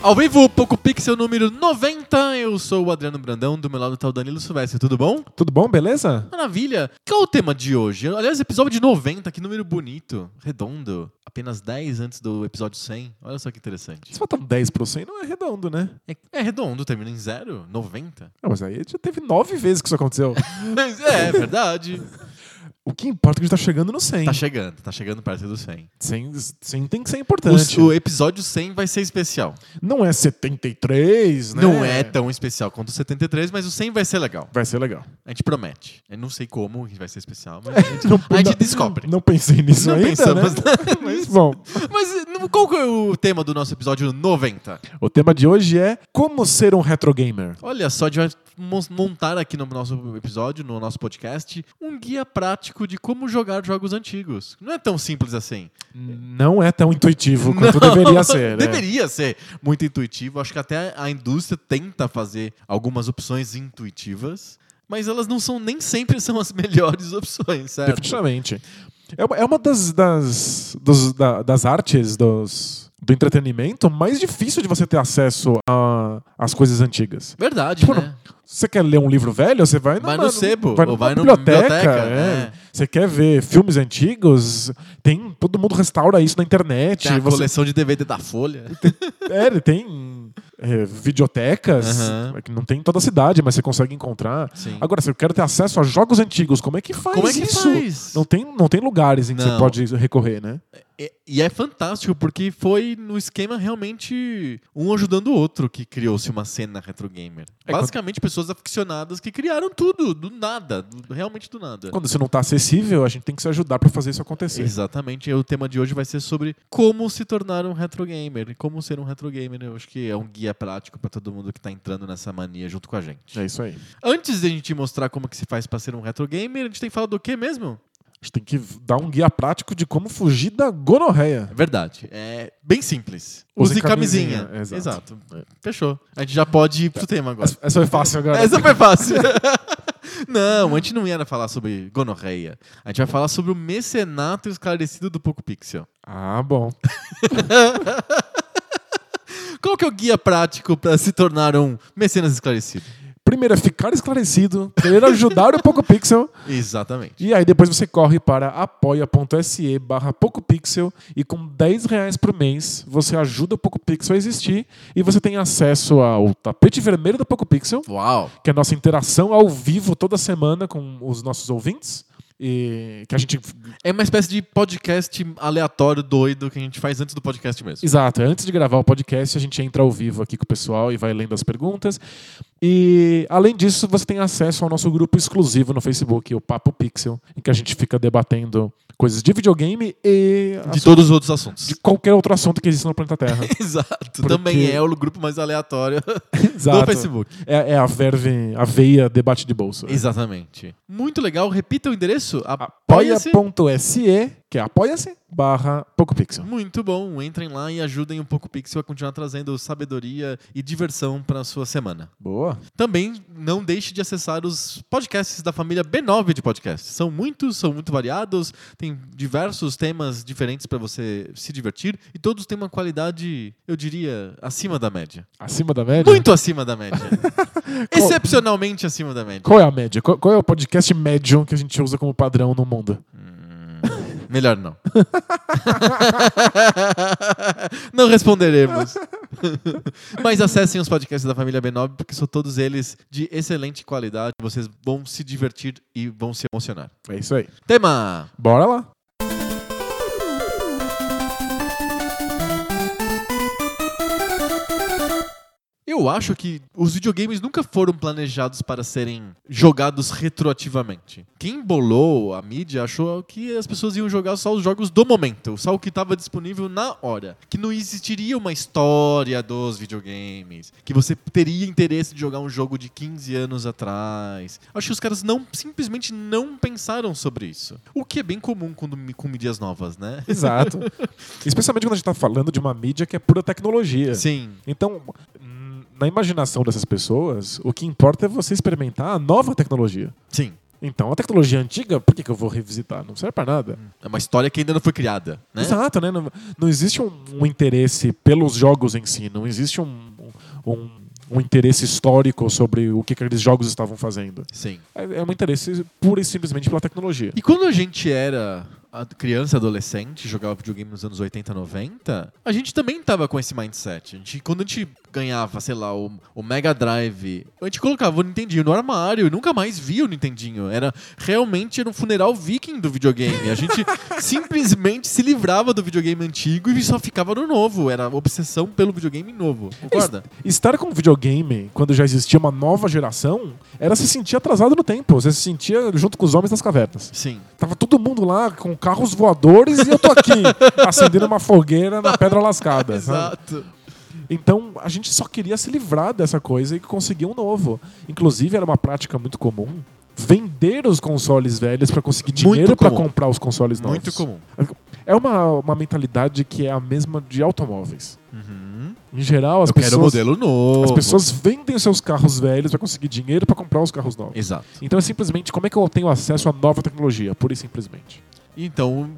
Ao vivo, Poco Pixel número 90, eu sou o Adriano Brandão, do meu lado tá o Danilo Silvestre, tudo bom? Tudo bom, beleza? Maravilha! Qual é o tema de hoje? Aliás, episódio de 90, que número bonito, redondo, apenas 10 antes do episódio 100, olha só que interessante. Se faltam 10 pro 100, não é redondo, né? É, é redondo, termina em zero, 90. Não, mas aí já teve 9 vezes que isso aconteceu. Mas é, é verdade. o que importa é que a gente tá chegando no 100. tá chegando, tá chegando perto do 100. 100, 100 tem que ser O, importante. o episódio 100 vai ser especial. Não é 73, né? Não é tão especial quanto o 73, mas o 100 vai ser legal. Vai ser legal. A gente promete. Eu não sei como que vai ser especial, mas a gente, Não- a gente não- descobre. Não pensei nisso Não ainda, pensamos né? nada Mas, bom, Mas eh, não- qual que é o tema do nosso episódio 90? o tema de hoje é como ser um retrogamer. Olha só, a gente vai mon- montar aqui no nosso episódio, no nosso podcast, um guia prático de como jogar jogos antigos. Não é tão simples assim. Não é tão intuitivo quanto Não, deveria ser, né? Deveria ser muito intuitivo. Acho que até a indústria tenta fazer algumas opções intuitivas, mas elas não são nem sempre são as melhores opções, certo? Definitivamente. É uma, é uma das, das, dos- da- das artes dos, do entretenimento mais difícil de você ter acesso a- às coisas antigas. Verdade, Tipo, né? Você quer ler um livro velho? Você vai, Vai numa- no sebo, vai ou numa vai numa biblioteca. biblioteca, é. é. Você quer ver filmes antigos? Tem, todo mundo restaura isso na internet. Tem a você- coleção de DVD da Folha. é, tem é, videotecas, é Aham. que não tem em toda a cidade, mas você consegue encontrar. Sim. Agora, se eu quero ter acesso a jogos antigos, como é que faz Como é que isso? faz? Não tem, não tem lugares em que Não. você pode recorrer, né? E, e é fantástico, porque foi no esquema realmente um ajudando o outro que criou-se uma cena retro gamer. É, Basicamente, pessoas aficionadas que criaram tudo, do nada, do- realmente do nada. Quando isso não tá acessível, a gente tem que se ajudar pra fazer isso acontecer. Exatamente, e o tema de hoje vai ser sobre como se tornar um retro gamer e como ser um retro gamer. Eu acho que é um guia prático pra todo mundo que tá entrando nessa mania junto com a gente. É isso aí. Antes de a gente mostrar como que se faz pra ser um retro gamer, a gente tem que falar do que mesmo? A gente tem que dar um guia prático de como fugir da gonorreia. É verdade. É bem simples. Use Use camisinha. camisinha, exato. Tá. Fechou. A gente já pode ir pro tema agora. Essa- Essa foi fácil agora. Essa foi fácil. não, a gente não ia falar sobre gonorreia. A gente vai falar sobre o mecenato esclarecido do Poco Pixel. Ah, bom. Qual que é o guia prático para se tornar um mecenas esclarecido? Primeiro é ficar esclarecido, querer ajudar o PocoPixel, Exatamente. e aí depois você corre para apoia.se barra PocoPixel e com 10 reais por mês você ajuda o PocoPixel a existir e você tem acesso ao tapete vermelho do PocoPixel, Uau. que é a nossa interação ao vivo toda semana com os nossos ouvintes, e que a gente É uma espécie de podcast aleatório, doido, que a gente faz antes do podcast mesmo. Exato. Antes de gravar o podcast, a gente entra ao vivo aqui com o pessoal e vai lendo as perguntas. E, além disso, você tem acesso ao nosso grupo exclusivo no Facebook, o Papo Pixel, em que a gente fica debatendo coisas de videogame e De assu- todos os outros assuntos. de qualquer outro assunto que exista no planeta Terra. Exato. Porque- Também é o grupo mais aleatório Exato. do Facebook. É, é a verve, a veia debate de bolso. Exatamente. Muito legal. Repita o endereço. Apoia-se. Apoia.se, que é apoia-se, barra PocoPixel. Muito bom. Entrem lá e ajudem um pouco o Pixel a continuar trazendo sabedoria e diversão para sua semana. Boa. Também não deixe de acessar os podcasts da família B9 de podcasts. São muitos, são muito variados, tem diversos temas diferentes para você se divertir e todos têm uma qualidade, eu diria, acima da média. Acima da média? Muito acima da média. Excepcionalmente acima da média. Qual é a média? Qual, qual é o podcast médio que a gente usa como padrão no mundo? Melhor não. não responderemos. Mas acessem os podcasts da família B9, porque são todos eles de excelente qualidade. Vocês vão se divertir e vão se emocionar. É isso aí. Tema! Bora lá. Eu eu acho que os videogames nunca foram planejados para serem jogados retroativamente. Quem bolou a mídia achou que as pessoas iam jogar só os jogos do momento, só o que estava disponível na hora. Que não existiria uma história dos videogames, que você teria interesse de jogar um jogo de 15 anos atrás. Acho que os caras não simplesmente não pensaram sobre isso. O que é bem comum quando, com mídias novas, né? Exato. Especialmente quando a gente tá falando de uma mídia que é pura tecnologia. Sim. Então, hum, na imaginação dessas pessoas, o que importa é você experimentar a nova tecnologia. Sim. Então, a tecnologia antiga, por que, que eu vou revisitar? Não serve pra nada. É uma história que ainda não foi criada, né? Exato, né? Não, não existe um, um interesse pelos jogos em si, não existe um, um, um interesse histórico sobre o que, que aqueles jogos estavam fazendo. Sim. É, é um interesse pura e simplesmente pela tecnologia. E quando a gente era a- criança, adolescente, jogava videogame nos anos 80, 90, a gente também tava com esse mindset. A gente, quando a gente ganhava, sei lá, o, o Mega Drive, a gente colocava o Nintendinho no armário e nunca mais via o Nintendinho. Era realmente era um funeral viking do videogame. A gente simplesmente se livrava do videogame antigo e só ficava no novo. Era obsessão pelo videogame novo. Concorda? Estar com videogame quando já existia uma nova geração era se sentir atrasado no tempo. Você se sentia junto com os homens das cavernas. Sim. Tava todo mundo lá com carros voadores e eu tô aqui acendendo uma fogueira na pedra lascada. sabe? Exato. Então a gente só queria se livrar dessa coisa e conseguir um novo. Inclusive era uma prática muito comum vender os consoles velhos para conseguir Muito dinheiro para comum. comprar os consoles novos. Muito comum. É uma, uma mentalidade que é a mesma de automóveis. Uhum. Em geral as Eu pessoas quero um modelo novo. as pessoas vendem os seus carros velhos para conseguir dinheiro para comprar os carros novos. Exato. Então é simplesmente como é que eu tenho acesso à nova tecnologia, pura e simplesmente. Então,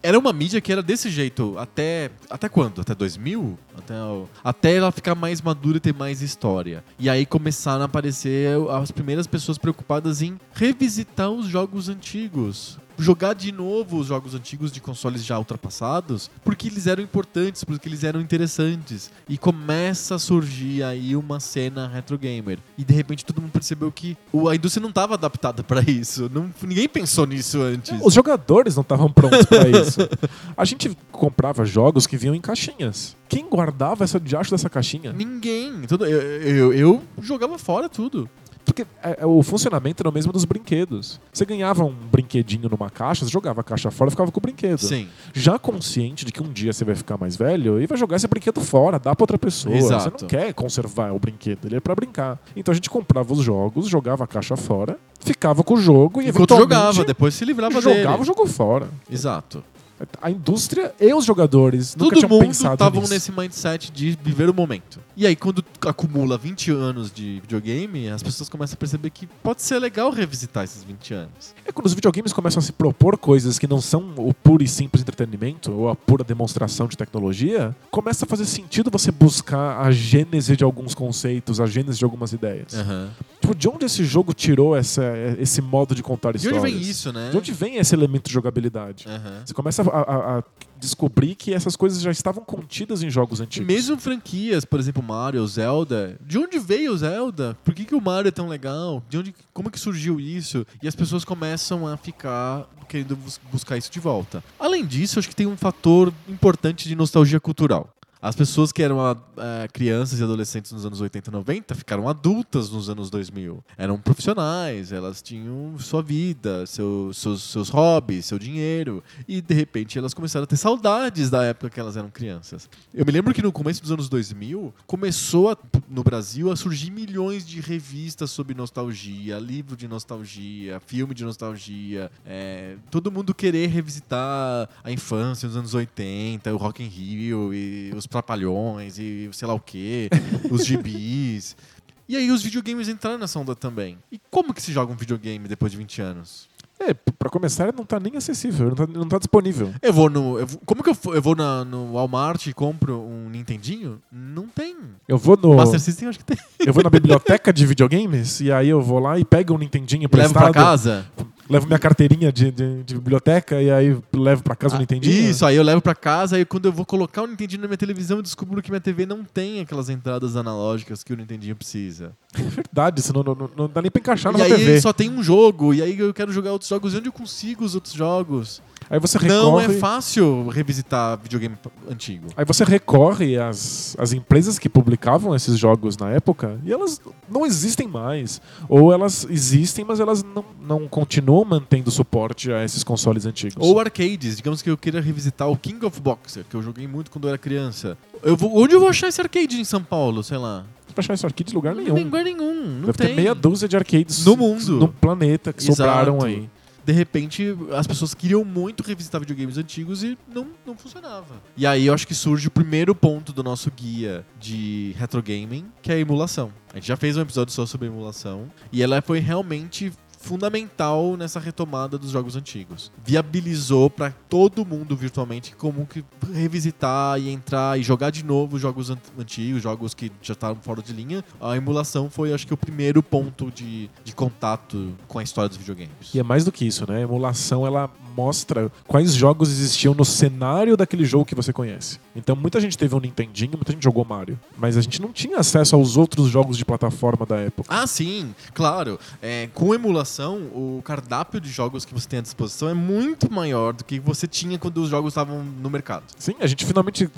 era uma mídia que era desse jeito até até quando? Até 2000? Até, o- até ela ficar mais madura e ter mais história. E aí começaram a aparecer as primeiras pessoas preocupadas em revisitar os jogos antigos. Jogar de novo os jogos antigos de consoles já ultrapassados, porque eles eram importantes, porque eles eram interessantes. E começa a surgir aí uma cena retro gamer. E de repente todo mundo percebeu que o- a indústria não estava adaptada para isso. Não- ninguém pensou nisso antes. Os jogadores não estavam prontos para isso. A gente comprava jogos que vinham em caixinhas. Quem guardava essa diacho dessa caixinha? Ninguém. Tudo, eu, eu, eu jogava fora tudo. Porque é, é, o funcionamento era o mesmo dos brinquedos. Você ganhava um brinquedinho numa caixa, você jogava a caixa fora e ficava com o brinquedo. Sim. Já consciente de que um dia você vai ficar mais velho e vai jogar esse brinquedo fora, dá pra outra pessoa. Você Exato. não quer conservar o brinquedo, ele é pra brincar. Então a gente comprava os jogos, jogava a caixa fora, ficava com o jogo e Enquanto eventualmente jogava, depois se livrava jogava o dele. jogo fora. Exato. A indústria e os jogadores nunca Todo tinham mundo pensado estavam nisso. nesse mindset de viver o momento. E aí, quando acumula 20 anos de videogame, as pessoas começam a perceber que pode ser legal revisitar esses 20 anos. É quando os videogames começam a se propor coisas que não são o puro e simples entretenimento ou a pura demonstração de tecnologia, começa a fazer sentido você buscar a gênese de alguns conceitos, a gênese de algumas ideias. É. Tipo, de onde esse jogo tirou essa, esse modo de contar De histórias? onde vem isso, né? É. De onde vem esse elemento de jogabilidade? Aham. Você começa a, a- a descobrir que essas coisas já estavam contidas em jogos E antigos. mesmo franquias, por exemplo, Mario, Zelda. De onde veio o Zelda? Por que, que o Mario é tão legal? De onde, como que surgiu isso? E as pessoas começam a ficar querendo bus- buscar isso de volta. Além disso, acho que tem um fator importante de nostalgia cultural. As pessoas que eram ah, ah, crianças e adolescentes nos anos 80 e 90 ficaram adultas nos anos 2000. Eram profissionais, elas tinham sua vida, seu- seus, seus hobbies, seu dinheiro. E de repente elas começaram a ter saudades da época que elas eram crianças. Eu me lembro que no começo dos anos 2000 começou a- no Brasil a surgir milhões de revistas sobre nostalgia, livro de nostalgia, filme de nostalgia. é, todo mundo querer revisitar a infância nos anos 80, o Rock in Rio e os Trapalhões e sei lá o quê, os gibis. E aí os videogames entraram nessa onda também. E como que se joga um videogame depois de 20 anos? É, p- pra começar, ele não tá nem acessível, não tá, não tá disponível. Eu vou no. eu vou- como que eu, vou- eu vou na- no Walmart e compro um Nintendinho? Não tem. Eu vou no. Master System eu acho que tem. Eu vou na biblioteca de videogames e aí eu vou lá e pego um Nintendinho Leva pra emprestado. casa? levo minha carteirinha de, de- de biblioteca e aí levo pra casa o Nintendinho. Ah, Isso, aí eu levo pra casa, aí quando eu vou colocar o Nintendinho na minha televisão, eu descubro que minha TV não tem aquelas entradas analógicas que o Nintendinho precisa. É Verdade, senão não, não- não dá nem pra encaixar e Tá na aí TV. só tem um jogo, e aí eu quero jogar outros jogos, e onde eu consigo os outros jogos? Aí você Não recorre. é fácil revisitar videogame p- antigo. Aí você recorre às, às empresas que publicavam esses jogos na época e elas não existem mais. Ou elas existem, mas elas não, não continuam mantendo suporte a esses consoles antigos. Ou arcades, digamos que eu queira revisitar o King of Boxer, que eu joguei muito quando eu era criança. Eu vou- onde eu vou achar esse arcade em São Paulo, sei lá? pra achar isso aqui de lugar Não nenhum. tem lugar nenhum, não Deve tem. ter meia dúzia de arcades No mundo. no planeta que Exato. sobraram aí. de repente as pessoas queriam muito revisitar videogames antigos e não, não funcionava. E aí eu acho que surge o primeiro ponto do nosso guia de retrogaming, que é a emulação. A gente já fez um episódio só sobre emulação e ela foi realmente fundamental nessa retomada dos jogos antigos. Viabilizou pra todo mundo virtualmente como que revisitar e entrar e jogar de novo jogos ant- antigos, jogos que já estavam fora de linha. A emulação foi, acho que, o primeiro ponto de, de contato com a história dos videogames. E é mais do que isso, né? A emulação ela mostra quais jogos existiam no cenário daquele jogo que você conhece. Então muita gente teve um Nintendinho, muita gente jogou Mario, mas a gente não tinha acesso aos outros jogos de plataforma da época. Ah, sim, claro. É, com emulação, o cardápio de jogos que você tem à disposição é muito maior do que você tinha quando os jogos estavam no mercado. Sim, a gente finalmente uh,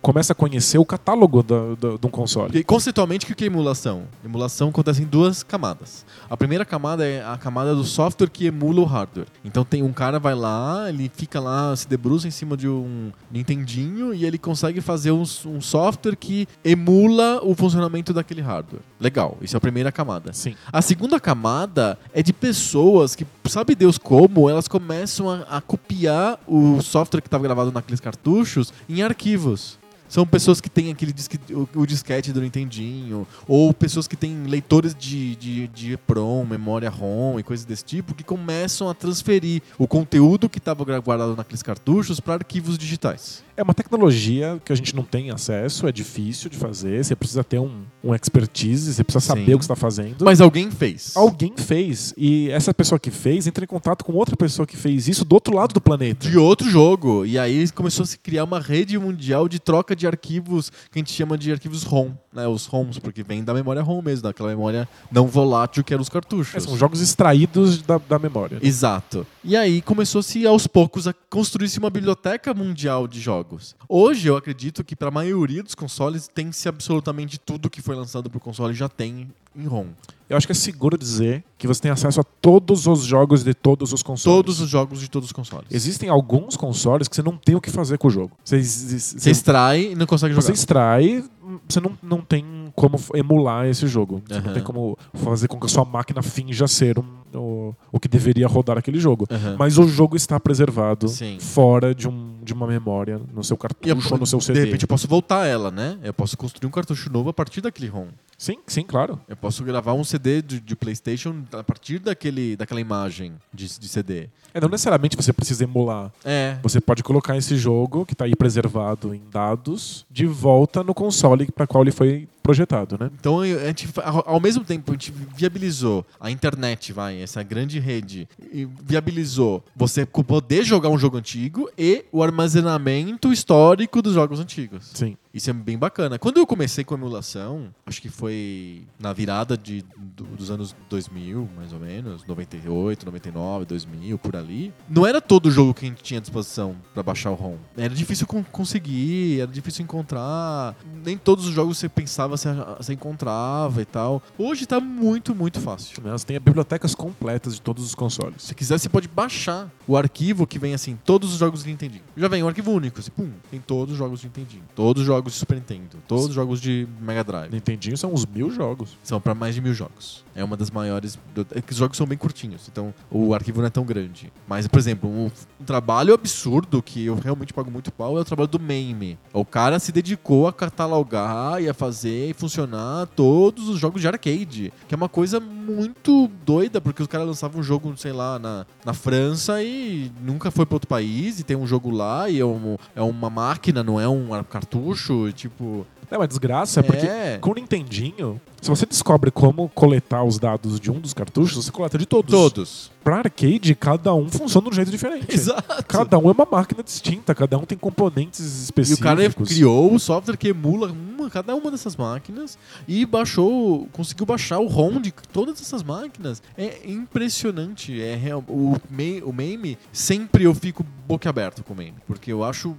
começa a conhecer o catálogo da- da- de um console. E, conceitualmente, o que é emulação? Emulação acontece em duas camadas. A primeira camada é a camada do software que emula o hardware. Então tem um cara vai lá, ele fica lá, se debruça em cima de um Nintendinho e ele consegue fazer um, s- um software que emula o funcionamento daquele hardware. Legal, isso é a primeira camada. Sim. A segunda camada é de pessoas que, sabe Deus como, elas começam a, a copiar o software que estava gravado naqueles cartuchos em arquivos. São pessoas que têm aquele disque, o, o disquete do Nintendinho, ou pessoas que têm leitores de, de, de EPROM, memória ROM e coisas desse tipo, que começam a transferir o conteúdo que estava guardado naqueles cartuchos para arquivos digitais. É uma tecnologia que a gente não tem acesso, é difícil de fazer, você precisa ter um, um expertise, você precisa saber Sim. o que você está fazendo. Mas alguém fez. Alguém fez, e essa pessoa que fez entra em contato com outra pessoa que fez isso do outro lado do planeta. de outro jogo. E aí começou a se criar uma rede mundial de troca de arquivos que a gente chama de arquivos ROM, né? Os ROMs, porque vem da memória ROM mesmo, daquela memória não volátil que eram os É, cartuchos. são jogos né? extraídos da, da memória. Exato. E aí começou-se aos poucos a construir-se uma biblioteca mundial de jogos. Hoje eu acredito que para a maioria dos consoles tem-se absolutamente tudo que foi lançado pro console já tem em ROM. Eu acho que é seguro dizer que você tem acesso a todos os jogos de todos os consoles. Todos os jogos de todos os consoles. Existem alguns consoles que você não tem o que fazer com o jogo. Você, Você extrai e não consegue jogar. Você extrai, você não, não tem como emular esse jogo. Você Aham. não tem como fazer com que a sua máquina finja ser um- o, o que deveria rodar aquele jogo. Aham. Mas o jogo está preservado Sim. fora de, um, de uma memória, no E seu eu- cartucho ou no seu CD. De repente eu posso voltar ela, né? Eu posso construir um cartucho novo a partir daquele ROM. Sim, sim, claro. Eu posso gravar um CD de, de PlayStation a partir daquele, daquela imagem de, de CD. É, não necessariamente você precisa emular. É. Você pode colocar esse jogo, que está aí preservado em dados, de volta no console para qual ele foi projetado, né? Então eu- a gente, fa- ao ao mesmo tempo, a gente viabilizou a internet, vai, essa grande rede, e viabilizou você co- poder jogar um jogo antigo e o armazenamento histórico dos jogos antigos. Sim. Isso é bem bacana. Quando eu comecei com emulação, acho que foi na virada de, do- dos anos 2000, mais ou menos, 98, 99, 2000, por ali. Não era todo jogo que a gente tinha à disposição pra baixar o ROM. Era difícil con- conseguir, era difícil encontrar. Nem todos os jogos que você pensava você, acha- você encontrava e tal. Hoje tá muito, muito fácil. Né, Você tem bibliotecas completas de todos os consoles. Se quiser, você pode baixar o arquivo que vem assim, todos os jogos de Nintendinho. Já vem um arquivo único, assim, pum, tem todos os jogos de Nintendinho, todos os jogos de Super Nintendo, todos os jogos de Mega Drive. Nintendinho são uns mil jogos. São para mais de mil jogos. É uma das maiores. do- é que os jogos são bem curtinhos, então o arquivo não é tão grande. Mas, por exemplo, um, um trabalho absurdo que eu realmente pago muito pau é o trabalho do Mame. O cara se dedicou a catalogar e a fazer e funcionar todos os jogos de arcade, que é uma coisa muito doida, porque os caras lançavam um jogo, sei lá, na, na França e nunca foi para outro país, e tem um jogo lá e é, um- é uma máquina, não é um cartucho, lixo, tipo. É uma desgraça, é porque É. com o Nintendinho, se você descobre como coletar os dados de um dos cartuchos, você coleta de todos. Todos. Pra arcade, cada um funciona de um jeito diferente. Exato. Cada um é uma máquina distinta, cada um tem componentes E o específicos. cara criou o software que emula uma- cada uma dessas máquinas e baixou, conseguiu baixar o ROM de todas essas máquinas. É impressionante. É real- o, me- o meme, sempre eu fico boquiaberto com o meme, porque eu acho.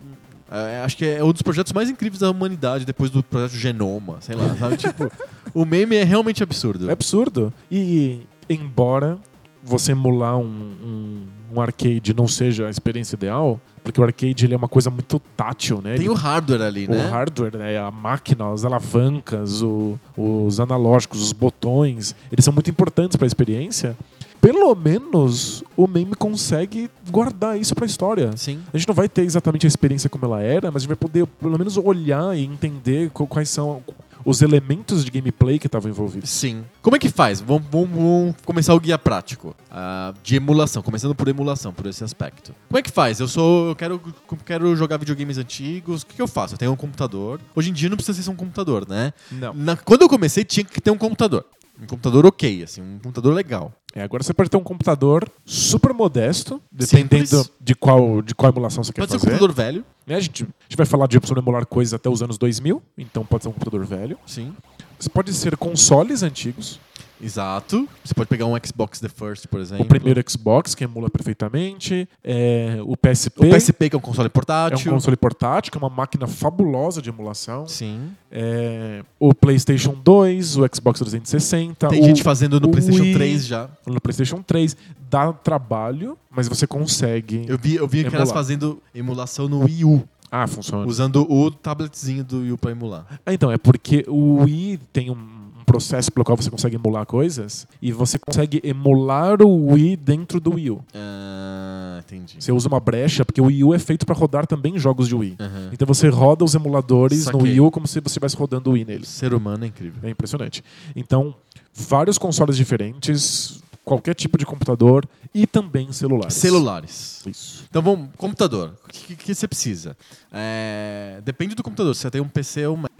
é, acho que é um dos projetos mais incríveis da humanidade depois do projeto Genoma, sei lá, sabe? tipo, o meme é realmente absurdo. É absurdo. E embora você emular um, um, um arcade não seja a experiência ideal, porque o arcade ele é uma coisa muito tátil, né? Tem Ele- o hardware ali, o né? hardware, né? a máquina, as alavancas, o- os analógicos, os botões, eles são muito importantes para a experiência. Pelo menos o meme consegue guardar isso para a história. Sim. A gente não vai ter exatamente a experiência como ela era, mas a gente vai poder pelo menos olhar e entender qu- quais são os elementos de gameplay que estavam envolvidos. Sim. Como é que faz? Vamos, vamos- vamos começar o guia prático ah, de emulação, começando por emulação, por esse aspecto. Como é que faz? Eu sou, eu quero, quero jogar videogames antigos. O que, que eu faço? Eu tenho um computador. Hoje em dia não precisa ser só um computador, né? Não. Na- quando eu comecei tinha que ter um computador, um computador ok, assim, um computador legal. É, agora você pode ter um computador super modesto, dependendo Simples. de qual de qual emulação você quer Pode ser um fazer. computador velho, Né, a, gente, a gente vai falar de opção emular coisas até os anos 2000, então pode ser um computador velho. sim. Você pode ser consoles antigos, Exato. Você pode pegar um Xbox The First, por exemplo. o primeiro Xbox que emula perfeitamente, é, o PSP, O PSP que é um console é um portátil. console portátil, que é uma máquina fabulosa de emulação. Sim. É, o PlayStation 2, o Xbox 360, Tem Ah, o, gente fazendo no o PlayStation Wii. 3 já. no PlayStation 3. Dá trabalho, mas você consegue. Eu vi, eu vi caras Emular. fazendo emulação no Wii U. Ah, funciona. Usando o tabletzinho do Wii pra emular. Ah, então, é porque o Wii tem um um processo pelo qual você consegue emular coisas e você consegue emular o Wii dentro do Wii U. Ah, entendi. Você usa uma brecha, porque o Wii U é feito para rodar também jogos de Wii. Aham. Então você roda os emuladores no Saquei. Wii U como se você estivesse rodando o Wii neles. Ser humano é incrível. É impressionante. Então, vários consoles diferentes, qualquer tipo de computador e também celulares. Celulares. Isso. Então vamos, computador. O que, que você precisa? É, depende do computador, se você tem um PC ou um Mac.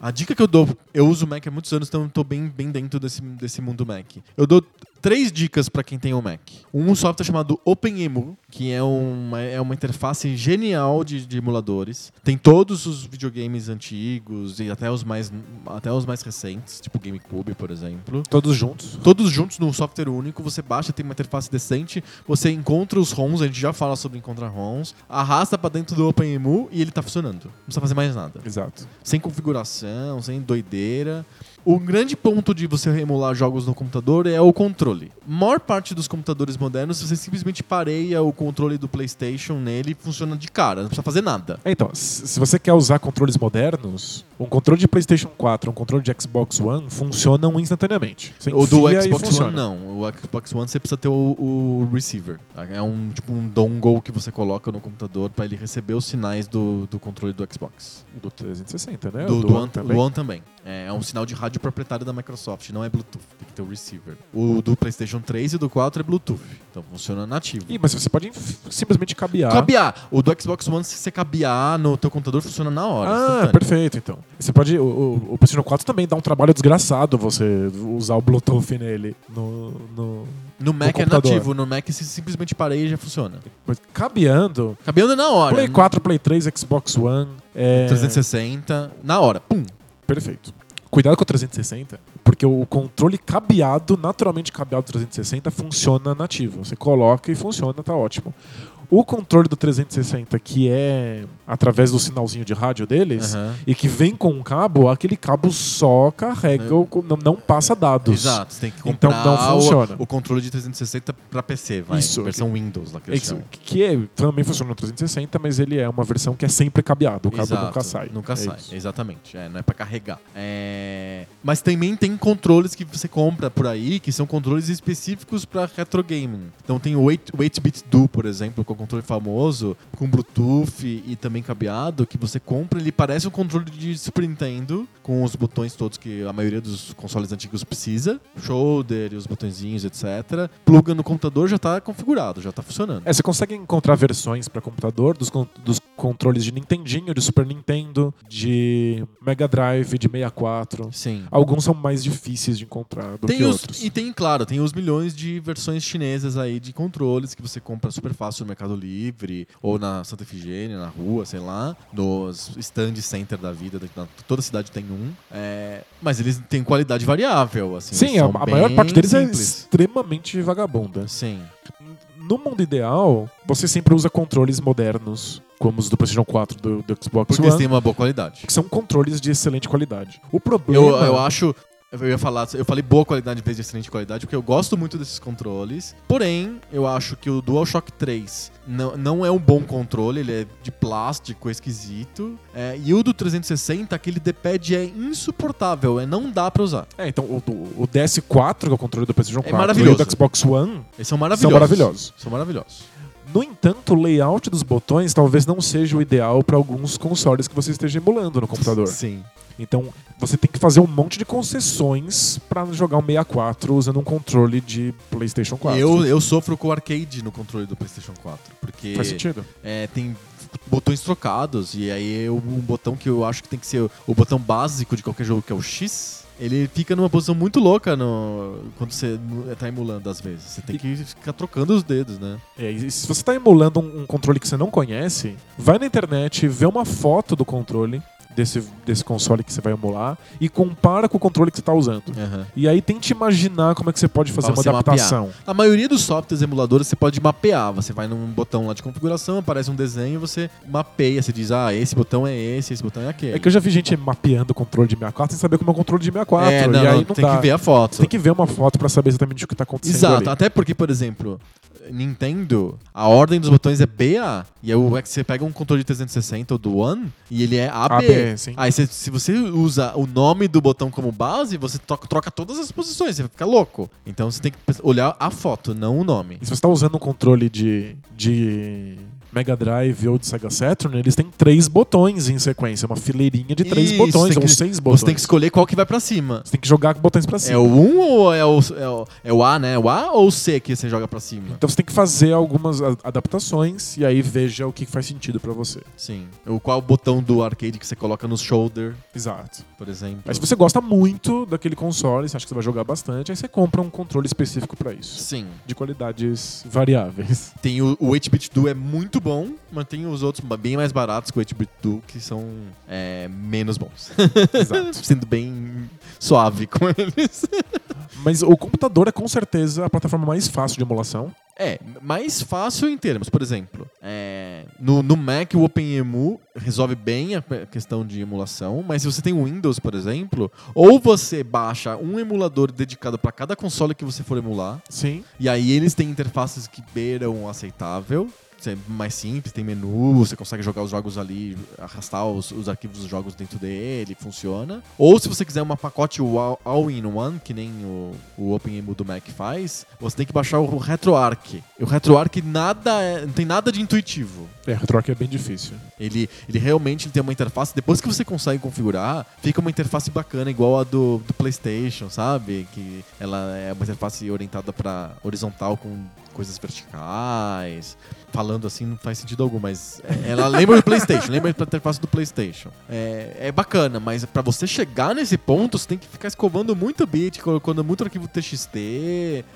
A dica que eu dou, eu uso Mac há muitos anos, então eu tô bem, bem dentro desse, desse mundo Mac. Eu dou três dicas para quem tem um Mac. Um software chamado OpenEmu, que é uma, é uma interface genial de, de emuladores. Tem todos os videogames antigos e até os mais, até os mais recentes, tipo GameCube, por exemplo Todos juntos. todos juntos num software único, você baixa, tem uma interface decente, você encontra os ROMs, a gente já fala sobre encontrar ROMs, arrasta pra dentro do OpenEMU e ele tá funcionando. Não precisa fazer mais nada. Exato. Sem configuração, sem doideira. O grande ponto de você emular jogos no computador é o controle. maior parte dos computadores modernos, você simplesmente pareia o controle do PlayStation nele e funciona de cara, não precisa fazer nada. É, Então, se se você quer usar controles modernos, um controle de PlayStation 4 um controle de Xbox One funcionam instantaneamente. Você O do enfia e Xbox funciona. One não. O Xbox One você precisa ter o, o receiver. tá? É um tipo um dongle que você coloca no computador pra ele receber os sinais do, do controle do Xbox. O Do 360, né? do, O do, One, também. do One também. É, é um sinal de rádio proprietário da Microsoft, não é Bluetooth. Tem que ter o receiver. O do PlayStation 3 e do 4 é Bluetooth. Então funciona nativo. Ih, mas você pode inf- simplesmente cabear. Cabear. O do Xbox One, se você cabear no teu computador, funciona na hora. Ah, instantâneo. perfeito, então. Você pode. O, o- o PlayStation 4 também dá um trabalho desgraçado você usar o Bluetooth nele. No, no... No Mac é computador. nativo. No Mac você simplesmente pareia e já funciona. Mas Cabeando, Cabeando na hora. Play 4, Play 3, Xbox One. É... 360. Na hora. Pum. Perfeito. Cuidado com o 360, porque o controle cabeado, naturalmente cabeado do 360, funciona nativo. Você coloca e funciona, tá ótimo. O controle do 360, que é através do sinalzinho de rádio deles, Aham. e que vem com um cabo, aquele cabo só carrega, o co- não, não passa dados. Exato, você tem que comprar Então, não funciona. O, o controle de 360 pra PC, vai. Isso, versão Windows lá que É eles isso, chamam. que é- também funciona no 360, mas ele é uma versão que é sempre cabeado, o cabo Exato, nunca sai. Nunca É sai, isso. exatamente. É, não é pra carregar. É, Mas também tem controles que você compra por aí, que são controles específicos pra retro gaming. Então tem o 8- o 8-bit do, por exemplo, que é um controle famoso, com Bluetooth e também cabeado, que você compra, ele parece um controle de Super Nintendo, com os botões todos que a maioria dos consoles antigos precisa, shoulder e os botõezinhos, etc. Pluga no computador, já tá configurado, já tá funcionando. É, você consegue encontrar versões para computador dos, con- dos controles de Nintendinho, de Super Nintendo, de Mega Drive, de 64. Sim. Alguns são mais difíceis de encontrar do Tem que os- outros. e tem, claro, tem os milhões de versões chinesas aí de controles que você compra super fácil no Mercado Livre ou na Santa Efigênia, na rua, sei lá, nos stand center da vida, daqui na- toda cidade tem um. É, mas eles têm qualidade variável, assim. Sim, eles a, são a bem maior parte deles é simples. extremamente vagabunda. Sim. No mundo ideal, você sempre usa controles modernos, como os do PlayStation 4, do, do Xbox Porque One, eles têm uma boa qualidade. que são controles de excelente qualidade. O problema Eu, eu acho. Eu ia falar, eu falei boa qualidade em vez de excelente qualidade, porque eu gosto muito desses controles. Porém, eu acho que o DualShock 3 não, não é um bom controle, ele é de plástico, esquisito. É, e o do 360, aquele D-pad é insuportável, é, não dá pra usar. É, então o, do- o DS4, que é o controle do PlayStation 4, maravilhoso. e o do Xbox One, Eles são maravilhosos. maravilhosos. São maravilhosos. no entanto, o layout dos botões talvez não seja o ideal para alguns consoles que você esteja emulando no computador. Sim. Então, você tem que fazer um monte de concessões para jogar um 64 usando um controle de PlayStation 4. Eu, eu sofro com o arcade no controle do PlayStation 4, porque. Faz sentido. É, tem botões trocados e aí eu- um botão que eu acho que tem que ser o- o botão básico de qualquer jogo que é o X ele fica numa posição muito louca no, quando você mu- tá emulando às vezes você tem que ficar trocando os dedos né É, e se você está emulando um, um controle que você não conhece, vai na internet, vê uma foto do controle desse, desse console que você vai emular e compara com o controle que você está usando. E aí tente imaginar como é que você pode fazer Pra uma você É. assim, mapear. adaptação. a maioria dos softwares emuladores você pode mapear você vai num botão lá de configuração aparece um desenho você mapeia você diz ah esse botão é esse esse botão é aquele É que eu já vi gente mapeando o controle de 64 sem saber como é o controle de 64. É, não, e aí não, não, tem dá. que ver a foto Tem que ver uma foto pra saber exatamente o que tá acontecendo Exato, ali. até porque, por exemplo, Nintendo, a ordem dos botões é BA, e aí o- é que você pega um controle de 360 ou do One, e ele é AB. AB, sim. Aí você- se você usa o nome do botão como base, você to- troca todas as posições, você vai ficar louco. Então você tem que pes- olhar a foto, não o nome. E se você tá usando um controle de, de Mega Drive ou de Sega Saturn, eles têm três botões em sequência. Uma fileirinha de três Isso, botões, tem ou que- seis botões. Você tem que escolher qual que vai pra cima. Você tem que jogar com botões pra É cima. o 1 ou é o, é, o, é o A, né? É o A ou o C que você joga pra cima? Então você tem que fazer algumas a- adaptações e aí veja o que faz sentido pra você. Sim. O, qual o botão do arcade que você coloca no shoulder, Exato. por exemplo? Mas se você gosta muito daquele console, você acha que você vai jogar bastante, aí você compra um controle específico pra isso. Sim. De qualidades variáveis. Tem o, o 8-bit do é muito bom, mas tem os outros ba- bem mais baratos que o 8-bit do que são é, menos bons. Exato. Sendo bem suave com eles. Mas o computador é com certeza a plataforma mais fácil de emulação. É, mais fácil em termos. Por exemplo, é, no, no Mac o OpenEMU resolve bem a pe- questão de emulação, mas se você tem o Windows, por exemplo, ou você baixa um emulador dedicado para cada console que você for emular, Sim. E aí eles têm interfaces que beiram o aceitável. Isso É mais simples, tem menu, você consegue jogar os jogos ali, arrastar os, os arquivos dos jogos dentro dele, funciona. Ou se você quiser um pacote all- all-in-one, que nem o, o OpenEMU do Mac faz, você tem que baixar o RetroArch. E o RetroArch nada é- não tem nada de intuitivo. É, retroarch é bem difícil. Ele, ele realmente tem uma interface, depois que você consegue configurar, fica uma interface bacana, igual a do, do PlayStation, sabe? Que ela é uma interface orientada para horizontal com coisas verticais. Falando assim não faz sentido algum, mas é- ela lembra do PlayStation, lembra da interface do PlayStation. É, é bacana, mas para você chegar nesse ponto, você tem que ficar escovando muito bit, colocando muito arquivo TXT.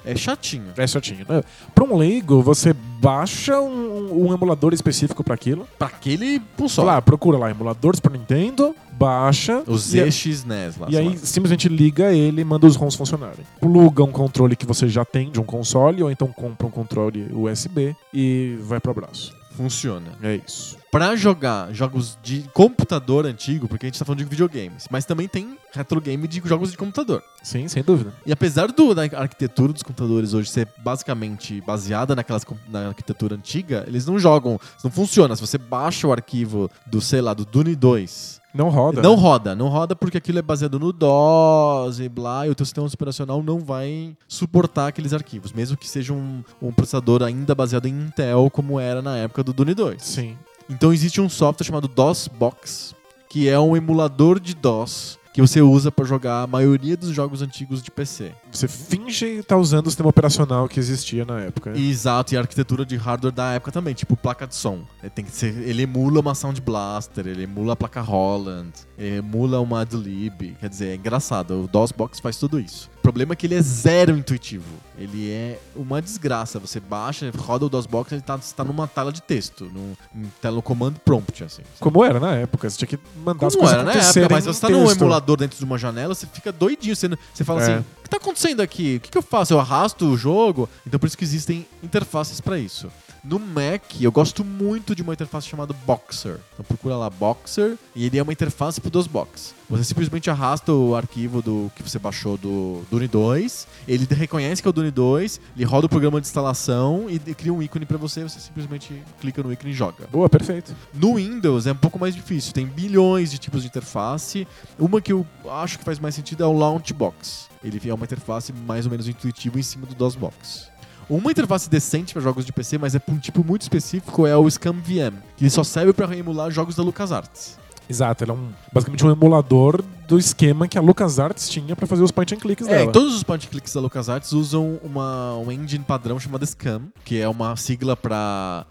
É chatinho. É certinho. Né? Para um leigo, você baixa um, um emulador específico para aquilo. Pra aquele Só console. lá, procura lá, emulador Super Nintendo, baixa. O e a- ZX-NES lá. E sei aí lá. simplesmente liga ele e manda os ROMs funcionarem. Pluga um controle que você já tem de um console, ou então compra um controle USB e vai pro abraço. funciona. É isso. Pra jogar jogos de computador antigo, porque a gente tá falando de videogames, mas também tem retro game de jogos de computador. Sim, sem dúvida. E apesar do, da arquitetura dos computadores hoje ser basicamente baseada naquelas, com- na arquitetura antiga, eles não jogam, não funciona. Se você baixa o arquivo do, sei lá, do Dune 2, Não roda. não né? roda. Não roda porque aquilo é baseado no DOS e blá, e o teu sistema operacional não vai suportar aqueles arquivos, mesmo que seja um, um processador ainda baseado em Intel, como era na época do Dune 2. Sim. Então existe um software chamado DOSBox, que é um emulador de DOS, que que você usa pra jogar a maioria dos jogos antigos de PC. Você finge estar usando o sistema operacional que existia na época. né? Exato, e a arquitetura de hardware da época também, tipo placa de som. Ele, tem que ser, ele emula uma Sound Blaster, ele emula a placa Holland, ele emula uma Adlib. Quer dizer, é engraçado, o DOSBox faz tudo isso. O problema é que ele é zero intuitivo. Ele é uma desgraça. Você baixa, roda o DOSBox, ele tá, tá numa tela de texto, num, um telecomando prompt, assim. Como era na época, você tinha que mandar as Como coisas era na época, acontecerem mas em você tá num texto. emulador dentro de uma janela, você fica doidinho. Você, não- você fala É. assim, o que tá acontecendo aqui? O que, que eu faço? Eu arrasto o jogo? Então por isso que existem interfaces para isso. No Mac, eu gosto muito de uma interface chamada Boxer. Então procura lá Boxer e ele é uma interface pro DOSBox. Você simplesmente arrasta o arquivo do que você baixou do Dune 2, ele reconhece que é o Dune 2, ele roda o programa de instalação e cria um ícone para você, você simplesmente clica no ícone e joga. Boa, perfeito. No Windows é um pouco mais difícil, tem bilhões de tipos de interface. Uma que eu acho que faz mais sentido é o Launchbox. Ele é uma interface mais ou menos intuitiva em cima do DOSBox. Uma interface decente para jogos de PC, mas é para um tipo muito específico, é o ScumVM, que ele só serve para emular jogos da LucasArts. Exato, ele é um, basicamente um emulador do esquema que a LucasArts tinha pra fazer os point and clicks É, dela. e todos os point clicks da LucasArts usam uma, um engine padrão chamado SCAM, que é uma sigla para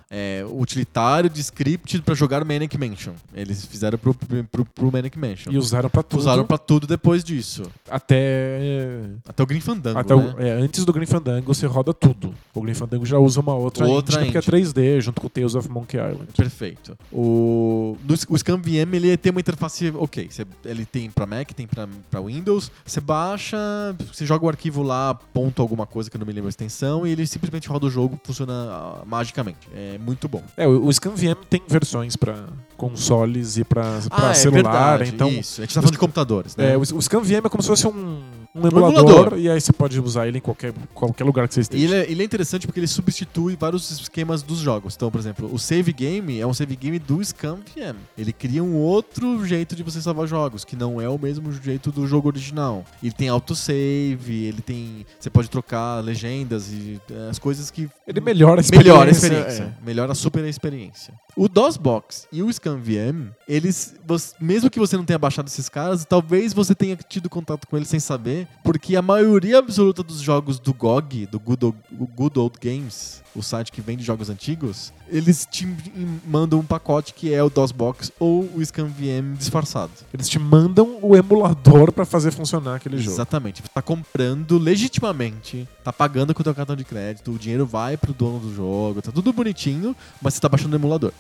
utilitário de script para jogar Manic Mansion. Eles fizeram pro, pro, pro Manic Mansion. E usaram pra tudo. Usaram pra tudo depois disso. Até. Até o Green Fandango, até né? o- é, antes do Green Fandango, você roda tudo. O Green Fandango já usa uma outra, Outra engine, porque é 3D, junto com o Tales of Monkey Island. Perfeito. O, no, S- o ScanVM ele tem uma interface ok. Cê- ele tem pra Mac, tem pra, pra Windows. Você baixa, você joga o arquivo lá, ponto alguma coisa que eu não me lembro a extensão, e ele simplesmente roda o jogo, funciona ah, magicamente. É muito bom. É, o o ScanVM tem versões pra consoles e pra, pra é celular, verdade, então. Isso. A gente tá falando de computadores, né? É, o, o ScanVM é como se fosse um, um emulador. emulador, e aí você pode usar ele em qualquer, qualquer lugar que você E esteja. ele, é, ele é interessante porque ele substitui vários esquemas dos jogos. Então, por exemplo, o save game é um save game do ScanVM. Ele cria um outro jeito de você salvar jogos, que não é o mesmo jeito do jogo original. Ele tem autosave, ele tem. Você pode trocar legendas e eh, as coisas que Ele melhora a experiência. Melhora a experiência. é. Melhora super a experiência. O DOSBox e o ScanVM, eles. vos- Mesmo que você não tenha baixado esses caras, talvez você tenha tido contato com eles sem saber, porque a maioria absoluta dos jogos do GOG, do Good Old, o Good Old Games, o site que vende jogos antigos, eles te em- mandam um pacote que é o DOSBox ou o ScanVM disfarçado. É, Eles te mandam o emulador pra fazer funcionar aquele jogo. Exatamente. Você tá comprando legitimamente, tá pagando com o teu cartão de crédito, o dinheiro vai pro dono do jogo, tá tudo bonitinho, mas você tá baixando o emulador.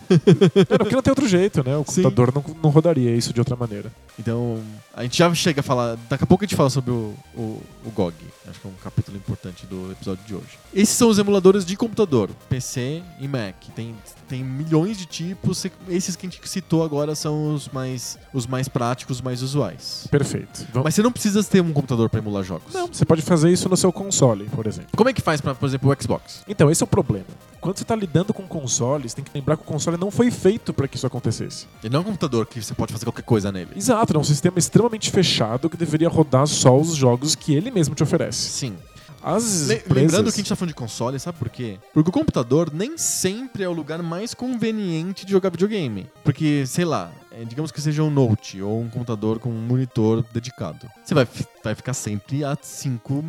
É, porque não tem outro jeito, né? O Sim. computador não, não rodaria isso de outra maneira. Então, a gente já chega a falar. Daqui a pouco a gente fala sobre o, o, o GOG. Acho que é um capítulo importante do episódio de hoje. Esses são os emuladores de computador, PC e Mac. Tem, tem milhões de tipos. Esses que a gente citou agora são os mais, os mais práticos, os mais usuais. Perfeito. Vam- Mas você não precisa ter um computador para emular jogos. Não, você pode fazer isso no seu console, por exemplo. Como é que faz, pra, por exemplo, o Xbox? Então, esse é o problema. Quando você tá lidando com consoles, tem que lembrar que o console não foi feito pra que isso acontecesse. Ele não é um computador que você pode fazer qualquer coisa nele. Exato, é um sistema extremamente fechado que deveria rodar só os jogos que ele mesmo te oferece. Sim. As Le- empresas... Lembrando que a gente tá falando de console, sabe por quê? Porque o computador nem sempre é o lugar mais conveniente de jogar videogame. Porque, sei lá, é, digamos que seja um Note ou um computador com um monitor dedicado. Você vai, fi- vai ficar sempre a 5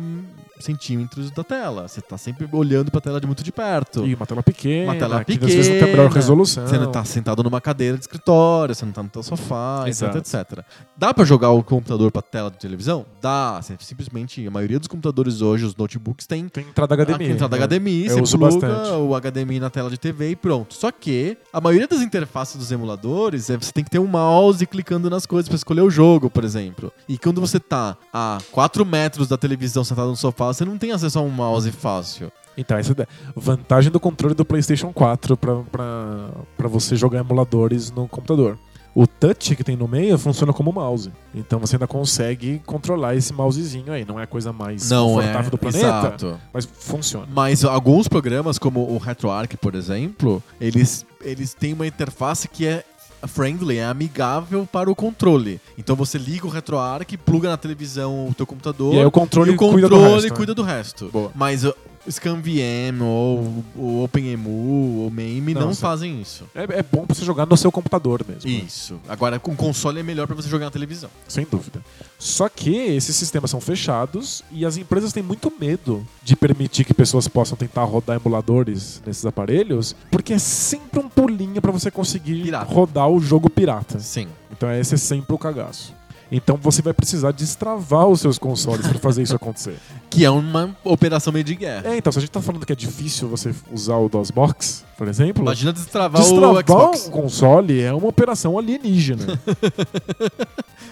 centímetros da tela. Você tá sempre olhando pra tela de muito de perto. E uma tela pequena, Uma tela que às vezes não tem a melhor pequena. resolução. Você não tá sentado numa cadeira de escritório, você não tá no teu sofá, etc, Exato. etc. Dá pra jogar o computador pra tela de televisão? Dá. Você simplesmente, a maioria dos computadores hoje, os notebooks, tem Tem entrada HDMI. a entrada né? HDMI, Eu você uso pluga bastante. o HDMI na tela de TV e pronto. Só que a maioria das interfaces dos emuladores é você tem que ter um mouse clicando nas coisas pra escolher o jogo, por exemplo. E quando você tá a 4 metros da televisão sentado no sofá, você não tem acesso a um mouse fácil. Então, essa é a vantagem do controle do PlayStation 4 pra- pra pra você jogar emuladores no computador. O touch que tem no meio funciona como mouse. Então você ainda consegue controlar esse mousezinho aí. Não é a coisa mais não é. confortável do planeta, Exato. mas funciona. Mas alguns programas, como o RetroArch, por exemplo, eles, eles têm uma interface que é friendly, é amigável para o controle. Então você liga o RetroArch, pluga na televisão o teu computador E aí o controle, e o cuida controle do resto, né? cuida do resto. Boa. Mas uh, o ScanVM ou o OpenEMU ou MAME não, Não, sim. fazem isso. É, é bom pra você jogar no seu computador mesmo. né? Isso. Agora, com console é melhor para você jogar na televisão. Sem dúvida. Só que esses sistemas são fechados e as empresas têm muito medo de permitir que pessoas possam tentar rodar emuladores nesses aparelhos, porque é sempre um pulinho pra você conseguir Pirata. rodar o jogo pirata. Sim. Então esse é sempre o cagaço. Então você vai precisar destravar os seus consoles pra fazer isso acontecer. Que é uma operação meio de guerra. É, então, se a gente tá falando que é difícil você usar o DOSBox, por exemplo, Imagina destravar, destravar o Xbox. um console é uma operação alienígena.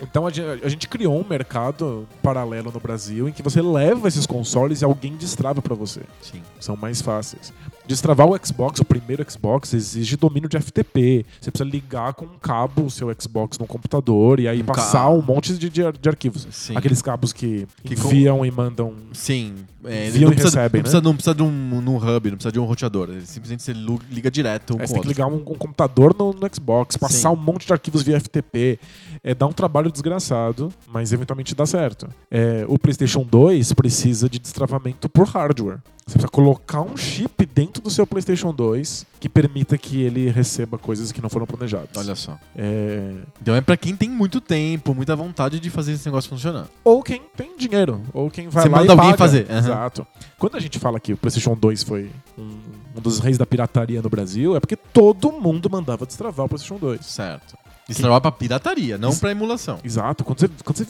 então a gente, a gente criou um mercado paralelo no Brasil em que você leva esses consoles e alguém destrava pra você. Sim. São mais fáceis. Destravar o Xbox, o primeiro Xbox, exige domínio de FTP. Você precisa ligar com um cabo o seu Xbox no computador e aí Um passar cabo. um monte de, de ar- de arquivos. Sim. Aqueles cabos que, Que com- enviam e mandam. Sim. É, ele Enviam não e né? precisa, recebem, não, precisa, não precisa de um, num hub, não precisa de um roteador. Ele simplesmente você lu- liga direto um Aí com você o tem que outro. ligar um, um computador no, no Xbox, passar Sim. um monte de arquivos via FTP. É, dá um trabalho desgraçado, mas eventualmente dá certo. É, o PlayStation 2 precisa de destravamento por hardware. Você precisa colocar um chip dentro do seu PlayStation 2 que permita que ele receba coisas que não foram planejadas. Olha só. É, Então é pra quem tem muito tempo, muita vontade de fazer esse negócio funcionar. ou quem tem dinheiro, ou quem vai Você lá manda e alguém paga. fazer, aham. Exato. Quando a gente fala que o PlayStation 2 foi um, um dos reis da pirataria no Brasil, é porque todo mundo mandava destravar o PlayStation 2. Certo. Destravar pra pirataria, não pra emulação. Exato. Quando você, quando você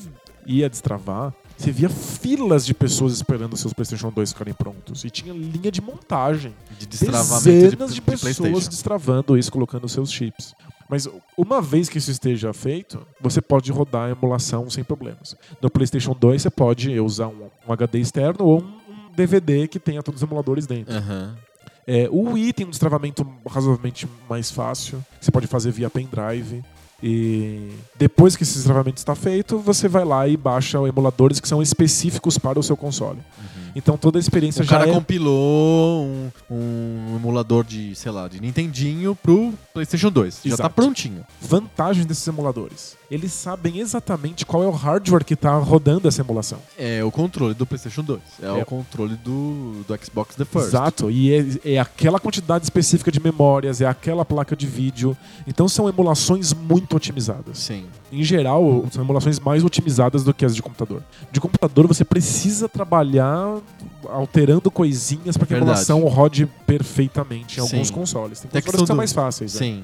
ia destravar, você via filas de pessoas esperando os seus PlayStation 2 ficarem prontos. E tinha linha de montagem. De destravamento Dezenas de, de, de pessoas PlayStation. destravando isso, colocando os seus chips. Mas uma vez que isso esteja feito, você pode rodar a emulação sem problemas. No PlayStation 2, você pode usar um, um HD externo ou um um DVD que tenha todos os emuladores dentro. Aham. É, o Wii tem um destravamento razoavelmente mais fácil, que você pode fazer via pendrive. E depois que esse destravamento está feito, você vai lá e baixa emuladores que são específicos para o seu console. Então toda a experiência Uhum. O já Um cara é... compilou um, um emulador de, sei lá, de Nintendinho pro PlayStation 2. Já tá Exato. prontinho. vantagens desses emuladores. Eles sabem exatamente qual é o hardware que está rodando essa emulação. É o controle do PlayStation 2. É, É. o controle do, do Xbox The First. Exato. E é, é aquela quantidade específica de memórias, é aquela placa de vídeo. Então são emulações muito otimizadas. Sim. Em geral, são emulações mais otimizadas do que as de computador. De computador você precisa trabalhar alterando coisinhas para que a Verdade. emulação rode perfeitamente em alguns Sim. consoles. Tem Tem a consoles que questão são do- mais fáceis. né? Sim.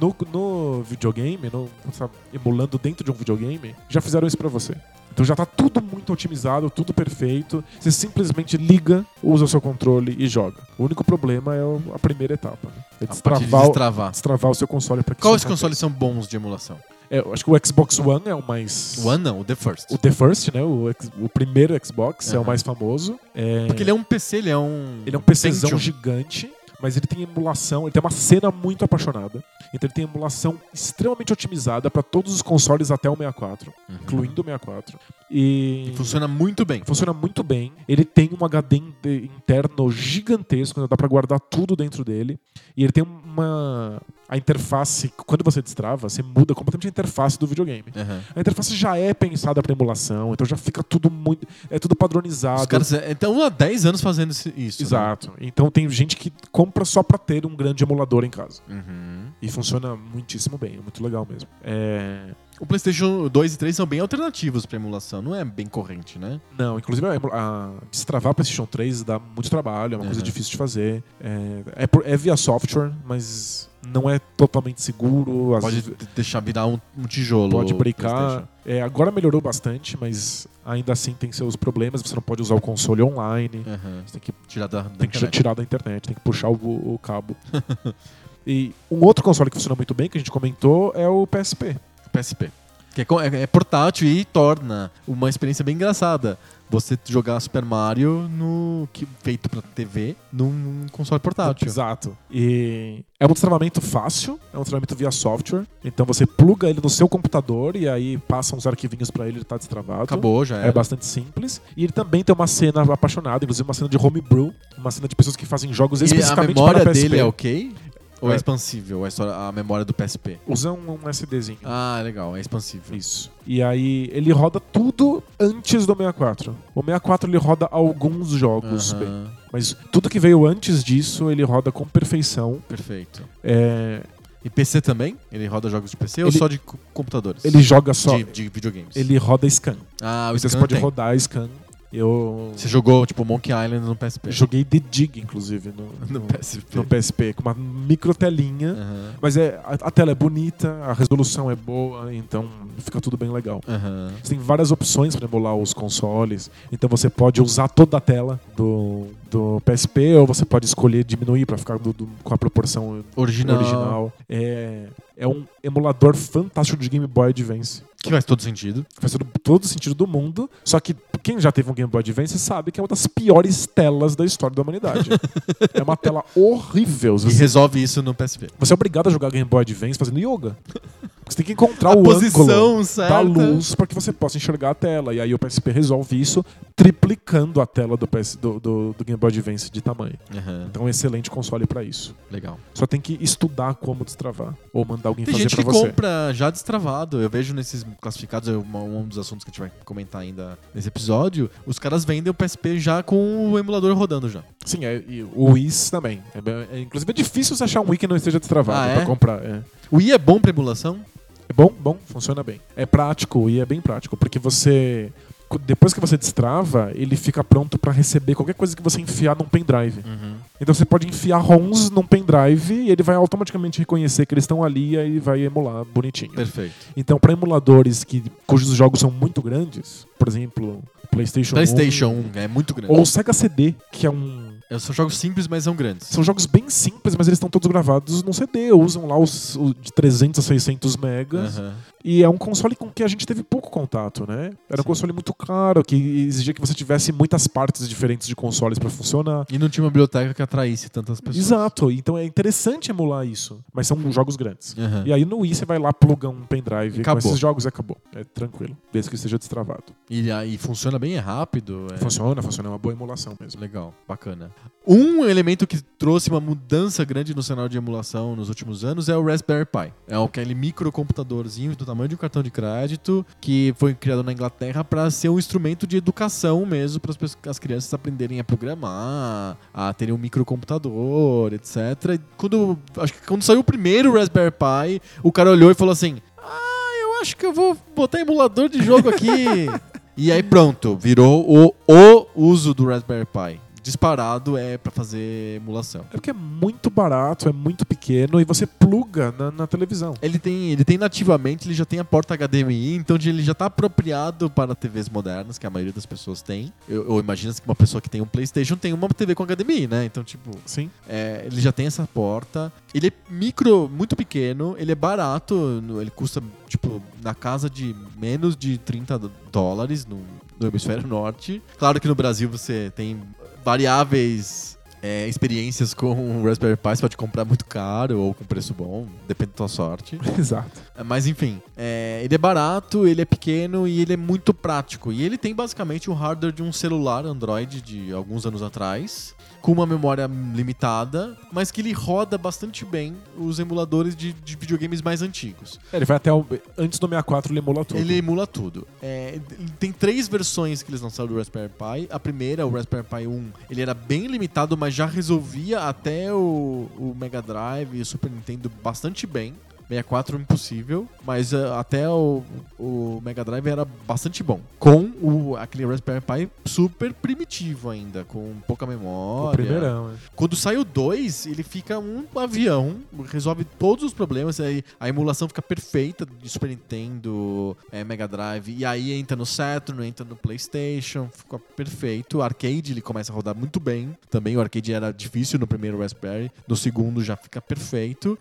no, no videogame, no, quando você tá emulando dentro de um videogame, já fizeram isso pra você. Então já tá tudo muito otimizado, tudo perfeito. Você simplesmente liga, usa o seu controle e joga. O único problema é o- a primeira etapa. Né? É A partir de destravar, o- destravar. destravar o seu console para que Quais isso consoles são bons de emulação? aconteça. É, eu acho que o Xbox One é o mais. O One não, o The First. O The First, né? O, ex- o primeiro Xbox é o Aham. mais famoso. Porque ele é um PC, ele é um. Ele é um PCzão Pentium. gigante, mas ele tem emulação, ele tem uma cena muito apaixonada. Então ele tem emulação extremamente otimizada pra todos os consoles até o 64, Uhum. incluindo o 64. E Funciona muito bem. funciona muito bem. Ele tem um HD in- interno gigantesco, né? dá pra guardar tudo dentro dele. E ele tem uma a interface, quando você destrava, você muda completamente a interface do videogame. Aham. A interface já é pensada pra emulação, então já fica tudo muito, é tudo padronizado. Os caras é, estão há 10 anos fazendo esse- isso. né? Exato. Então tem gente que compra só pra ter um grande emulador em casa. Uhum. E funciona muitíssimo bem, é muito legal mesmo. É, O PlayStation 2 e 3 são bem alternativos pra emulação, não é bem corrente, né? Não, inclusive a, emu- a- destravar o PlayStation 3 dá muito trabalho, é uma coisa Uhum. difícil de fazer. É, é por- é via software, mas não é totalmente seguro. às Pode ve- de- deixar virar um, um tijolo. pode o brecar. É, agora melhorou bastante, mas ainda assim tem seus problemas. Você não pode usar o console online. PlayStation. Aham. Você tem que Tirar da, da Tem que internet. tirar da internet, tem que puxar o, o cabo. e um outro console que funciona muito bem, que a gente comentou, é o PSP. PSP. Que é, co- é- é portátil e torna uma experiência bem engraçada. Você jogar Super Mario no que feito pra TV num console portátil. Exato. E é um destravamento fácil, é um destravamento via software. Então você pluga ele no seu computador e aí passa uns arquivinhos pra ele, ele tá destravado. Acabou, já É era. bastante simples. E ele também tem uma cena apaixonada, inclusive uma cena de homebrew, uma cena de pessoas que fazem jogos E a especificamente memória para PSP. dele é ok? Ou é, É. expansível? Ou é só a memória do PSP? Usa um, um SDzinho. Ah, legal, é expansível. Isso. E aí ele roda tudo antes do 64. O 64 ele roda alguns jogos Aham, bem, mas tudo que veio antes disso ele roda com perfeição. Perfeito. É, E PC também? Ele roda jogos de PC ou Ele- só de co- computadores? Ele joga só. de, de videogames. Ele roda scan. Ah, o Você Scan pode tem. rodar scan. Eu Você jogou, tipo, Monkey Island no PSP. joguei The Dig, inclusive, no, No no- PSP. no PSP, com uma micro telinha. Aham. Mas é, a, a tela é bonita, a resolução é boa, então fica tudo bem legal. Aham. Você tem várias opções para emular os consoles, então você pode usar toda a tela do, do PSP ou você pode escolher diminuir para ficar do- do- com a proporção Original. original. É, é um emulador fantástico de Game Boy Advance. Que faz todo sentido. Faz todo, todo sentido do mundo, só que quem já teve um Game Boy Advance sabe que é uma das piores telas da história da humanidade. é uma tela horrível. E Você, resolve isso no PSP. você é obrigado a jogar Game Boy Advance fazendo yoga. Porque Você tem que encontrar A o ângulo posição certa. da luz para que você possa enxergar a tela. E aí o PSP resolve isso triplicando a tela do, PS do, do- do Game Boy Advance de tamanho. Aham. Então é um excelente console para isso. Legal. Só tem que estudar como destravar ou mandar alguém Tem fazer gente para que você. compra já destravado. Eu vejo nesses classificados, é uma- um dos assuntos que a gente vai comentar ainda nesse episódio. Os caras vendem o PSP já com o emulador rodando já. Sim, é, e o Wii's também. É bem- é- inclusive é difícil você achar um Wii que não esteja destravado Ah, pra é? comprar. É. O I é bom pra emulação? É bom, bom, funciona bem. É prático, o Wii é bem prático, porque você co- depois que você destrava, ele fica pronto pra receber qualquer coisa que você enfiar num pendrive. Uhum. Então você pode enfiar ROMs num pendrive e ele vai automaticamente reconhecer que eles estão ali e aí vai emular bonitinho. Perfeito. Então, para emuladores que, cujos jogos são muito grandes, por exemplo, PlayStation, um PlayStation 1 é muito grande. ou ou Sega CD, que é um É, São jogos simples, mas são grandes. são jogos bem simples, mas eles estão todos gravados no CD, usam lá os, o de 300 a 600 megas. Aham. E é um console com que a gente teve pouco contato, né? Era Sim. um console muito caro, que exigia que você tivesse muitas partes diferentes de consoles para funcionar. E não tinha uma biblioteca que atraísse tantas pessoas. Exato, então é interessante emular isso, mas são jogos grandes. Aham. E aí no Wii você vai lá plugar um pendrive Acabou. com esses jogos e acabou. É tranquilo, desde que esteja destravado. E aí funciona bem, é rápido. É... Funciona, funciona, é uma boa emulação mesmo. Legal, bacana. Um elemento que trouxe uma mudança grande no cenário de emulação nos últimos anos é o Raspberry Pi. É aquele microcomputadorzinho do tamanho de um cartão de crédito que foi criado na Inglaterra para ser um instrumento de educação mesmo para as crianças aprenderem a programar, a terem um microcomputador, etc. E Quando acho que quando saiu o primeiro Raspberry Pi, o cara olhou e falou assim: "Ah, eu acho que eu vou botar emulador de jogo aqui". E aí pronto, virou o, o uso do Raspberry Pi. Disparado é pra fazer emulação. É porque é muito barato, é muito pequeno e você pluga na- na televisão. Ele tem, ele tem nativamente, ele já tem a porta HDMI, então ele já tá apropriado para TVs modernas, que a maioria das pessoas tem. Eu, eu imagino que uma pessoa que tem um PlayStation tem uma TV com HDMI, né? Então, tipo, Sim. é, ele já tem essa porta. Ele é micro, muito pequeno, ele é barato, no- ele custa, tipo, na casa de menos de 30 do- dólares no, no hemisfério norte. Claro que no Brasil você tem variáveis é, experiências com o Raspberry Pi, você pode comprar muito caro ou com preço bom, depende da tua sorte. Exato. Mas enfim, é, ele é barato, ele é pequeno e ele é muito prático. E ele tem basicamente o hardware de um celular Android de alguns anos atrás, com uma memória limitada, mas que ele roda bastante bem os emuladores de, de videogames mais antigos. É, Ele vai até o, antes do 64 ele emula tudo. Ele emula tudo. É, tem três versões que eles lançaram do Raspberry Pi. A primeira, o Raspberry Pi 1, ele era bem limitado, mas já resolvia até o, o Mega Drive e o Super Nintendo bastante bem. 64 impossível, mas eh, até o, o Mega Drive era bastante bom. Com o, aquele Raspberry Pi super primitivo ainda, com pouca memória. o primeirão. é. Quando sai o 2, ele fica um avião, resolve todos os problemas, aí a emulação fica perfeita de Super Nintendo, eh, Mega Drive, e aí entra no Saturn, entra no PlayStation, fica perfeito. O arcade ele começa a rodar muito bem, também o arcade era difícil no primeiro Raspberry, no segundo já fica perfeito.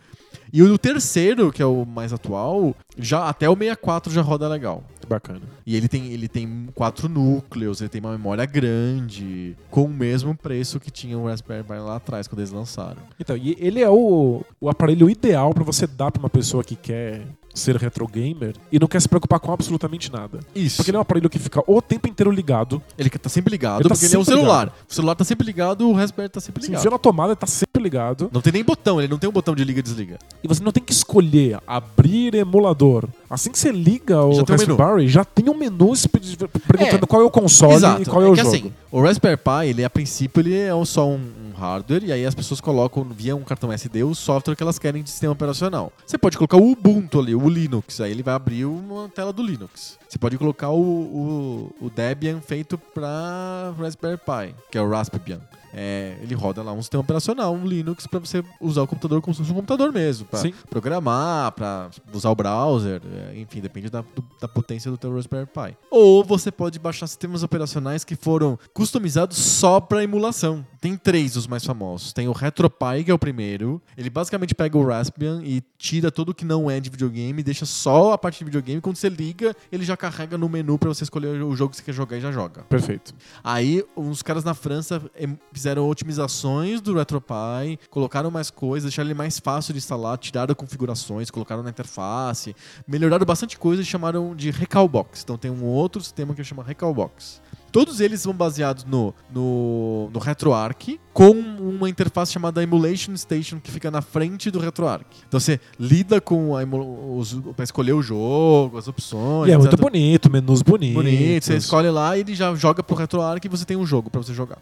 E o terceiro, que é o mais atual, já até o 64 já roda legal. Que bacana. E ele tem, ele tem quatro núcleos, ele tem uma memória grande, com o mesmo preço que tinha o Raspberry Pi lá atrás, quando eles lançaram. Então, e ele é o, o aparelho ideal pra você dar pra uma pessoa que quer ser retro gamer e não quer se preocupar com absolutamente nada. Isso. Porque Porque ele é um aparelho que fica o tempo inteiro ligado. ele tá sempre ligado, Ele tá porque ele é um sempre celular. O celular tá sempre ligado, o Raspberry tá sempre Se ligado. enfia na tomada, tá sempre ligado. Não tem nem botão, ele não tem um botão de liga e desliga. E você não tem que escolher abrir emulador, Assim que você liga o Já tem um menu. Raspberry, já tem um menu espe- perguntando É. qual é o console e Exato. qual é, é o que jogo. assim, o Raspberry Pi, ele a princípio ele é um- só um, um hardware e aí as pessoas colocam via um cartão SD o software que elas querem de sistema operacional. Você pode colocar o Ubuntu ali, o Linux, aí ele vai abrir uma tela do Linux. Você pode colocar o, o- o Debian feito para Raspberry Pi, que é o Raspbian. É, ele roda lá um sistema operacional, um Linux, para você usar o computador como se fosse um computador mesmo, para Sim. programar, para usar o browser, é, enfim, depende da, do- da potência do teu Raspberry Pi. Ou você pode baixar sistemas operacionais que foram customizados só para emulação. Tem três os mais famosos. Tem o RetroPie, que é o primeiro. Ele basicamente pega o Raspbian e tira tudo que não é de videogame, deixa só a parte de videogame. Quando você liga, ele já carrega no menu para você escolher o jogo que você quer jogar e já joga. Perfeito. Aí, uns caras na França em- fizeram otimizações do RetroPie, colocaram mais coisas, deixaram ele mais fácil de instalar, tiraram configurações, colocaram na interface, melhoraram bastante coisa e chamaram de Recalbox. Então tem um outro sistema que chama Recalbox. Todos eles são baseados no, no, no RetroArch, com uma interface chamada Emulation Station, que fica na frente do RetroArch. Então você lida com a emu- os, pra escolher o jogo, as opções. E é muito etc bonito, menus bonitos. bonito. Você escolhe lá e ele já joga pro RetroArch e você tem um jogo pra você jogar.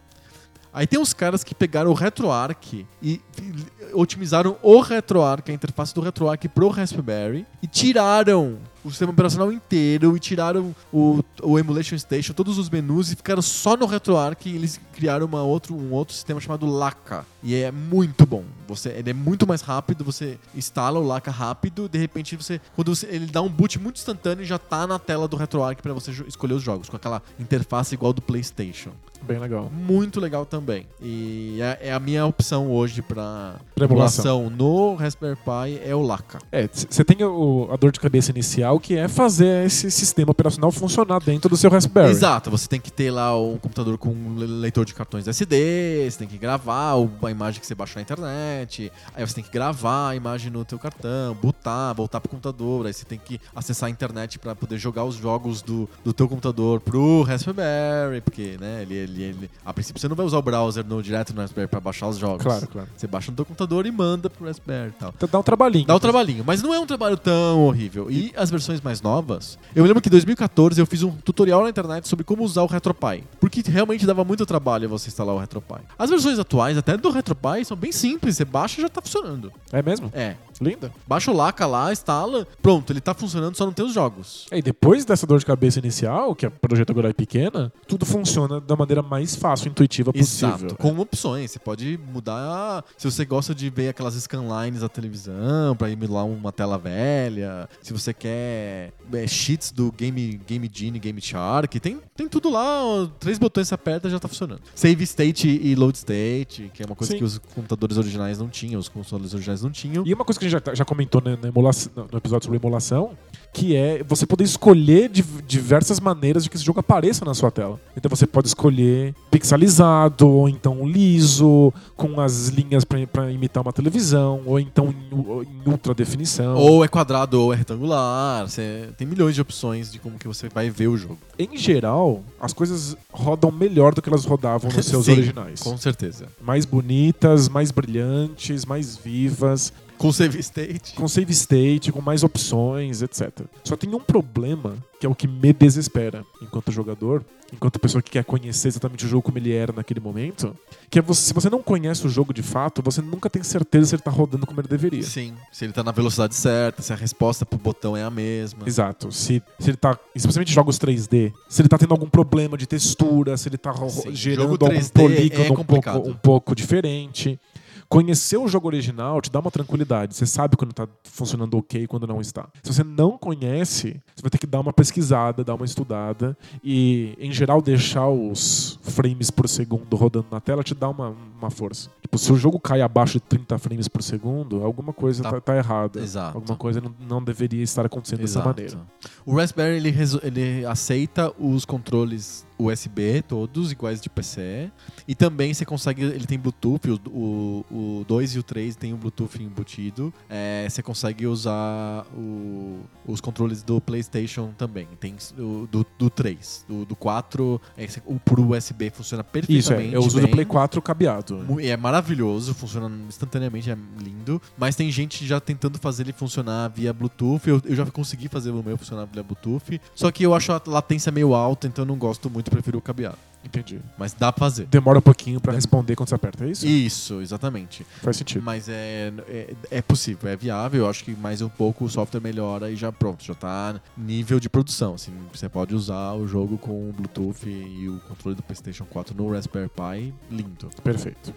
Aí tem uns caras que pegaram o RetroArch e fi- otimizaram o RetroArch, a interface do RetroArch pro Raspberry e tiraram o sistema operacional inteiro e tiraram o, o Emulation Station, todos os menus e ficaram só no RetroArch e eles criaram uma outro, um outro sistema chamado Laca. E é muito bom. Você, ele é muito mais rápido, você instala o Laca rápido, de repente você quando você- ele dá um boot muito instantâneo e já tá na tela do RetroArch pra você jo- escolher os jogos com aquela interface igual do PlayStation. Bem legal. Muito legal também. E é, é a minha opção hoje pra Pra emulação. emulação no Raspberry Pi é o Laca. É, c- você tem o- a dor de cabeça inicial, que é fazer esse sistema operacional funcionar dentro do seu Raspberry. Exato, você tem que ter lá um computador com um le- leitor de cartões SD, você tem que gravar o- a imagem que você baixou na internet, aí você tem que gravar a imagem no teu cartão, botar, voltar pro computador, aí você tem que acessar a internet para poder jogar os jogos do, do teu computador pro Raspberry, porque, né, ele, ele, ele- a princípio você não vai usar o browser no, direto no Raspberry para baixar os jogos. Claro, claro. Você baixa no teu computador e manda pro Raspberry e tal. Então dá um trabalhinho. Dá um trabalhinho, mas não é um trabalho tão horrível. E as versões mais novas? Eu me lembro que em 2014 eu fiz um tutorial na internet sobre como usar o RetroPie. Porque realmente dava muito trabalho você instalar o RetroPie. As versões atuais, até do RetroPie, são bem simples. Você baixa e já tá funcionando. É mesmo? É. Linda. Baixa o Laca lá, instala, pronto, ele tá funcionando, só não tem os jogos. É, E depois dessa dor de cabeça inicial, que é projeto agora é pequena, tudo funciona da maneira mais fácil, intuitiva possível. é. Exato, com opções. Você pode mudar. Se você gosta de ver aquelas scanlines da televisão pra emular uma tela velha, se você quer é, cheats do Game, Game Genie, Game Shark, tem, tem tudo lá. ó, Três botões você aperta e já tá funcionando. Save state e load state, que é uma coisa Sim. que os computadores originais não tinham, os consoles originais não tinham. E uma coisa que a gente já, já comentou né, na emulação- no episódio sobre emulação, que é você poder escolher div- diversas maneiras de que esse jogo apareça na sua tela. Então você pode escolher pixelizado, ou então liso, com as linhas para imitar uma televisão, ou então em, u- em ultra definição. Ou é quadrado ou é retangular. Você tem milhões de opções de como que você vai ver o jogo. Em geral, as coisas rodam melhor do que elas rodavam nos seus Sim, originais. Com certeza. Mais bonitas, mais brilhantes, mais vivas. Com save state. com save state, com mais opções, etc. Só tem um problema, que é o que me desespera enquanto jogador, enquanto pessoa que quer conhecer exatamente o jogo como ele era naquele momento, que é você, se você não conhece o jogo de fato, você nunca tem certeza se ele tá rodando como ele deveria. Sim, se ele tá na velocidade certa, se a resposta pro botão é a mesma. Exato. Se, se ele tá. Especialmente jogos 3D, se ele tá tendo algum problema de textura, se ele tá ro- Sim, gerando jogo algum 3D polígono é um, pouco, complicado. um pouco diferente. Conhecer o jogo original te dá uma tranquilidade. Você sabe quando tá funcionando ok e quando não está. Se você não conhece, você vai ter que dar uma pesquisada, dar uma estudada. E, em geral, deixar os frames por segundo rodando na tela te dá uma, uma força. Tipo, se o jogo cai abaixo de 30 frames por segundo, alguma coisa Tá- tá, tá errada. Exato. Alguma coisa não, não deveria estar acontecendo dessa maneira. O Raspberry ele, reso- ele aceita os controles USB todos iguais de PC e também você consegue ele tem Bluetooth o, o, o o 2 e o 3 tem o Bluetooth embutido. É, você consegue usar o- os controles do PlayStation também. Tem s- o, do, do 3. Do, do 4, é, você- o por USB funciona Isso, perfeitamente. é, eu uso bem. do Play 4 cabeado. né? Mu- É maravilhoso, funciona instantaneamente, é lindo. Mas tem gente já tentando fazer ele funcionar via Bluetooth. Eu, eu já consegui fazer o meu funcionar via Bluetooth. Só que eu acho a latência meio alta, então eu não gosto muito, prefiro o cabeado. Entendi. Mas dá pra fazer. Demora um pouquinho pra responder quando você aperta, é isso? Isso, exatamente. Faz sentido. Mas é, é, é possível, é viável. Eu acho que mais um pouco o software melhora e já pronto, já tá nível de produção. Assim, você pode usar o jogo com o Bluetooth e o controle do PlayStation 4 no Raspberry Pi, lindo. Perfeito.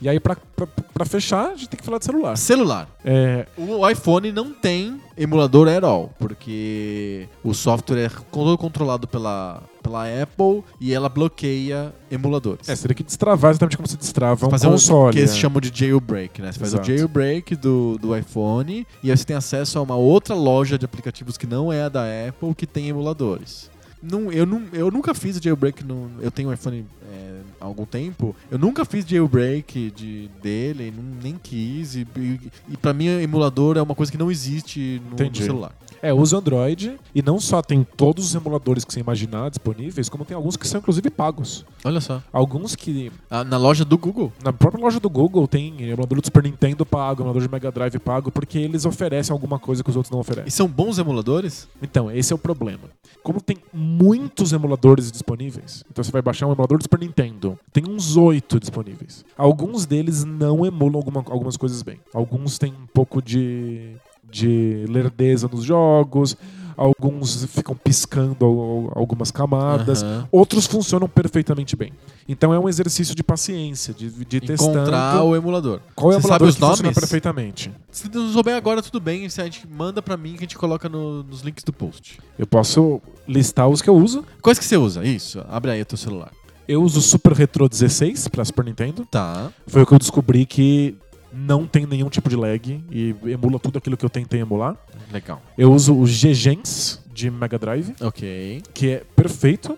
E aí, pra, pra, pra fechar, a gente tem que falar de celular. Celular. É, O iPhone não tem emulador at all, porque o software é todo controlado pela, pela Apple e ela bloqueia emuladores. é, você tem que destravar exatamente como se destrava um Fazer console. que eles é. chamam de jailbreak, né? Você faz Exato. o jailbreak do, do iPhone e aí você tem acesso a uma outra loja de aplicativos que não é a da Apple que tem emuladores. Não, eu, não, eu nunca fiz jailbreak. No, eu tenho um iPhone é, há algum tempo. Eu nunca fiz jailbreak de, dele, não, nem quis. E, e, e pra mim, emulador é uma coisa que não existe no, no Entendi. celular. É, usa Android e não só tem todos os emuladores que você imaginar disponíveis, como tem alguns que são inclusive pagos. Olha só. Alguns que Ah, na loja do Google. na própria loja do Google tem emulador do Super Nintendo pago, emulador de Mega Drive pago, porque eles oferecem alguma coisa que os outros não oferecem. E são bons emuladores? Então, esse é o problema. Como tem muitos emuladores disponíveis, então você vai baixar um emulador do Super Nintendo. Tem uns oito disponíveis. Alguns deles não emulam alguma- algumas coisas bem. Alguns têm um pouco de, de lerdeza nos jogos, alguns ficam piscando al- algumas camadas. Aham. Outros funcionam perfeitamente bem. Então é um exercício de paciência, de, de ir Encontrar testando o emulador. qual é o Você emulador sabe os que funciona nomes? perfeitamente. Se não souber agora, tudo bem. Se a gente manda pra mim que a gente coloca no- nos links do post. Eu posso listar os que eu uso. Quais que você usa? Isso. Abre aí o teu celular. Eu uso o Super Retro 16 pra Super Nintendo. Tá. Foi o que eu descobri que não tem nenhum tipo de lag e emula tudo aquilo que eu tentei emular. Legal. Eu uso o GGens de Mega Drive, Ok. que é perfeito.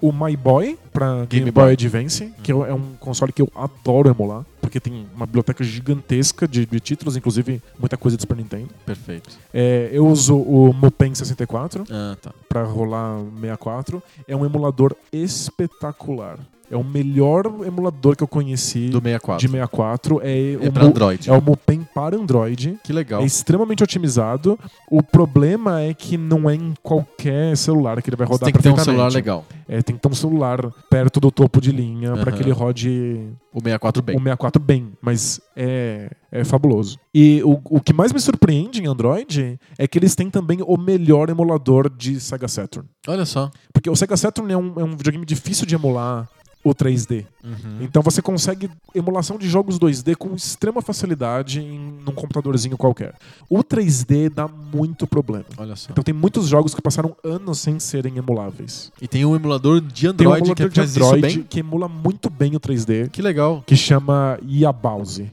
O My Boy pra Game, Game Boy, Boy. Hum. Advance, que eu- é um console que eu adoro emular, porque tem uma biblioteca gigantesca de, de títulos, inclusive muita coisa do Super Nintendo. Perfeito. É, eu uso o Mopeng 64, Ah, tá. pra rolar 64. É um emulador espetacular. É o melhor emulador que eu conheci Do 64. de 64. É, É o pra Mo- Android. É o Mopem para Android. Que legal. É extremamente otimizado. O problema é que não é em qualquer celular que ele vai Você rodar tem que ter um celular perfeitamente. legal. É, tem que ter um celular perto do topo de linha pra Aham. que ele rode O 64 o bem. 64 bem, mas é, é fabuloso. E o, o que mais me surpreende em Android é que eles têm também o melhor emulador de Sega Saturn. Olha só. Porque o Sega Saturn é um, é um videogame difícil de emular o 3D. Uhum. Então você consegue emulação de jogos 2D com extrema facilidade em num computadorzinho qualquer. O 3D dá muito problema. Olha só. Então tem muitos jogos que passaram anos sem serem emuláveis. E tem um emulador de Tem um Android emulador que de faz isso Android bem. que emula muito bem o 3D, Que legal. que chama Yabouse.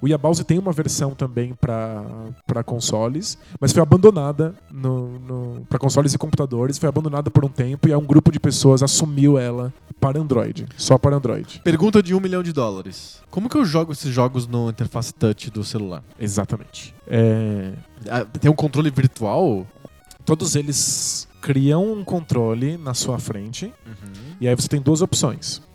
O Yabouse tem uma versão também pra pra consoles, mas foi abandonada no, no, para consoles e computadores. Foi abandonada por um tempo e aí um grupo de pessoas assumiu ela para Android, só para Android. Pergunta de um milhão de dólares. Como que eu jogo esses jogos no interface touch do celular? Exatamente. É, Ah, tem um controle virtual? todos eles criam um controle na sua frente e aí você tem duas opções.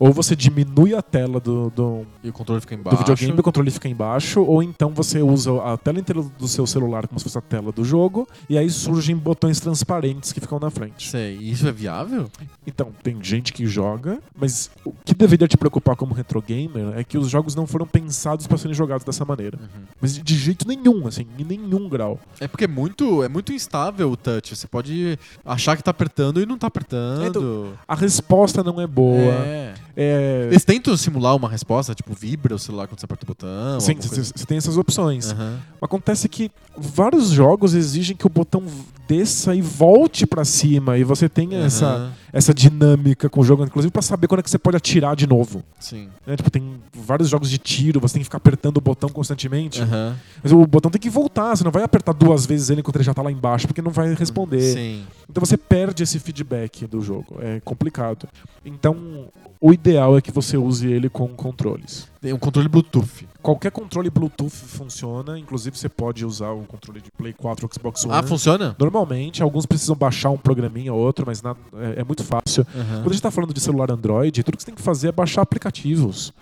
Ou você diminui a tela do, do, E o controle fica do embaixo. videogame, o controle fica embaixo, ou então você usa a tela inteira do seu celular como se fosse a tela do jogo, e aí surgem botões transparentes que ficam na frente. Sei. Isso é viável? Então, tem gente que joga, mas o que deveria te preocupar como retro gamer é que os jogos não foram pensados para serem jogados dessa maneira. Mas de jeito nenhum, assim, em nenhum grau. Uhum. É porque é muito, é muito instável o touch. Você pode achar que tá apertando e não tá apertando. Então, A resposta não é boa. É. É. Eles tentam simular uma resposta, tipo, vibra o celular quando você aperta o botão. alguma Sim, você é coisa. assim. você tem essas opções. Aham. Acontece que vários jogos exigem que o botão desça e volte para cima, e você tenha essa, Aham. essa dinâmica com o jogo, inclusive pra saber quando é que você pode atirar de novo. Sim. né? Tipo, tem vários jogos de tiro, você tem que ficar apertando o botão constantemente. Aham. Mas o botão tem que voltar, você não vai apertar duas vezes ele enquanto ele já tá lá embaixo, porque não vai responder. Sim. Então você perde esse feedback do jogo. É complicado. Então, o ideal é que você use ele com controles. Tem um controle Bluetooth. Qualquer controle Bluetooth funciona, inclusive você pode usar o controle de Play 4 ou Xbox One. Ah, funciona? Normalmente, alguns precisam baixar um programinha ou outro, mas nada- é, é muito fácil. Aham. Quando a gente tá falando de celular Android, tudo que você tem que fazer é baixar aplicativos.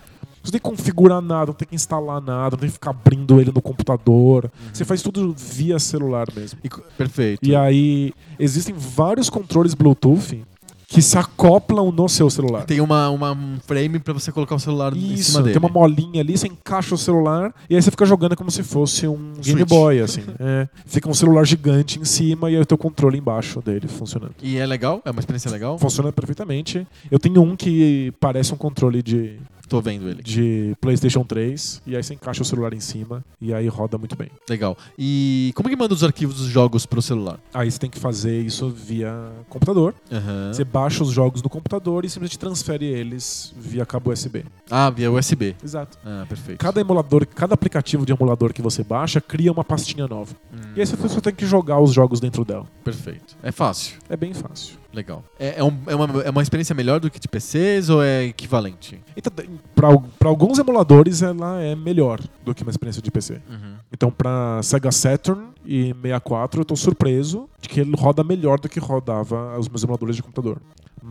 Você não tem que configurar nada, não tem que instalar nada, não tem que ficar abrindo ele no computador. Uhum. Você faz tudo via celular mesmo. E co- perfeito. E aí, existem vários controles Bluetooth que se acoplam no seu celular. Tem uma, uma- um frame pra você colocar o celular em Isso, cima dele. tem uma molinha ali, você encaixa o celular e aí você fica jogando como se fosse um Game Switch. Boy, assim. É. Fica um celular gigante em cima e aí o teu controle embaixo dele funcionando. E é legal? É uma experiência legal? Funciona perfeitamente. Eu tenho um que parece um controle de, Tô vendo ele. de PlayStation 3 e aí você encaixa o celular em cima e aí roda muito bem. Legal. E como que manda os arquivos dos jogos pro celular? Aí você tem que fazer isso via computador. Aham. Você baixa os jogos no computador e simplesmente transfere eles via cabo USB. Ah, via USB. Exato. Ah, perfeito. Cada emulador, cada aplicativo de emulador que você baixa cria uma pastinha nova. Hum, E aí você só tem que jogar os jogos dentro dela. Perfeito. É fácil. É bem fácil. Legal. É, é um- é uma, é uma experiência melhor do que de PCs ou é equivalente? Então, pra, al- pra alguns emuladores ela é melhor do que uma experiência de PC. Uhum. Então pra Sega Saturn e 64 eu tô surpreso de que ele roda melhor do que rodava os meus emuladores de computador.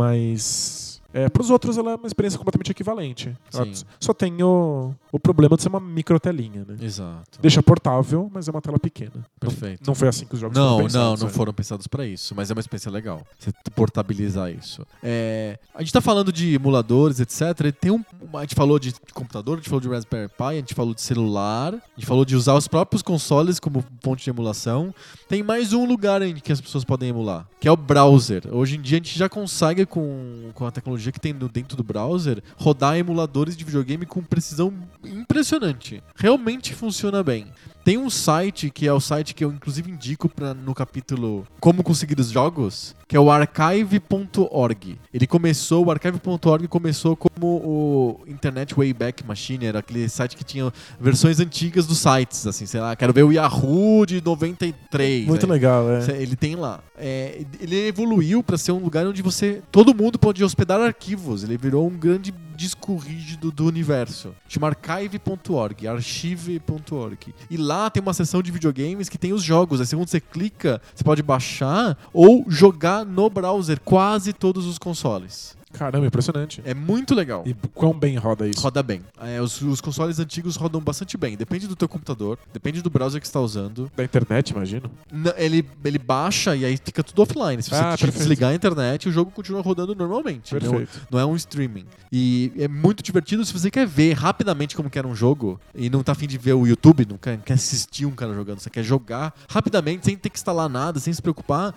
Mas... É, pros outros ela é uma experiência completamente equivalente. Ela Sim. Só tem o, o problema de ser uma microtelinha, né? Exato. Deixa portável, mas é uma tela pequena. Não- Perfeito. Não foi assim que os jogos Não, foram não, pensados, não né? foram pensados pra isso, mas é uma experiência legal. Você portabilizar isso. É, a gente tá falando de emuladores, etc. E tem um, uma- a gente falou de computador, a gente falou de Raspberry Pi, a gente falou de celular, a gente falou de usar os próprios consoles como fonte de emulação. Tem mais um lugar em que as pessoas podem emular, que é o browser. Hoje em dia a gente já consegue, com, com a tecnologia que tem no- dentro do browser, rodar emuladores de videogame com precisão impressionante. Realmente funciona bem. Tem um site que é o site que eu inclusive indico pra, no capítulo Como Conseguir os Jogos, que é o archive.org. Ele começou, o archive.org começou como o Internet Wayback Machine, era aquele site que tinha versões antigas dos sites, assim, sei lá, quero ver o Yahoo de 93. Muito aí. legal, é. Cê- Ele tem lá. É, ele evoluiu para ser um lugar onde você. Todo mundo pode hospedar arquivos. Ele virou um grande disco rígido do universo. Chama archive.org, archive.org. E lá tem uma seção de videogames que tem os jogos. Aí segundo você clica, você pode baixar ou jogar no browser quase todos os consoles. Caramba, impressionante. É muito legal. E quão bem roda isso? Roda bem. É, os, os consoles antigos rodam bastante bem. Depende do teu computador, depende do browser que você está usando. Da internet, imagino. Não, ele, ele baixa e aí fica tudo offline. Se você Ah, des- perfeito. desligar a internet, o jogo continua rodando normalmente. Não, Perfeito. não é um streaming. E é muito divertido se você quer ver rapidamente como que era um jogo e não tá afim de ver o YouTube, não quer, quer assistir um cara jogando, você quer jogar rapidamente, sem ter que instalar nada, sem se preocupar.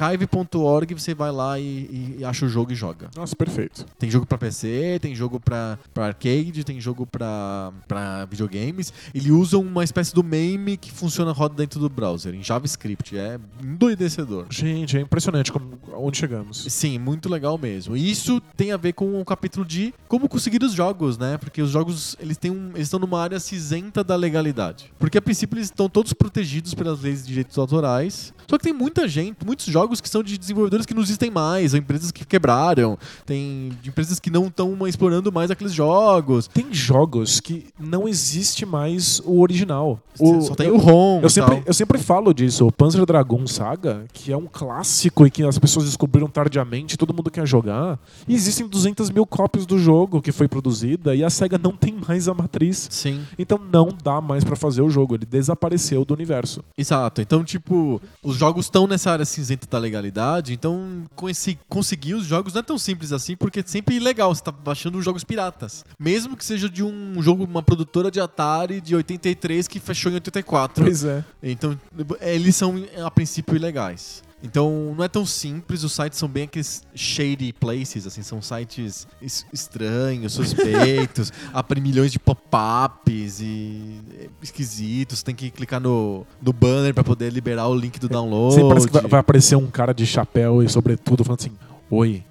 Archive.org você vai lá e, e- e acha o jogo e joga. Nossa, perfeito. Tem jogo pra PC, tem jogo pra, pra arcade, tem jogo pra, pra videogames. Ele usa uma espécie do meme que funciona, roda dentro do browser, em JavaScript. É endoidecedor. Gente, é impressionante como, onde chegamos. Sim, muito legal mesmo. E isso tem a ver com o capítulo de como conseguir os jogos, né? Porque os jogos, eles têm um, eles estão numa área cinzenta da legalidade. Porque a princípio eles estão todos protegidos pelas leis de direitos autorais. Só que tem muita gente, muitos jogos que são de desenvolvedores que não existem mais, ou empresas que quebraram, tem de empresas que não estão explorando mais aqueles jogos. Tem jogos que não existe mais o original. O- Só tem eu, o ROM eu e sempre, tal. eu sempre falo disso. O Panzer Dragon Saga, que é um clássico e que as pessoas descobriram tardiamente, todo mundo quer jogar. E existem 200 mil cópias do jogo que foi produzida e a SEGA não tem mais a matriz. Sim. Então não dá mais pra fazer o jogo. Ele desapareceu do universo. Exato. Então, tipo, os jogos estão nessa área cinzenta da legalidade, então conheci- conseguir os jogos não é tão simples assim, porque é sempre legal, você tá baixando os jogos piratas. Mesmo que seja de um jogo, uma produtora de Atari de 83 que fechou em 84. Pois é. Então, eles são, a princípio, ilegais. Então, não é tão simples, os sites são bem aqueles shady places, assim, são sites es- estranhos, suspeitos, abre milhões de pop-ups e é, esquisitos, tem que clicar no, no banner pra poder liberar o link do download. Sempre parece que vai, vai aparecer um cara de chapéu e sobretudo falando assim: Oi.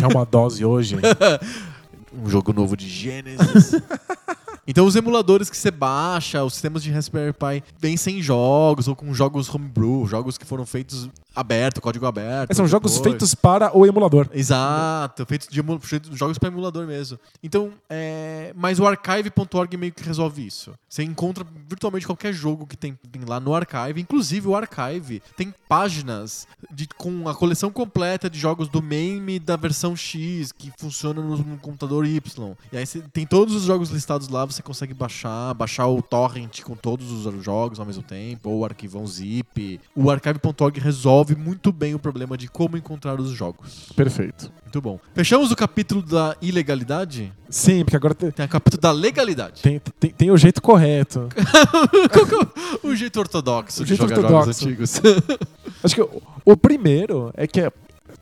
É uma dose hoje. Um jogo novo de Genesis. Então, os emuladores que você baixa, os sistemas de Raspberry Pi, vêm sem jogos ou com jogos homebrew, jogos que foram feitos aberto, código aberto. É, São jogos depois. feitos para o emulador. Exato, feitos de emu- feito de jogos para emulador mesmo. Então, é... mas o archive.org meio que resolve isso. Você encontra virtualmente qualquer jogo que tem, tem lá no archive, inclusive o archive tem páginas de- com a coleção completa de jogos do MAME da versão X que funciona no, no computador Y. E aí você tem todos os jogos listados lá, você consegue baixar, baixar o torrent com todos os jogos ao mesmo tempo, ou o arquivão zip. O archive.org resolve muito bem o problema de como encontrar os jogos. Perfeito. Muito bom. Fechamos o capítulo da ilegalidade? Sim, porque agora te- Tem o capítulo da legalidade. tem, tem, tem o jeito correto. O jeito ortodoxo O de jeito jogar ortodoxo. jogos antigos. Acho que o, o primeiro é que é-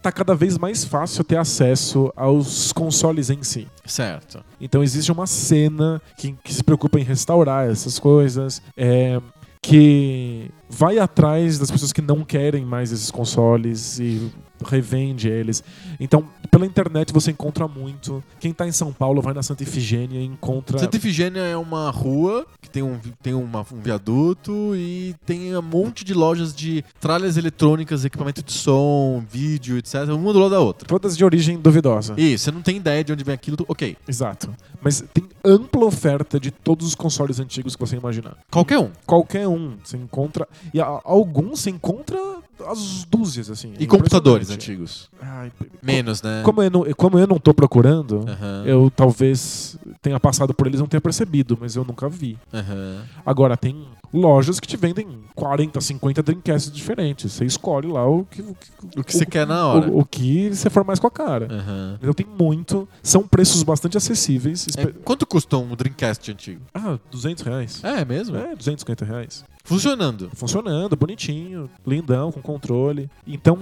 tá cada vez mais fácil ter acesso aos consoles em si. certo. Então existe uma cena que, que se preocupa em restaurar essas coisas, é, que vai atrás das pessoas que não querem mais esses consoles e revende eles. Então, pela internet você encontra muito. Quem tá em São Paulo vai na Santa Ifigênia e encontra. Santa Ifigênia é uma rua que tem, um, vi- tem uma- um viaduto e tem um monte de lojas de tralhas eletrônicas, equipamento de som, vídeo, etc. Uma do lado da outra. Todas de origem duvidosa. Isso, você não tem ideia de onde vem aquilo. tu- Ok, Exato. Mas tem ampla oferta de todos os consoles antigos que você imaginar. qualquer um. Qualquer um você encontra. E a- alguns você encontra as dúzias, assim. E computadores antigos. antigos. Ai, Menos, né? Como eu não, como eu não tô procurando, Aham, eu talvez tenha passado por eles e não tenha percebido, mas eu nunca vi. aham. Agora, tem lojas que te vendem 40, 50 Dreamcasts diferentes. Você escolhe lá o que, o que, O que você o- quer na hora. o- o que você for mais com a É. cara. Aham. Então tem muito, são preços bastante acessíveis. É, Espe- quanto custa um Dreamcast antigo? Ah, 200 reais. É mesmo? É, 250 reais. Funcionando. Funcionando, bonitinho, lindão, com controle. Então,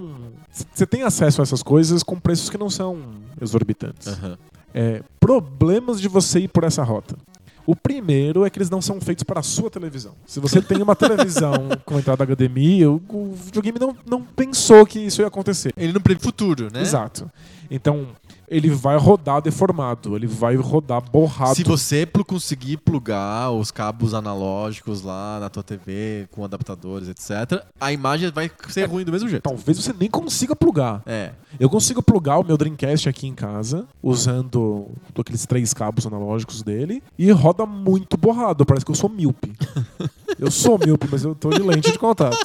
c- você tem acesso a essas coisas com preços que não são exorbitantes. Aham. é, problemas de você ir por essa rota. O primeiro é que eles não são feitos para a sua televisão. Se você tem uma televisão com entrada HDMI, o, o videogame não, não pensou que isso ia acontecer. Ele não prevê futuro, né? Exato. Então, ele vai rodar deformado, ele vai rodar borrado. Se você plu- conseguir plugar os cabos analógicos lá na tua TV com adaptadores, etc., a imagem vai ser ruim do mesmo jeito. É, Talvez você nem consiga plugar. É. Eu consigo plugar o meu Dreamcast aqui em casa, usando aqueles três cabos analógicos dele, e roda muito borrado. Parece que eu sou míope. eu sou míope, mas eu tô de lente de contato.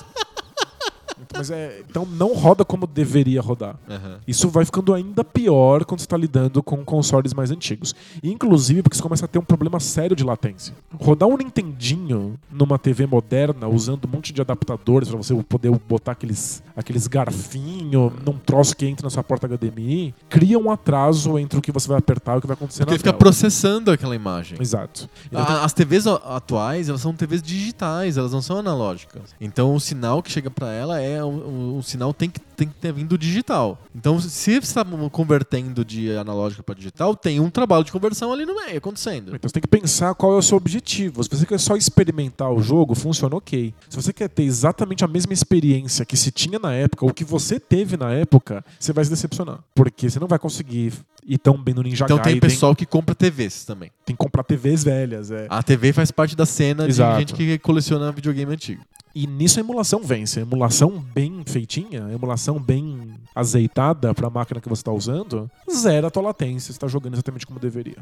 Mas é, então não roda como deveria rodar. Aham. Isso vai ficando ainda pior quando você está lidando com consoles mais antigos. Inclusive porque você começa a ter um problema sério de latência. Rodar um Nintendinho numa TV moderna, usando um monte de adaptadores para você poder botar aqueles, aqueles garfinhos num troço que entra na sua porta HDMI, cria um atraso entre o que você vai apertar e o que vai acontecer Porque na fica Ah, tela. processando aquela imagem. Exato. Então, A- As TVs a- atuais, elas são TVs digitais, elas não são analógicas. Então o sinal que chega pra ela é um- um, um sinal tem que tem que ter vindo digital. Então se você está convertendo de analógico pra digital, tem um trabalho de conversão ali no meio acontecendo. Então você tem que pensar qual é o seu objetivo. Se você quer só experimentar o jogo, funciona ok. Se você quer ter exatamente a mesma experiência que se tinha na época, ou que você teve na época, você vai se decepcionar. Porque você não vai conseguir ir tão bem no Ninja Então tem Gaiden. pessoal que compra TVs também. Tem que comprar TVs velhas, é. A TV faz parte da cena Exato. de gente que coleciona videogame antigo. E nisso a emulação vence. A emulação bem feitinha, a emulação bem azeitada para a máquina que você está usando, zera a tua latência. Você está jogando exatamente como deveria.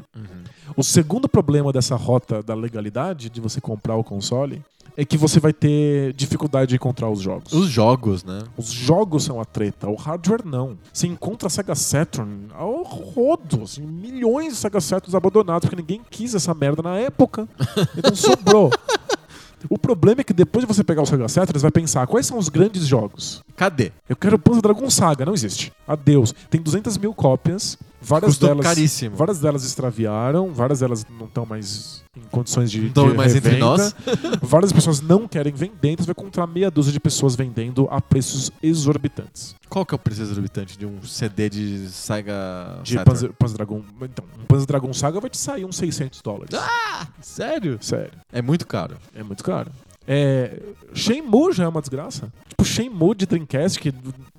O segundo problema dessa rota da legalidade, de você comprar o console, é que você vai ter dificuldade de encontrar os jogos. Os jogos, né? Os jogos são a treta, o hardware não. Você encontra a Sega Saturn ao rodo, assim, milhões de Sega Saturns abandonados, porque ninguém quis essa merda na época. Então sobrou. o problema é que depois de você pegar o Sega Saturn, você vai pensar, quais são os grandes jogos? Cadê? Eu quero Panzer Dragon Saga, não existe. Adeus. Tem 200 mil cópias, várias Custou delas... caríssimo. Várias delas extraviaram, várias delas não estão mais em condições de. Não tão de mais entre revenda. nós. várias pessoas não querem vender, então você vai encontrar meia dúzia de pessoas vendendo a preços exorbitantes. Qual que é o preço exorbitante de um CD de Sega De Saturn? Panzer, Panzer Dragon. Então, um Panzer Dragon Saga vai te sair uns 600 dólares. Ah! Sério? Sério, É muito caro. é muito caro. É, Shenmue já é uma desgraça. Tipo, Shenmue de Dreamcast, que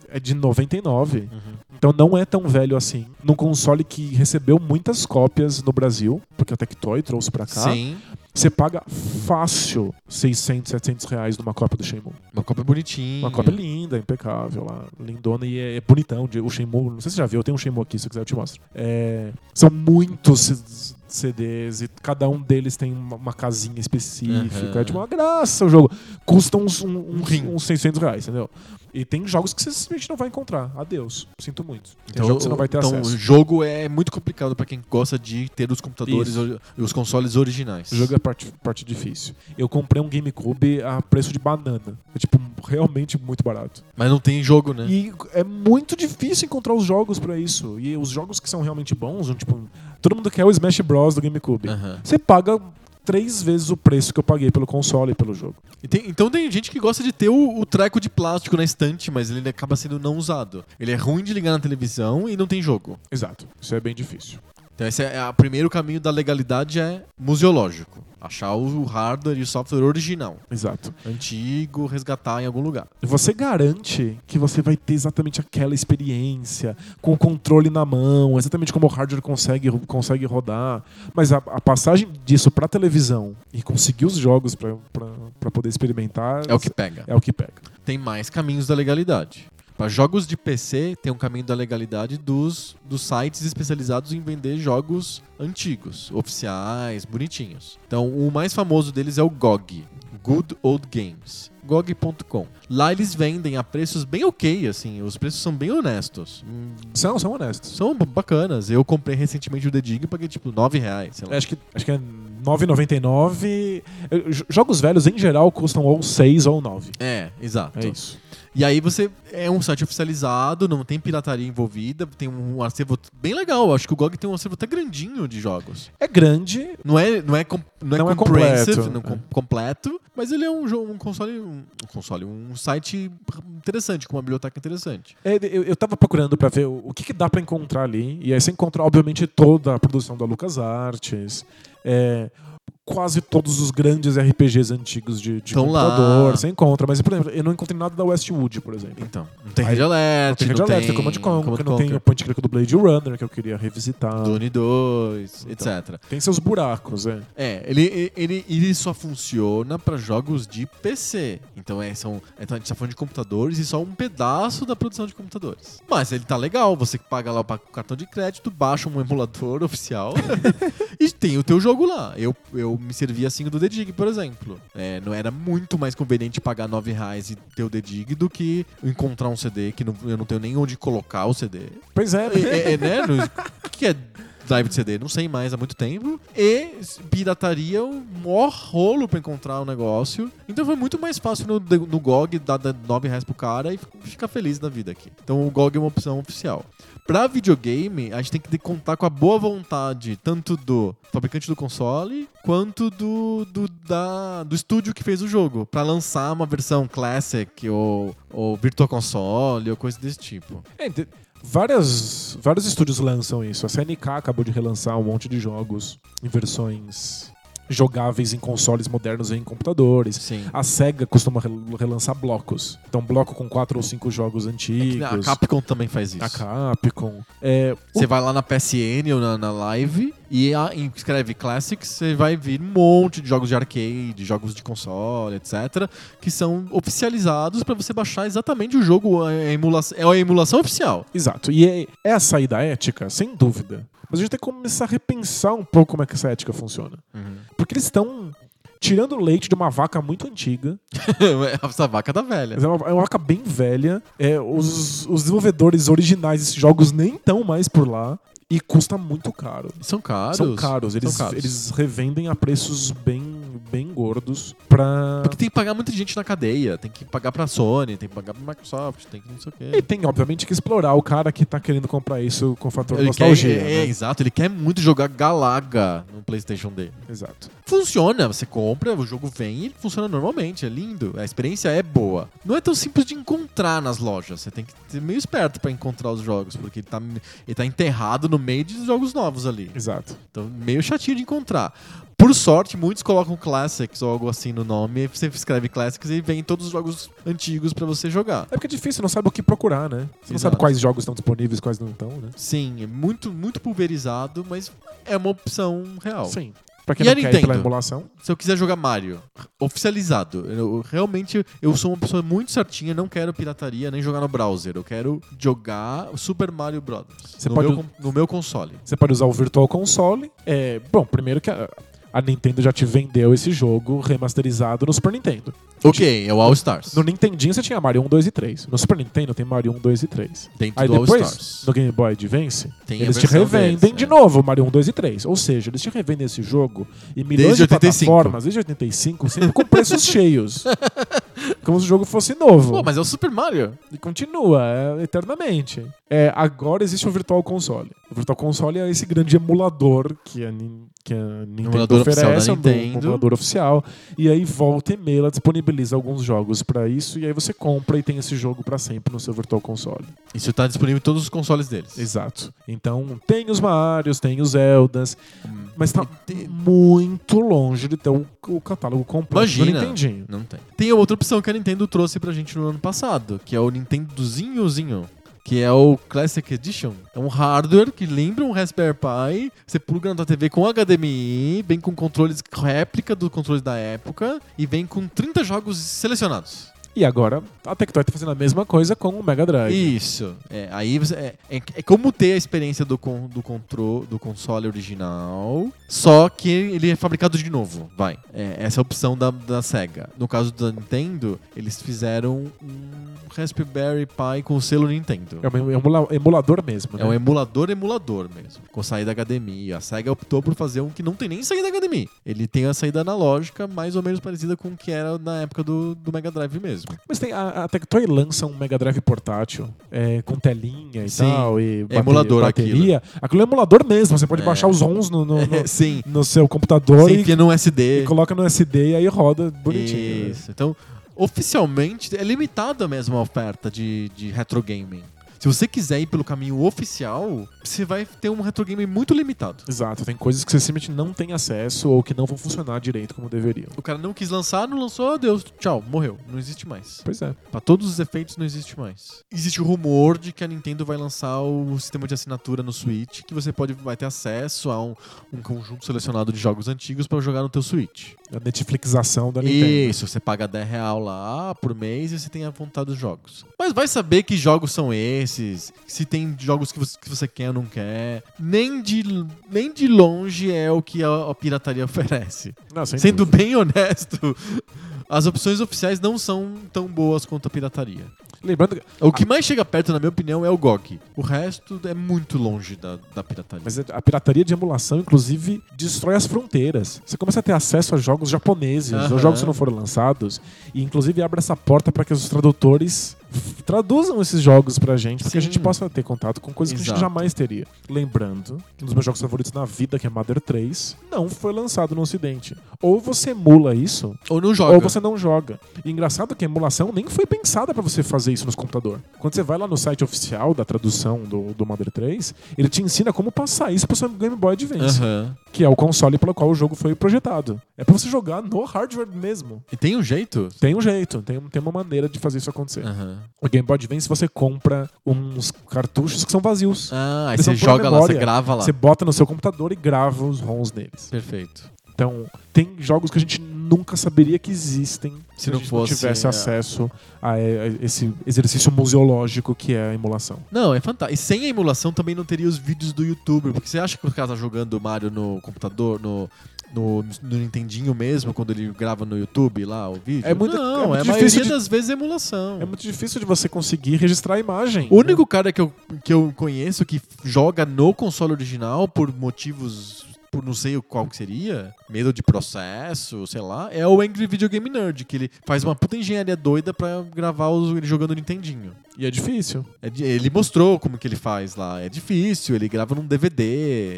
é de 99. Então não é tão velho assim. Num console que recebeu muitas cópias no Brasil, porque a Tectoy trouxe pra cá, Sim. você paga fácil 600, 700 reais numa cópia do Shenmue. Uma cópia bonitinha. Uma cópia linda, impecável lá, lindona e é, é bonitão. de- O Shenmue, não sei se você já viu, eu tenho um Shenmue aqui, se eu quiser eu te mostro. É, são muitos c- CDs e cada um deles tem uma, uma casinha específica. Aham. É tipo uma graça o jogo. Custa uns, um- Um uns, rim. uns 600 reais, entendeu? E tem jogos que você simplesmente não vai encontrar. Adeus. Sinto muito. Tem Então, jogo que você não vai ter então o acesso. jogo é muito complicado pra quem gosta de ter os computadores Isso. ori- e os consoles originais. O jogo é parte, parte difícil. Eu comprei um GameCube a preço de banana. É tipo realmente muito barato. Mas não tem jogo, né? E é muito difícil encontrar os jogos pra isso. E os jogos que são realmente bons, um, tipo, todo mundo quer o Smash Bros do GameCube. Aham. Você paga três vezes o preço que eu paguei pelo console e pelo jogo. E tem- então tem gente que gosta de ter o, o treco de plástico na estante, mas ele acaba sendo não usado. Ele é ruim de ligar na televisão e não tem jogo. Exato. Isso é bem difícil. Então esse é a- o primeiro caminho da legalidade é museológico. Achar o hardware e o software original. Exato. Antigo, resgatar em algum lugar. Você garante que você vai ter exatamente aquela experiência, com o controle na mão, exatamente como o hardware consegue, consegue rodar. Mas a, a passagem disso pra televisão e conseguir os jogos pra- pra pra poder experimentar É o que pega. é o que pega. Tem mais caminhos da legalidade. Para jogos de PC, tem um caminho da legalidade dos, dos sites especializados em vender jogos antigos, oficiais, bonitinhos. Então, o mais famoso deles é o GOG, Good Old Games, gog.com. Lá eles vendem a preços bem ok, assim, os preços são bem honestos. Hum, São, são honestos. São b- bacanas. Eu comprei recentemente o The Dig e paguei tipo R$ 9 reais, sei lá. Acho que, acho que é 9,99. Eu- jo- Jogos velhos, em geral, custam ou 6 ou 9. É, exato. É isso. E aí você é um site oficializado, não tem pirataria envolvida, tem um acervo bem legal. Acho que o GOG tem um acervo até grandinho de jogos. É grande. Não é, não é, com- não é Não é comprehensive, completo, não com- é. completo, mas ele é um jogo, um console, um, um console, um site interessante, com uma biblioteca interessante. é, eu, eu tava procurando pra ver o, o que, que dá pra encontrar ali. E aí você encontra, obviamente, toda a produção da LucasArts. É, quase todos os grandes RPGs antigos de, de Tão lá. computador. Você encontra. Mas, por exemplo, eu não encontrei nada da Westwood, por exemplo. Então, não tem Aí- Red Alert, Tem Red não Alert, tem tem Command Conquer, não tem o Conquer, Point Click do Blade Runner, que eu queria revisitar. Dune 2, Então. etc. Tem seus buracos, é. É, ele, ele, ele só funciona para jogos de PC. Então, é, são, então a gente tá falando de computadores e só um pedaço da produção de computadores. Mas ele tá legal, você paga lá o pa- cartão de crédito, baixa um emulador oficial e tem o teu jogo lá. Eu, eu me servi assim do The Dig, por exemplo. É, não era muito mais conveniente pagar R$ 9 reais e ter o The Dig do que encontrar um CD que não- eu não tenho nem onde colocar o CD. Pois é, É, é, é, né? No- O que que é drive de CD? Não sei mais há muito tempo. E s- pirataria, um maior rolo pra encontrar o negócio. Então foi muito mais fácil no, de- no GOG dar dar R$ 9 reais pro cara e ficar feliz da vida aqui. Então o GOG é uma opção oficial. Pra videogame, a gente tem que de- contar com a boa vontade tanto do fabricante do console quanto do, do, da, do estúdio que fez o jogo pra lançar uma versão Classic ou, ou Virtual Console ou coisa desse tipo. É, te- várias, vários estúdios lançam isso. A CNK acabou de relançar um monte de jogos em versões jogáveis em consoles modernos e em computadores. Sim. A SEGA costuma rel- relançar blocos. Então, bloco com quatro ou cinco jogos antigos. É A Capcom também faz isso. A Capcom. É, o- Você vai lá na PSN ou na, na Live e a- e escreve Classics, você vai vir um monte de jogos de arcade, jogos de console, etc., que são oficializados pra você baixar exatamente o jogo, a emulação, é a emulação oficial. Exato. E é, é a saída ética, sem dúvida. Mas a gente tem que começar a repensar um pouco como é que essa ética funciona. Uhum. Porque eles estão tirando o leite de uma vaca muito antiga Essa vaca tá velha. Mas é uma, é uma marca bem velha. É, os, os desenvolvedores originais desses jogos nem estão mais por lá. E custa muito caro. São caros. São caros. Eles, São caros. eles revendem a preços bem, bem gordos pra. Porque tem que pagar muita gente na cadeia, tem que pagar pra Sony, tem que pagar pra Microsoft, tem que não sei o E quê. tem, obviamente, que explorar o cara que tá querendo comprar isso com fator Ele quer, nostalgia. é, é, né? exato, ele quer muito jogar Galaga no PlayStation dele. Exato. funciona. Você compra, o jogo vem e ele funciona normalmente. É lindo. A experiência é boa. Não é tão simples de encontrar nas lojas. Você tem que ser meio esperto pra encontrar os jogos, porque ele tá, ele tá enterrado no meio de jogos novos ali. Exato. Então, meio chatinho de encontrar. Por sorte, muitos colocam Classics ou algo assim no nome. Você escreve Classics e vem todos os jogos antigos pra você jogar. É porque é difícil, não sabe o que procurar, né? Você não Exato. sabe quais jogos estão disponíveis, quais não estão, né? Sim, é muito, muito pulverizado, mas é uma opção real. Sim. Pra E quem não a quer ir Nintendo? pela emulação, Se eu quiser jogar Mario, oficializado, eu, realmente eu sou uma pessoa muito certinha, não quero pirataria nem jogar no browser. Eu quero jogar Super Mario Brothers Você no, pode- meu, con- no meu console. você pode usar o Virtual Console. É, bom, primeiro que a, a Nintendo já te vendeu esse jogo remasterizado no Super Nintendo. Ok, é o All Stars. No Nintendinho você tinha Mario 1, 2 e 3. No Super Nintendo tem Mario 1, 2 e 3. Dentro Aí do All depois, Stars. no Game Boy Advance, Tem a eles te versão revendem deles, de é. novo o Mario 1, 2 e 3. Ou seja, eles te revendem esse jogo em milhões Desde de 85. plataformas, desde 85, sempre com preços cheios. Como se o jogo fosse novo. Pô, mas é o Super Mario. E continua é, eternamente. É, agora existe o Virtual Console. O Virtual Console é esse grande emulador que a, Nin- que a Nintendo emulador oficial da oferece, é um Nintendo. emulador oficial. E aí volta e meia ela disponibiliza alguns jogos pra isso e aí você compra e tem esse jogo pra sempre no seu Virtual Console. Isso tá disponível em todos os consoles deles. Exato. Então tem os Marios, tem os Zeldas, Hum. mas tá E te- muito longe de ter o, o catálogo completo Imagina. do Nintendinho. Não tem. Tem outra opção que a Nintendo trouxe pra gente no ano passado, que é o Nintendozinhozinho. Que é o Classic Edition. É um hardware que lembra um Raspberry Pi. Você pluga na tua TV com HDMI, vem com controles réplica dos controles da época e vem com 30 jogos selecionados. E agora a Tectoy tá fazendo a mesma coisa com o Mega Drive. Isso. É, aí você- é, é- é como ter a experiência do, con, do, contro, do console original, só que ele é fabricado de novo. Vai. É, essa é a opção da, da SEGA. No caso da Nintendo, eles fizeram um Raspberry Pi com o selo Nintendo. É um emula- emulador mesmo, né? É um emulador emulador mesmo, com saída HDMI. A SEGA optou por fazer um que não tem nem saída HDMI. Ele tem a saída analógica mais ou menos parecida com o que era na época do, do Mega Drive mesmo. Mas tem, a, a Tectoy lança um Mega Drive portátil é, com telinha e Sim. É tal, e bate- emulador bateria. Aquilo. é emulador mesmo, você pode É. baixar os ons no, no, no- Sim. no seu computador Você e, enfia num SD. e coloca no SD e aí roda bonitinho. né? Isso. Então, oficialmente, é limitada mesmo a oferta de, de retro gaming. Se você quiser ir pelo caminho oficial, você vai ter um retro game muito limitado. Exato, tem coisas que você simplesmente não tem acesso ou que não vão funcionar direito como deveriam. O cara não quis lançar, não lançou, adeus, tchau, morreu. Não existe mais. Pois é. Pra todos os efeitos, não existe mais. Existe o rumor de que a Nintendo vai lançar o sistema de assinatura no Switch, que você pode, vai ter acesso a um, um conjunto selecionado de jogos antigos pra jogar no teu Switch. A Netflixação da Nintendo. Isso, você paga 10 real lá por mês e você tem a vontade dos jogos. Mas vai saber que jogos são esses, se tem jogos que você, que você quer ou não quer. Nem de, nem de longe é o que a, a pirataria oferece. Não, sem Sendo dúvida. bem honesto, as opções oficiais não são tão boas quanto a pirataria. Lembrando que O que mais chega perto, na minha opinião, é o GOG. O resto é muito longe da, da pirataria. Mas é, a pirataria de emulação, inclusive, destrói as fronteiras. Você começa a ter acesso a jogos japoneses, ou Aham. jogos que não foram lançados, e inclusive abre essa porta para que os tradutores f- traduzam esses jogos pra gente, para que a Sim. gente possa ter contato com coisas que a gente Exato. jamais teria. Lembrando que um dos meus jogos favoritos na vida, que é Mother 3, não foi lançado no Ocidente. Ou você emula isso, Ou não joga. ou você não joga. E engraçado que a emulação nem foi pensada pra você fazer isso nos computador. Quando você vai lá no site oficial da tradução do, do Mother 3, ele te ensina como passar isso pro seu Game Boy Advance, Aham. que é o console pelo qual o jogo foi projetado. É pra você jogar no hardware mesmo. E tem um jeito? Tem um jeito, tem, tem uma maneira de fazer isso acontecer. Aham. O Game Boy Advance você compra uns cartuchos que são vazios. Ah, aí Eles você são pura joga lá, memória. você grava lá. Você bota no seu computador e grava os ROMs neles. Perfeito. Então, tem jogos que a gente nunca saberia que existem Se a não gente fosse, não tivesse é. acesso a e- a esse exercício museológico que é a emulação. Não, é fantástico. E sem a emulação também não teria os vídeos do YouTube, porque você acha que o cara tá jogando Mario no computador, no, no, no Nintendinho mesmo, quando ele grava no YouTube lá o vídeo? É muito- não, é muito a difícil maioria de- das vezes é emulação. É muito difícil de você conseguir registrar a imagem. O único cara que eu, que eu conheço que joga no console original por motivos. Por não sei qual que seria, medo de processo, sei lá, é o Angry Video Game Nerd, que ele faz uma puta engenharia doida pra gravar os- ele jogando Nintendinho. E é difícil. É di- Ele mostrou como que ele faz lá. É difícil, ele grava num DVD,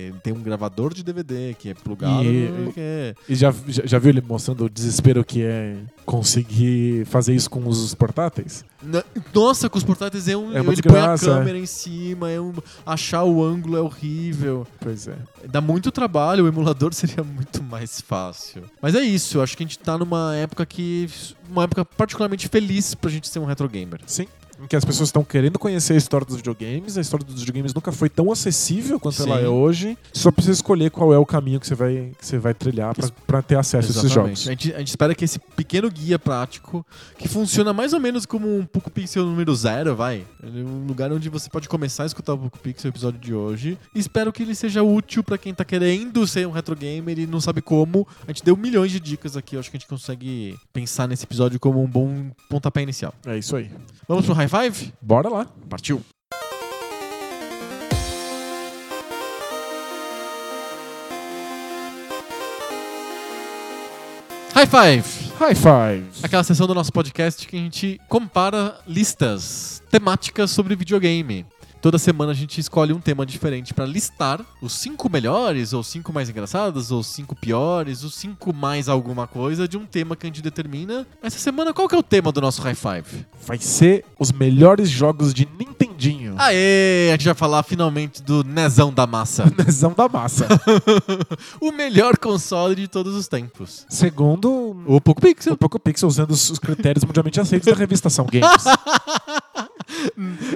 ele tem um gravador de DVD que é plugado. E- no- que é- E já, já, já viu ele mostrando o desespero que é conseguir fazer isso com os portáteis? Na- Nossa, com os portáteis é um. É uma ele põe a desgraça, câmera em cima, é um... achar o ângulo é horrível. Pois é. Dá muito trabalho, o emulador seria muito mais fácil. Mas é isso, acho que a gente tá numa época que. Uma época particularmente feliz pra gente ser um retro gamer. Sim. Em que as pessoas estão querendo conhecer a história dos videogames. A história dos videogames nunca foi tão acessível quanto ela Sim. é hoje. Você só precisa escolher qual é o caminho que você vai, que você vai trilhar pra- pra ter acesso a esses A jogos. gente, a gente espera que esse pequeno guia prático, que funciona mais ou menos como um Poco Pixel número zero, vai. Ele é um lugar onde você pode começar a escutar o Poco Pixel o episódio de hoje. E espero que ele seja útil pra quem tá querendo ser um retro gamer e não sabe como. A gente deu milhões de dicas aqui, eu acho que a gente consegue pensar nesse episódio como um bom pontapé inicial. É isso aí. Vamos pro high five? Bora lá. Partiu! High five! High five. Aquela sessão do nosso podcast que a gente compara listas temáticas sobre videogame. Toda semana a gente escolhe um tema diferente pra listar os cinco melhores, ou cinco mais engraçados, ou cinco piores, os cinco mais alguma coisa de um tema que a gente determina. Essa semana, qual que é o tema do nosso High Five? É, Vai ser os melhores jogos de Nintendinho. Aê! A gente vai falar finalmente do Nezão da Massa. Nesão da massa. o melhor console de todos os tempos. Segundo O Poco o Pixel. PocoPixel, usando os os critérios mundialmente aceitos da revista São Games.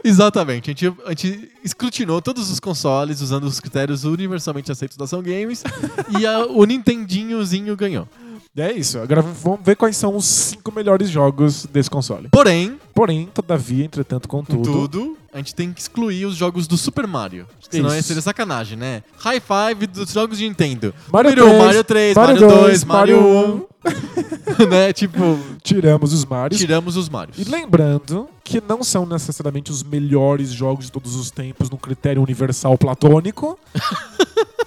Exatamente. A gente, a gente escrutinou todos os consoles usando os critérios universalmente aceitos da Ação Games e a- o Nintendinhozinho ganhou. é isso. Agora v- vamos ver quais são os cinco melhores jogos desse console. Porém, Porém, todavia, entretanto, contudo. tudo. a gente tem que excluir os jogos do Super Mario. Senão Isso. ia ser sacanagem, né? High five dos jogos de Nintendo. Mario Número um, 3, Mario 3, Mario Mario 2, 2, Mario Mario 1. né? Tipo, Tiramos os Marios. tiramos os Marios. E lembrando que não são necessariamente os melhores jogos de todos os tempos num critério universal platônico.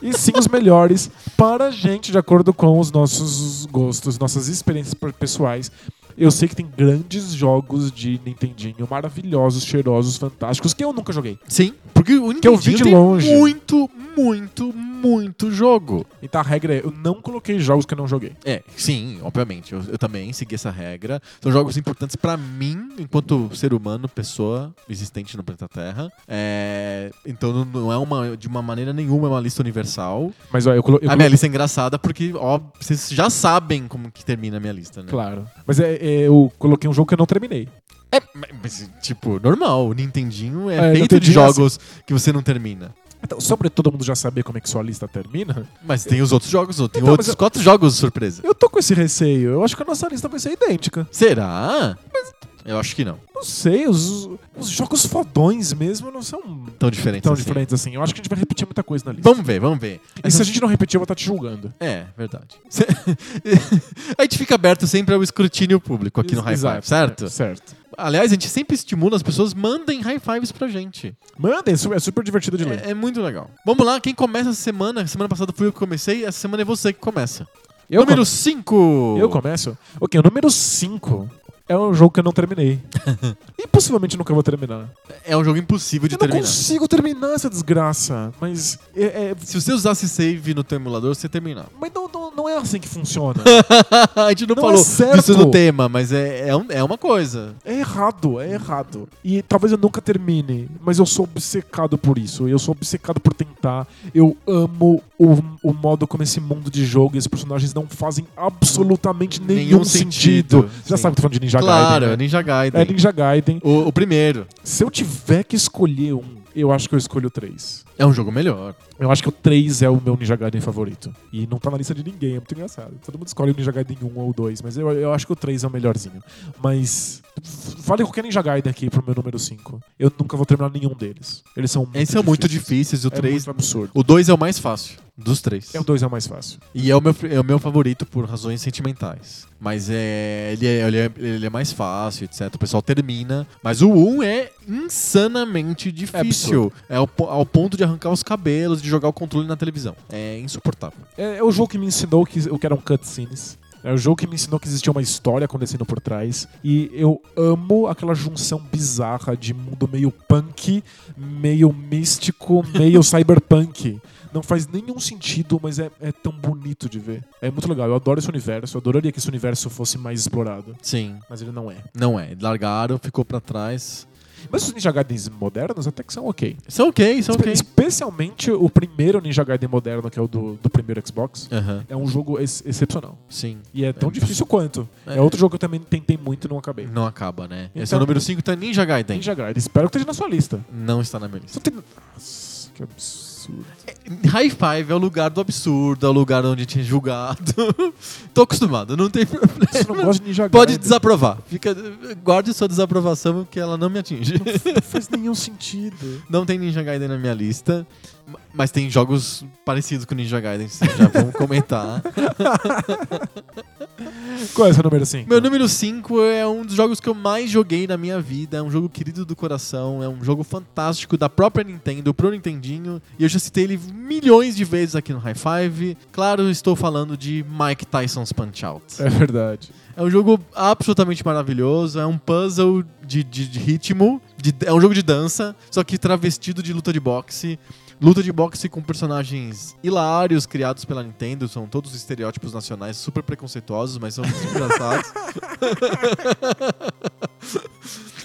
e sim os melhores para a gente, de acordo com os nossos gostos, nossas experiências per- pessoais. Eu sei que tem grandes jogos de Nintendinho, maravilhosos, cheirosos, fantásticos, que eu nunca joguei. Sim, porque o Que eu Nintendinho vi de tem longe. muito, muito, muito jogo. Então a regra é, eu não coloquei jogos que eu não joguei. É, sim, obviamente. Eu, eu também segui essa regra. São jogos importantes pra mim, enquanto ser humano, pessoa existente no planeta Terra. É, então não- não é uma, de uma maneira nenhuma é uma lista universal. Mas ó, eu, colo eu a colo- minha lista é engraçada porque, ó, vocês já sabem como que termina a minha lista, né? Claro. Mas é, é, eu coloquei um jogo que eu não terminei. É, mas, tipo, normal. O Nintendinho é, É, feito de Nintendinho é assim. jogos que você não termina. Então, só pra todo mundo já saber como é que sua lista termina, Mas tem os outros jogos, ou tem Então, outros mas eu- quatro jogos surpresa. eu tô com esse receio. Eu acho que a nossa lista vai ser idêntica. Será? Eu acho que não. Não sei, os, os jogos fodões mesmo não são Tão diferentes tão assim. diferentes assim. Eu acho que a gente vai repetir muita coisa na lista. Vamos ver, vamos ver. e se a gente não repetir, eu vou estar te julgando. É, verdade. a gente fica aberto sempre ao escrutínio público aqui no High Exato, Five, certo? é, certo. Aliás, a gente sempre estimula as pessoas, mandem high fives pra gente. Mandem, é su- é super divertido de ler. É, é muito legal. Vamos lá, quem começa essa semana? Semana passada fui eu que comecei, essa semana é você que começa. eu, Número come- 5! eu começo? Ok, o número 5 é um jogo que eu não terminei. e possivelmente nunca vou terminar. É um jogo impossível de eu terminar. não consigo terminar essa desgraça. Mas é- é- Se você usasse save no teu emulador, você terminava. mas não, não, não é assim que funciona. a gente não, Não é falou certo. disso no tema, mas é, é, um- é uma coisa. É errado, é errado. E talvez eu nunca termine, mas eu sou obcecado por isso. Eu sou obcecado por tentar. Eu amo o, o modo como esse mundo de jogo e esses personagens não fazem absolutamente nenhum, Nenhum sentido. sentido, Você já sim. sabe que eu tô falando de Ninja claro, Gaiden. né? Ninja Gaiden. É Ninja Gaiden. O, o primeiro Se eu tiver que escolher um, eu acho que eu escolho o 3. é um jogo melhor. Eu acho que o 3 é o meu Ninja Gaiden favorito. E não tá na lista de ninguém, é muito engraçado. Todo mundo escolhe o Ninja Gaiden 1 ou 2, mas eu, eu acho que o 3 é o melhorzinho. Mas f- fale qualquer Ninja Gaiden aqui pro meu número 5. Eu nunca vou terminar nenhum deles. Eles são muito Eles são é muito difíceis, o É 3 muito absurdo. O 2 é o mais fácil dos três. É, O 2 é o mais fácil. E é o, meu, é o meu favorito por razões sentimentais. Mas é ele, é, ele é. ele é mais fácil, etc. O pessoal termina. Mas o 1 um é insanamente difícil. absurdo. É, ao, po- ao ponto de arrancar os cabelos, de jogar o controle na televisão. É insuportável. É, é o jogo que me ensinou que, o que eram cutscenes. É o jogo que me ensinou que existia uma história acontecendo por trás. E eu amo aquela junção bizarra de mundo meio punk, meio místico, meio cyberpunk. Não faz nenhum sentido, mas é, é tão bonito de ver. É muito legal. Eu adoro esse universo. Eu adoraria que esse universo fosse mais explorado. Sim. Mas ele não é. Não é. Largaram, ficou pra trás. Mas os Ninja Gaidens modernos até que são ok. São é ok, são Espe- ok. Especialmente o primeiro Ninja Gaiden moderno, que é o do, do primeiro Xbox. Aham, É um jogo ex- excepcional. sim. E é tão É. difícil quanto. É. É. outro jogo que eu também tentei muito e não acabei. Não acaba, né? Esse é Então- o número 5, então é Ninja Gaiden. Ninja Gaiden. Espero que esteja na sua lista. Não está na minha lista. Só tem... Nossa, que absurdo. High Five é o lugar do absurdo, é o lugar onde a gente é julgado. Tô acostumado, não tem problema. Você não gosta de Ninja Pode Gaiden. desaprovar. Fica, guarde sua desaprovação que ela não me atinge. Não faz nenhum sentido. Não tem Ninja Gaiden na minha lista, ma- mas tem jogos parecidos com Ninja Gaiden, sim, já vamos comentar. Qual é seu número 5? Meu número 5 é um dos jogos que eu mais joguei na minha vida, é um jogo querido do coração, é um jogo fantástico da própria Nintendo, pro Nintendinho, e eu já citei ele milhões de vezes aqui no High Five. Claro, estou falando de Mike Tyson's Punch-Out. É verdade. É um jogo absolutamente maravilhoso. É um puzzle de, de- de ritmo. de- é um jogo de dança, só que travestido de luta de boxe. Luta de boxe com personagens hilários criados pela Nintendo. São todos estereótipos nacionais super preconceituosos, mas são muito engraçados.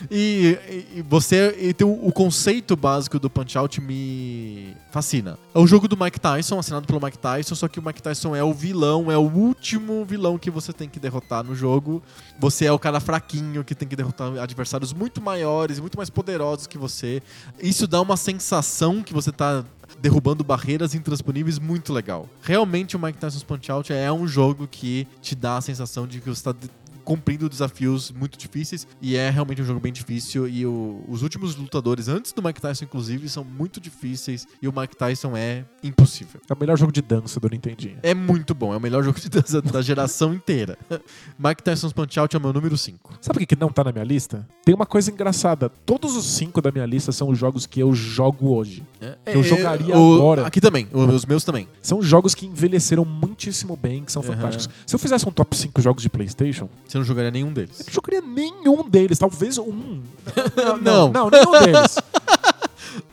E, e- e você e tem o, o conceito básico do Punch Out me fascina. É o jogo do Mike Tyson, assinado pelo Mike Tyson, só que o Mike Tyson é o vilão, é o último vilão que você tem que derrotar no jogo. Você é o cara fraquinho que tem que derrotar adversários muito maiores, muito mais poderosos que você. Isso dá uma sensação que você tá derrubando barreiras intransponíveis muito legal. Realmente o Mike Tyson's Punch-Out é um jogo que te dá a sensação de que você está cumprindo desafios muito difíceis e é realmente um jogo bem difícil e o- os últimos lutadores antes do Mike Tyson inclusive são muito difíceis e o Mike Tyson é impossível. É o melhor jogo de dança do Nintendinho. É muito bom, é o melhor jogo de dança da geração inteira. Mike Tyson's Punch-Out é o meu número 5. Sabe o que que não tá na minha lista? Tem uma coisa engraçada. Todos os cinco da minha lista são os jogos que eu jogo hoje. Eu jogaria agora. Aqui também, o- os meus também. São jogos que envelheceram muitíssimo bem, que são Aham. fantásticos. Se eu fizesse um top 5 jogos de PlayStation, Você não jogaria nenhum deles. eu não jogaria nenhum deles, talvez um. Não. Não, nenhum deles.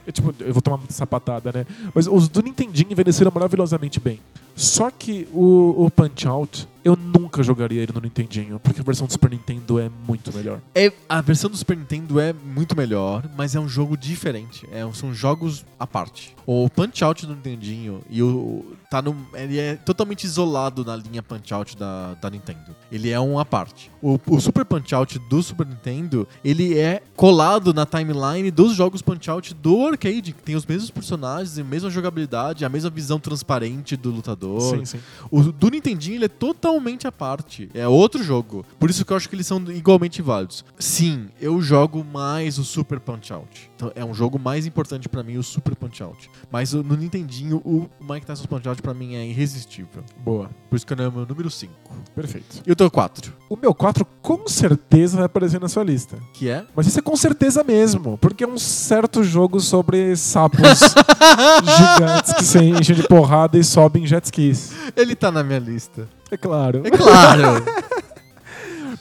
Eu, tipo, eu vou tomar muita sapatada, né? Mas os do Nintendinho envelheceram maravilhosamente bem. Só que o, o Punch-Out, eu nunca jogaria ele no Nintendinho, porque a versão do Super Nintendo é muito melhor. É, a versão do Super Nintendo é muito melhor, mas é um jogo diferente. É um- são jogos à parte. O Punch Out do Nintendinho e o tá no, ele é totalmente isolado na linha Punch Out da, da Nintendo. Ele é um à parte. O, o Super Punch Out do Super Nintendo ele é colado na timeline dos jogos Punch Out do arcade, que tem os mesmos personagens, a mesma jogabilidade, a mesma visão transparente do lutador. Sim, sim. O do Nintendinho ele é totalmente à parte. É outro jogo. Por isso que eu acho que eles são igualmente válidos. Sim, eu jogo mais o Super Punch Out. Então, é um jogo mais importante pra mim, o Super Punch Out. Mas o- no Nintendinho, o Mike Tyson's Punch Out pra mim é irresistível. Boa. Por isso que eu é o meu número 5. Perfeito. E o teu 4? O meu 4 com certeza vai aparecer na sua lista. Que é? Mas isso é com certeza mesmo, porque é um certo jogo sobre sapos gigantes que se enchem de porrada e sobem jet skis. Ele tá na minha lista. É claro. É claro!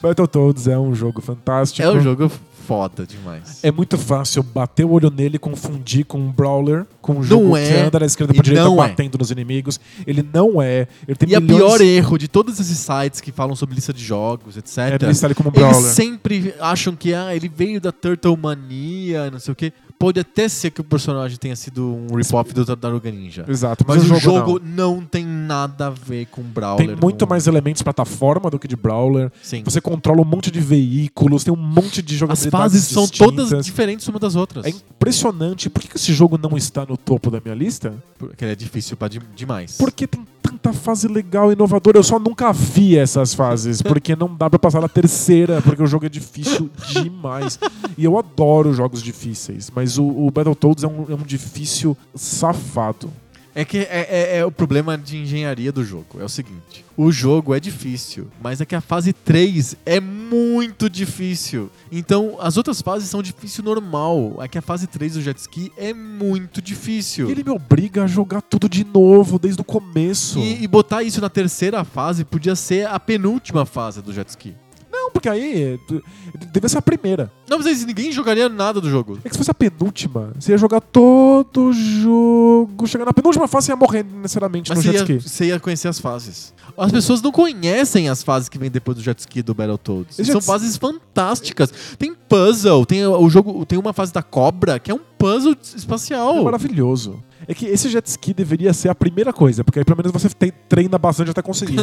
Battletoads é um jogo fantástico. é um jogo foda demais. É muito fácil bater o olho nele, confundir com um brawler, com um jogo que é. anda da esquerda E pra direita não é. batendo nos inimigos. Ele não é. Ele tem E o milhões- pior erro de todos esses sites que falam sobre lista de jogos, etc. é listar ele como um Eles brawler. sempre acham que ah, ele veio da Turtle Mania, não sei o quê. Pode até ser que o personagem tenha sido um rip-off do Tartaruga Ninja. Exato, mas, Mas o o jogo não. não. tem nada a ver com Brawler. Tem muito com- mais elementos de plataforma do que de brawler. Sim. Você controla um monte de veículos, tem um monte de As jogabilidades fases são distintas. todas diferentes uma das outras. É impressionante. Por que que esse jogo não está no topo da minha lista? Porque ele é difícil pra de- demais. Porque tem tanta fase legal e inovadora. Eu só nunca vi essas fases. Porque não dá pra passar na terceira, porque o jogo é difícil demais. E eu adoro jogos difíceis, mas o, o Battletoads é um, é um difícil safado. É que é, é- é o problema de engenharia do jogo. É o seguinte: o jogo é difícil, mas é que a fase 3 é muito difícil. Então, as outras fases são difícil normal. É que a fase 3 do jet ski é muito difícil. Ele me obriga a jogar tudo de novo, desde o começo. E, e botar isso na terceira fase podia ser a penúltima fase do jet ski. Não, porque aí eh, tu- deve ser a primeira. Não, mas ninguém jogaria nada do jogo. É que se fosse a penúltima, você ia jogar todo o jogo. Chegar na penúltima fase, você ia morrer necessariamente Mas no você jet ia, ski. você ia conhecer as fases. As pessoas não conhecem as fases que vem depois do jet ski do Battletoads. Eu E já São dis- fases fantásticas. Tem puzzle, tem o jogo, tem uma fase da cobra que é um puzzle É espacial. maravilhoso. É que esse jet ski deveria ser a primeira coisa, porque aí pelo menos você tem- treina bastante até conseguir.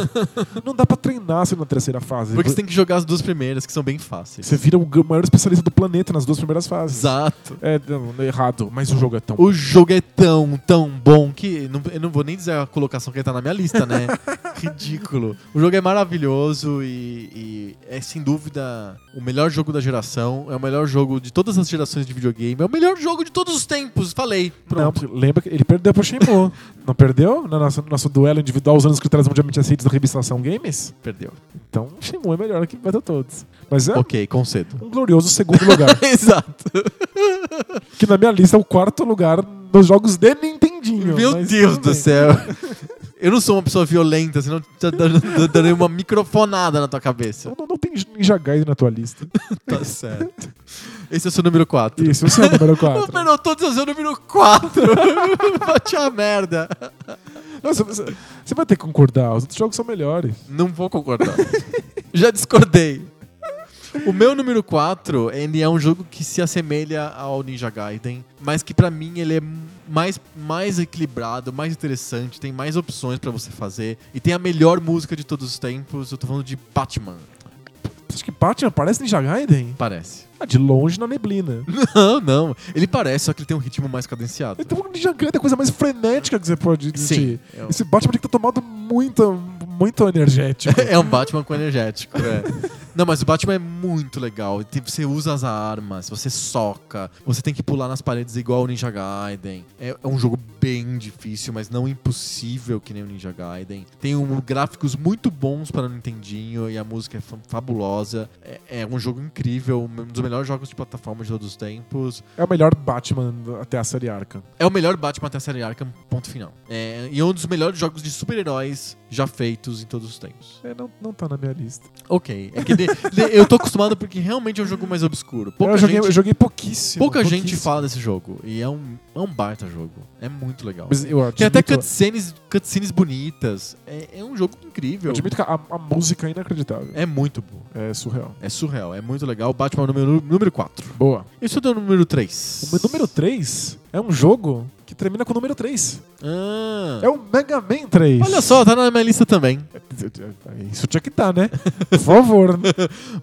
não dá pra treinar sendo na terceira fase. Porque você tem que jogar as duas primeiras, que são bem fáceis. Você vira o g- maior especialista do planeta nas duas primeiras fases. Exato. É, não, não, errado, mas o jogo é tão. O jogo é tão, tão bom que. não- eu não vou nem dizer a colocação que ele tá na minha lista, né? Ridículo. O jogo é maravilhoso e, e é sem dúvida o melhor jogo da geração. É o melhor jogo de todas as gerações de videogame. É o melhor jogo de todos os tempos. Falei. Não, Pronto. porque lembra que ele perdeu pro Shenmue. não perdeu? No nosso, nosso duelo individual usando os critérios mundialmente aceitos da revistação Games? perdeu. Então, Shenmue é melhor que Battletoads. Mas é Ok, concedo. um glorioso segundo lugar. Exato. que na minha lista é o quarto lugar nos jogos de Nintendinho. Meu mas Deus tudo do bem. céu. Eu não sou uma pessoa violenta, senão eu te darei uma microfonada na tua cabeça. Então, Não, não, não tem Ninja Gaiden na tua lista. Tá certo. Esse é o seu número 4. Isso, esse é o número O 4. Battletoads é o seu número 4. Bate a merda. Nossa, você, você vai ter que concordar, os outros jogos são melhores. Não vou concordar. Já discordei. O meu número 4, ele é um jogo que se assemelha ao Ninja Gaiden, mas que pra mim ele é mais, mais equilibrado, mais interessante, tem mais opções pra você fazer e tem a melhor música de todos os tempos. Eu tô falando de Batman, Você acha que Batman parece Ninja Gaiden? parece. Ah, de longe na neblina. Não, não. Ele parece, só que ele tem um ritmo mais cadenciado. Então o Ninja Gaiden é a coisa mais frenética que você pode existir. Sim, é um- Esse Batman tem que ter tomado muita, muito energético. É um Batman com energético, é. Não, mas o Batman é muito legal. Tem- Você usa as armas, você soca, você tem que pular nas paredes igual o Ninja Gaiden. É, é um jogo bem difícil, mas não impossível que nem o Ninja Gaiden. Tem um, gráficos muito bons para o Nintendinho e a música é fa- fabulosa. É, é um jogo incrível, um dos melhores jogos de plataforma de todos os tempos. É o melhor Batman até a série Arkham. É o melhor Batman até a série Arkham, ponto final. É, e é um dos melhores jogos de super-heróis já feitos em todos os tempos. É, não, não tá na minha lista. Ok. É que de- de- eu tô acostumado porque realmente é um jogo mais obscuro. Pouca, eu, joguei, gente, eu joguei pouquíssimo. pouca pouquíssimo. gente fala desse jogo. E é um, é um baita jogo. É muito legal. Mas eu Tem até admito- cutscenes, cutscenes bonitas. É, é um jogo incrível. Eu admito que a, a música é inacreditável. É muito bom. É surreal. É surreal. É muito legal. Batman é o número, número 4. Boa. Isso é o número O 3. meu número 3 é um jogo que termina com o número 3. Ah. É o Mega Man 3. Olha só, tá na minha lista também. Isso tinha que estar, né? Por favor.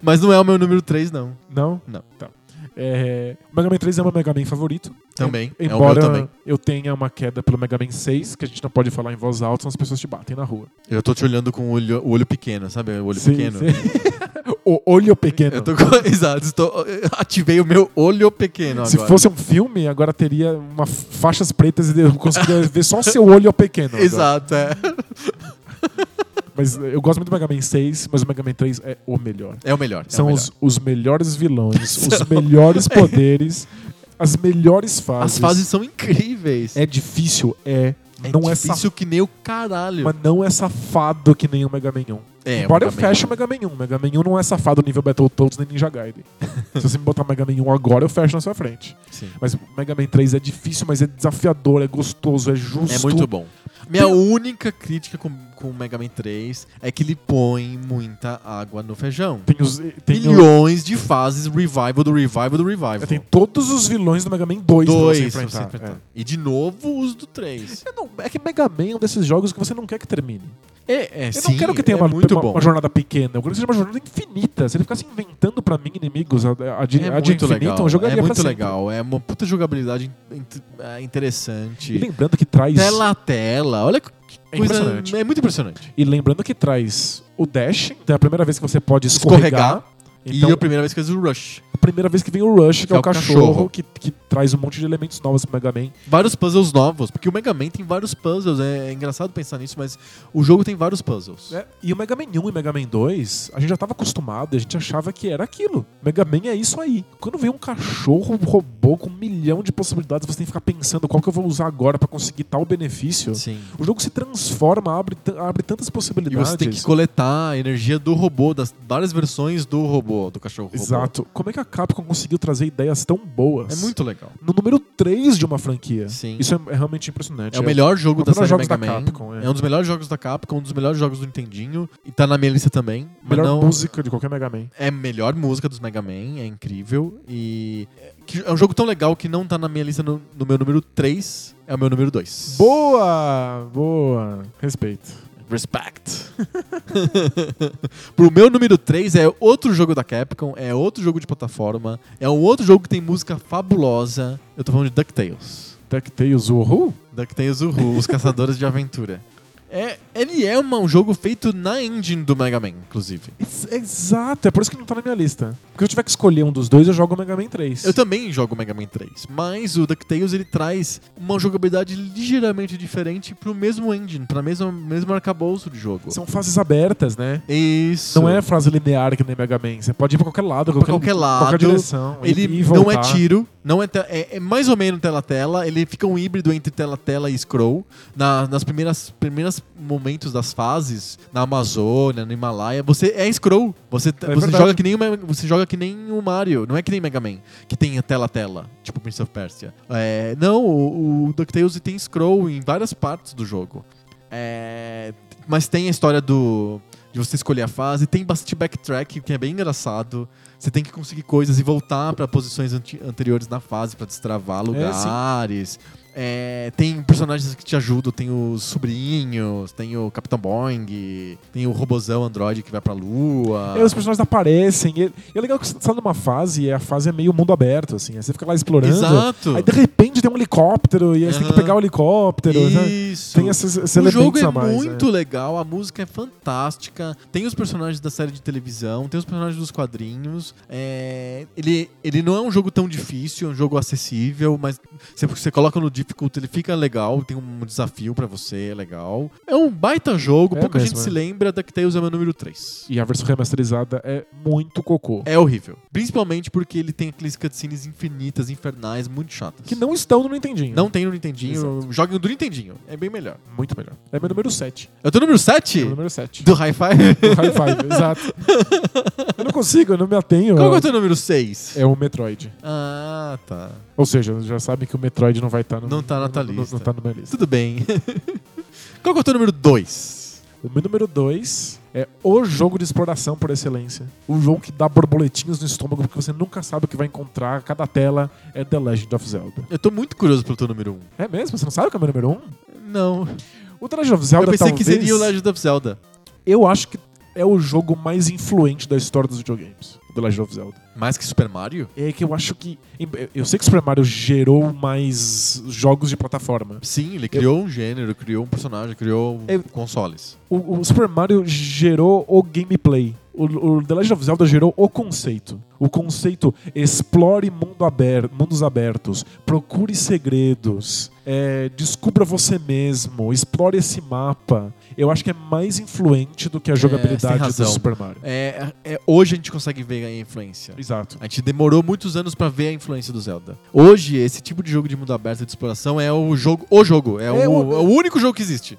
Mas não é o meu número 3, não. Não? Não. Tá. É, o Mega Man 3 é o meu Mega Man favorito. Também. É Em- o meu Embora também. eu tenha uma queda pelo Mega Man 6, que a gente não pode falar em voz alta, senão as pessoas te batem na rua. Eu tô te olhando com o olho, o olho pequeno, sabe? O olho Sim, pequeno. sim. o olho pequeno. Eu tô com... Exato, estou... ativei o meu olho pequeno Se agora. fosse um filme, agora teria uma faixas pretas e eu conseguiria ver só o seu olho pequeno. agora. Exato, é. Mas eu gosto muito do Mega Man 6, mas o Mega Man 3 é o melhor. É o melhor. é São o melhor. os, os melhores vilões, os melhores poderes, as melhores fases. As fases são incríveis. É difícil, é. É não é difícil que nem o caralho. Mas não é safado que nem o Mega Man 1. É, Embora o eu Mega Man. feche o Mega Man 1. O Mega Man 1 não é safado nível Battletoads nem Ninja Gaiden. Se você me botar Mega Man 1 agora, eu fecho na sua frente. Sim. Mas o Mega Man 3 é difícil, mas é desafiador, é gostoso, é justo. É muito bom. Minha um única crítica com, com o Mega Man 3 é que ele põe muita água no feijão. Tem, os, eh, tem, um- o- é, Milhões de fases revival do revival do revival. tem todos os vilões do Mega Man 2 pra dois você pra enfrentar. você enfrentar. E de novo os do 3. É. É, não, é que Mega Man é um desses jogos que você não quer que termine. É, é Eu sim, não quero que tenha é uma, muito uma- bom. uma jornada pequena. Eu quero que seja uma jornada infinita. Se ele ficasse inventando pra mim inimigos a, a, a de, É a de muito infinito, legal. eu jogaria é pra muito sempre. legal. É uma puta jogabilidade in- in- é, E interessante. lembrando que traz... Tela a tela. Olha que É coisa. impressionante. É muito impressionante. E lembrando que traz o dash, então é a primeira vez que você pode escorregar. Escorregar. Então, e a primeira vez que eu fiz o Rush. a primeira vez que vem o Rush, que, é, o cachorro, cachorro. Que, que traz um monte de elementos novos pro Mega Man. Vários puzzles novos, porque o Mega Man tem vários puzzles, é, é engraçado pensar nisso, mas o jogo tem vários puzzles. né? E o Mega Man 1 e Mega Man 2, a gente já tava acostumado, a gente achava que era aquilo. Mega Man é isso aí. Quando vem um cachorro, um robô com um milhão de possibilidades, você tem que ficar pensando qual que eu vou usar agora pra conseguir tal benefício. Sim. O jogo se transforma, abre, t- abre tantas E possibilidades. você tem que coletar a energia do robô, das várias versões do robô, do cachorro robô. Exato. Como é que a Capcom conseguiu trazer ideias tão boas? É muito legal. No número 3 de uma franquia. Sim. Isso é, é realmente impressionante. É o melhor jogo um da dos série jogos Mega da Man. Capcom, é. um dos melhores jogos da Capcom, um dos melhores jogos do Nintendinho. E tá na minha lista também. Mas É Melhor não, música de qualquer Mega Man. É a melhor música dos Mega Man, é incrível. E é- que é um jogo tão legal que não tá na minha lista no, no meu número 3, é o meu número 2. Boa! Boa! Respeito. Respect. Pro meu número 3 é outro jogo da Capcom, é outro jogo de plataforma, é um outro jogo que tem música fabulosa. Eu tô falando de DuckTales. DuckTales, uhul! DuckTales Uhu, Os Caçadores de Aventura. É, ele é uma- um jogo feito na engine do Mega Man, inclusive. Ex- Exato, é por isso que não tá na minha lista. Porque se eu tiver que escolher um dos dois, eu jogo o Mega Man 3. Eu também jogo Mega Man 3, mas o DuckTales ele traz uma jogabilidade ligeiramente diferente pro mesmo engine, pra mesma mesmo arcabouço de jogo. São fases abertas, né? Isso. Não é frase linear que nem Mega Man. Você pode ir pra qualquer lado, Pra qualquer lado. qualquer direção. tá? e- Ele e não voltar. é tiro, não é, te- é, é mais ou menos tela a tela, ele fica um híbrido entre tela a tela e scroll. Na, nas primeiras primeiros momentos das fases, na Amazônia, no Himalaia, você é scroll. Você, t- É você verdade. joga que nem o, Me- você joga que nem o Mario, não é que nem Mega Man, que tem a tela a tela, tipo Prince of Persia. É, não, o, o DuckTales tem scroll em várias partes do jogo. É, mas tem a história do de você escolher a fase, tem bastante backtrack, que é bem engraçado. Você tem que conseguir coisas e voltar para posições anti- anteriores na fase para destravar É, lugares. É, tem personagens que te ajudam, tem os sobrinhos, tem o Capitão Boing, tem o robozão Android que vai pra lua. É, os personagens aparecem. E, e é legal que você tá numa fase e a fase é meio mundo aberto, assim. Aí você fica lá explorando. Exato. Aí de repente tem um helicóptero e aí você tem que Aham. pegar o helicóptero. Né? Isso. Tem esses, esses o elementos jogo é a mais. né? muito legal, a música é fantástica, tem os personagens da série de televisão, tem os personagens dos quadrinhos. é, Ele, ele não é um jogo tão difícil, é um jogo acessível, mas você, você coloca no difficult, ele fica legal, tem um desafio pra você, é legal. É um baita jogo, É pouca mesmo, gente é. se lembra, DuckTales é meu número 3. E a versão remasterizada é muito cocô. É horrível. Principalmente porque ele tem aqueles cutscenes infinitas, infernais, muito chatas. Que não estão no Nintendinho. Não tem no Nintendinho. Joguem o do Nintendinho. É bem melhor. Muito melhor. É meu número 7. Eu tô número 7? É meu número 7. Do Hi-Fi? Do high five, exato. Eu não consigo, eu não me atenho. Qual que é ao- o teu número 6? É o Metroid. Ah, tá. Ou seja, já sabem que o Metroid não vai estar no. Não tá na tua não- lista. Não, tá na minha lista. Tudo bem. Qual que é o teu número 2? O meu número 2 é o jogo de exploração por excelência. O jogo que dá borboletinhas no estômago, porque você nunca sabe o que vai encontrar. Cada tela é The Legend of Zelda. Eu tô muito curioso pelo teu número 1. Um. É mesmo? Você não sabe o que é o meu número 1? Um? Não. O The Legend of Zelda eu pensei talvez, que seria o Legend of Zelda. Eu acho que é o jogo mais influente da história dos videogames. The Legend of Zelda. Mais que Super Mario? É que eu acho que. Eu sei que Super Mario gerou mais jogos de plataforma. Sim, ele criou um gênero, criou um personagem, criou Eu- consoles. O, o Super Mario gerou o gameplay. O, o The Legend of Zelda gerou o conceito. O conceito explore mundo aber- mundos abertos, procure segredos, é, descubra você mesmo, explore esse mapa. Eu acho que é mais influente do que a É, você tem jogabilidade do razão. Super Mario. É, é- hoje a gente consegue ver a influência. Exato. A gente demorou muitos anos pra ver a influência do Zelda. Hoje, esse tipo de jogo de mundo aberto e de exploração é o jogo. O jogo. É, É o, o- é o único jogo que existe.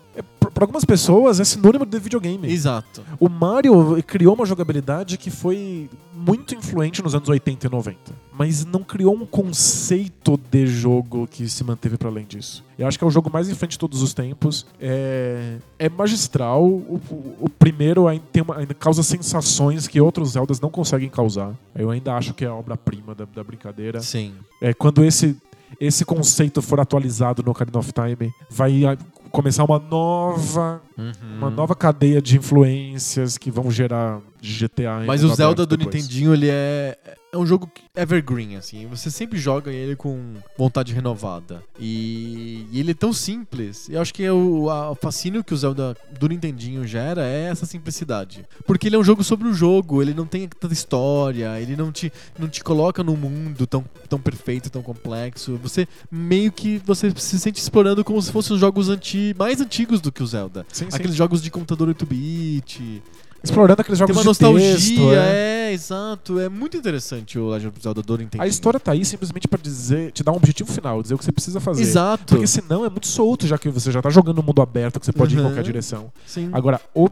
Para algumas pessoas é sinônimo de videogame. Exato. O Mario criou uma jogabilidade que foi muito influente nos anos 80 e 90, mas não criou um conceito de jogo que se manteve para além disso. Eu acho que é o jogo mais influente de todos os tempos. É, é magistral. O, o- o primeiro ainda, tem uma- ainda causa sensações que outros Zeldas não conseguem causar. Eu ainda acho que é a obra-prima da, da brincadeira. Sim. É, quando esse, esse conceito for atualizado no Ocarina of Time, vai ah, começar uma nova Uhum. uma nova cadeia de influências que vão gerar GTA. e Mas mundo o Zelda aberto do depois. Nintendinho, ele é. é um jogo que- evergreen, assim. Você sempre joga ele com vontade renovada. E, e ele é tão simples. Eu acho que é o, a- o fascínio que o Zelda do Nintendinho gera é essa simplicidade. Porque ele é um jogo sobre o jogo, ele não tem tanta história, ele não te, não te coloca num mundo tão, tão perfeito, tão complexo. Você meio que você se sente explorando como se fossem os jogos anti, mais antigos do que o Zelda. Sim, sim. Aqueles jogos de computador 8-bit, Explorando aqueles jogos tem uma de nostalgia, texto, é. é. exato. É muito interessante o Legend of Zelda do Nintendo. A história tá aí simplesmente pra dizer, te dar um objetivo final, dizer o que você precisa fazer. Exato. Porque senão é muito solto, já que você já tá jogando um mundo aberto, que você pode ir em Uhum. qualquer direção. Sim. Agora, o-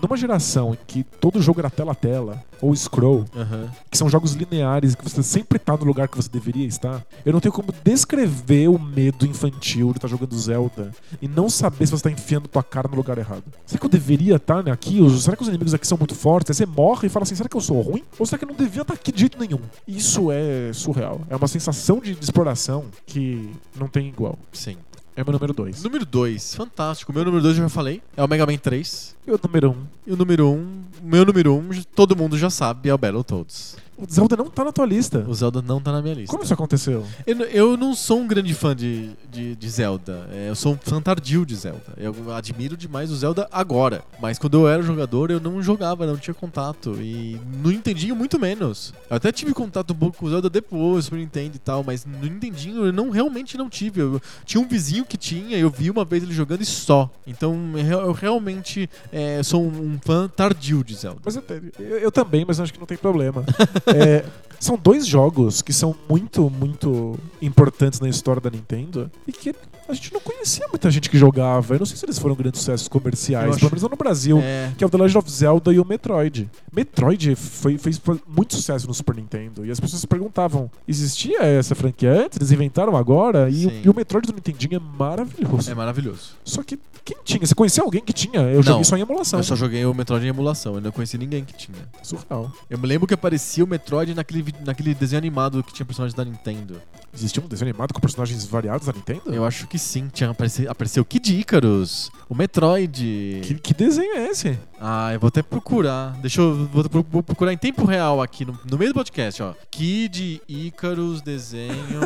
numa geração em que todo jogo era tela a tela, ou scroll, Aham. que são jogos lineares, que você sempre tá no lugar que você deveria estar, eu não tenho como descrever o medo infantil de estar jogando Zelda e não saber se você tá enfiando tua cara no lugar errado. Será que eu deveria estar aqui? Ou Será que os inimigos aqui são muito fortes? Aí você morre e fala assim, será que eu sou ruim? Ou será que eu não devia estar aqui de jeito nenhum? Isso é surreal. É uma sensação de exploração que não tem igual. Sim. É meu número 2. Número 2, fantástico. Meu número 2 eu já falei, é o Mega Man 3. E o número 1? Um, E o número 1, um, meu número 1, um, todo mundo já sabe, é o Battletoads. o Zelda não tá na tua lista. O Zelda não tá na minha lista. Como isso aconteceu? Eu, n- eu não sou um grande fã de, de, de Zelda. É, eu sou um fã tardio de Zelda. Eu admiro demais o Zelda agora. Mas quando eu era jogador, eu não jogava, não tinha contato. E no Nintendinho, muito menos. Eu até tive contato um pouco com o Zelda depois, pro Nintendo e tal. Mas no Nintendinho, eu não realmente não tive. Eu, tinha um vizinho que tinha, eu vi uma vez ele jogando e só. Então, eu re- eu realmente é, sou um, um fã tardio de Zelda. Mas eu, eu- eu também, mas eu acho que não tem problema. É, são dois jogos que são muito, muito importantes na história da Nintendo e que a gente não conhecia muita gente que jogava. Eu não sei se eles foram grandes sucessos comerciais, Eu acho- pelo menos não no Brasil. É, Que é o The Legend of Zelda e o Metroid. Metroid foi, fez muito sucesso no Super Nintendo. E as pessoas se perguntavam: existia essa franquia antes? Eles inventaram agora? E, Sim. o- e o Metroid do Nintendinho é maravilhoso. é maravilhoso. Só que quem tinha? Você conhecia alguém que tinha? Eu Não. joguei só em emulação. Eu só joguei o Metroid em emulação, eu não conheci ninguém que tinha. Surreal. Eu me lembro que aparecia o Metroid naquele, vi- naquele desenho animado que tinha personagem da Nintendo. Existia um desenho animado com personagens variados da Nintendo? Eu acho que sim, tinha aparecido, apareceu o Kid Icarus, o Metroid. Que, que desenho é esse? Ah, eu vou até procurar. Deixa eu vou, pro- vou procurar em tempo real aqui no, no meio do podcast, ó. Kid Icarus desenho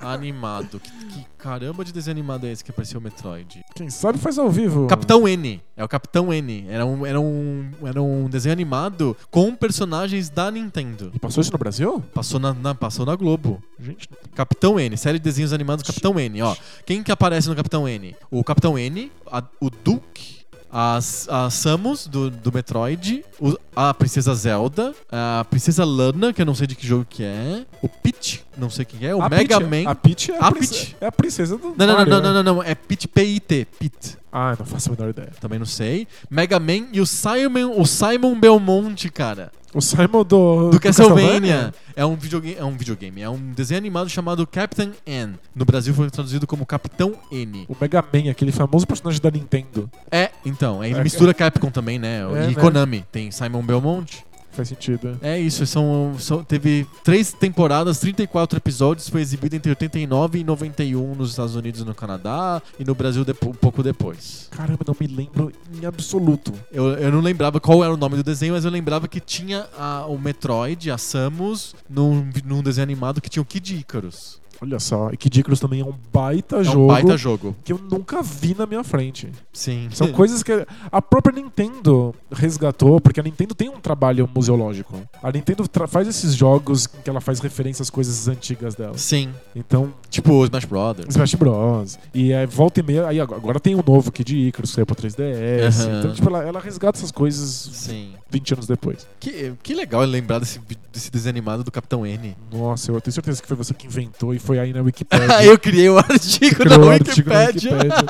animado. Que, que caramba de desenho animado é esse que apareceu o Metroid? Quem sabe faz ao vivo. Capitão N. É o Capitão N. Era um, era um, era um desenho animado com personagens da Nintendo. E passou isso no Brasil? Passou na- na, passou na Globo. Gente, não- Capitão N, série de desenhos animados Capitão N, ó. Quem que aparece no Capitão N? O Capitão N, a- o Duke, a, S- a Samus do, do Metroid, o- a Princesa Zelda, a Princesa Lana, que eu não sei de que jogo que é, o Peach, não sei quem é, o a Mega Peach, Man. A Peach é a, A princesa, Peach. é a princesa do Não, não, não, Mario, não, não, né? não, não, é Peach P-I-T, Pit. Ah, não faço a menor ideia. Também não sei. Mega Man e o Simon, o Simon Belmonte, cara. O Simon do... do Castlevania. É um, videogame, é um videogame, é um desenho animado chamado Captain N. No Brasil foi traduzido como Capitão N. O Mega Man, aquele famoso personagem da Nintendo. É, então, aí ele É, mistura Capcom também, né? É, e né? Konami, tem Simon Belmont. Faz sentido. É isso, são, são- teve três temporadas, 34 episódios, foi exibido entre 89 e 91 nos Estados Unidos e no Canadá, e no Brasil depo- um pouco depois. Caramba, não me lembro em absoluto. Eu, eu não lembrava qual era o nome do desenho, mas eu lembrava que tinha a- o Metroid, a Samus, num, vi- num desenho animado que tinha o Kid Icarus. Olha só, e Kid Icarus também é um baita É jogo um baita jogo. que eu nunca vi na minha frente. Sim. São coisas que a própria Nintendo resgatou, porque a Nintendo tem um trabalho museológico. A Nintendo tra- faz esses jogos em que ela faz referência às coisas antigas dela. Sim. Então, Tipo o Smash Brothers. Smash Bros. E aí volta e meia. Aí ag- agora tem o novo Kid Icarus, que saiu pra 3DS. Aham. Então, tipo, ela, ela resgata essas coisas Sim. 20 anos depois. Que, que legal lembrar desse, vi- desse desenho animado do Capitão N. Nossa, eu tenho certeza que foi você que inventou e foi aí na Wikipedia. Ah, eu criei o artigo Criou na o artigo na Wikipédia. Wikipédia.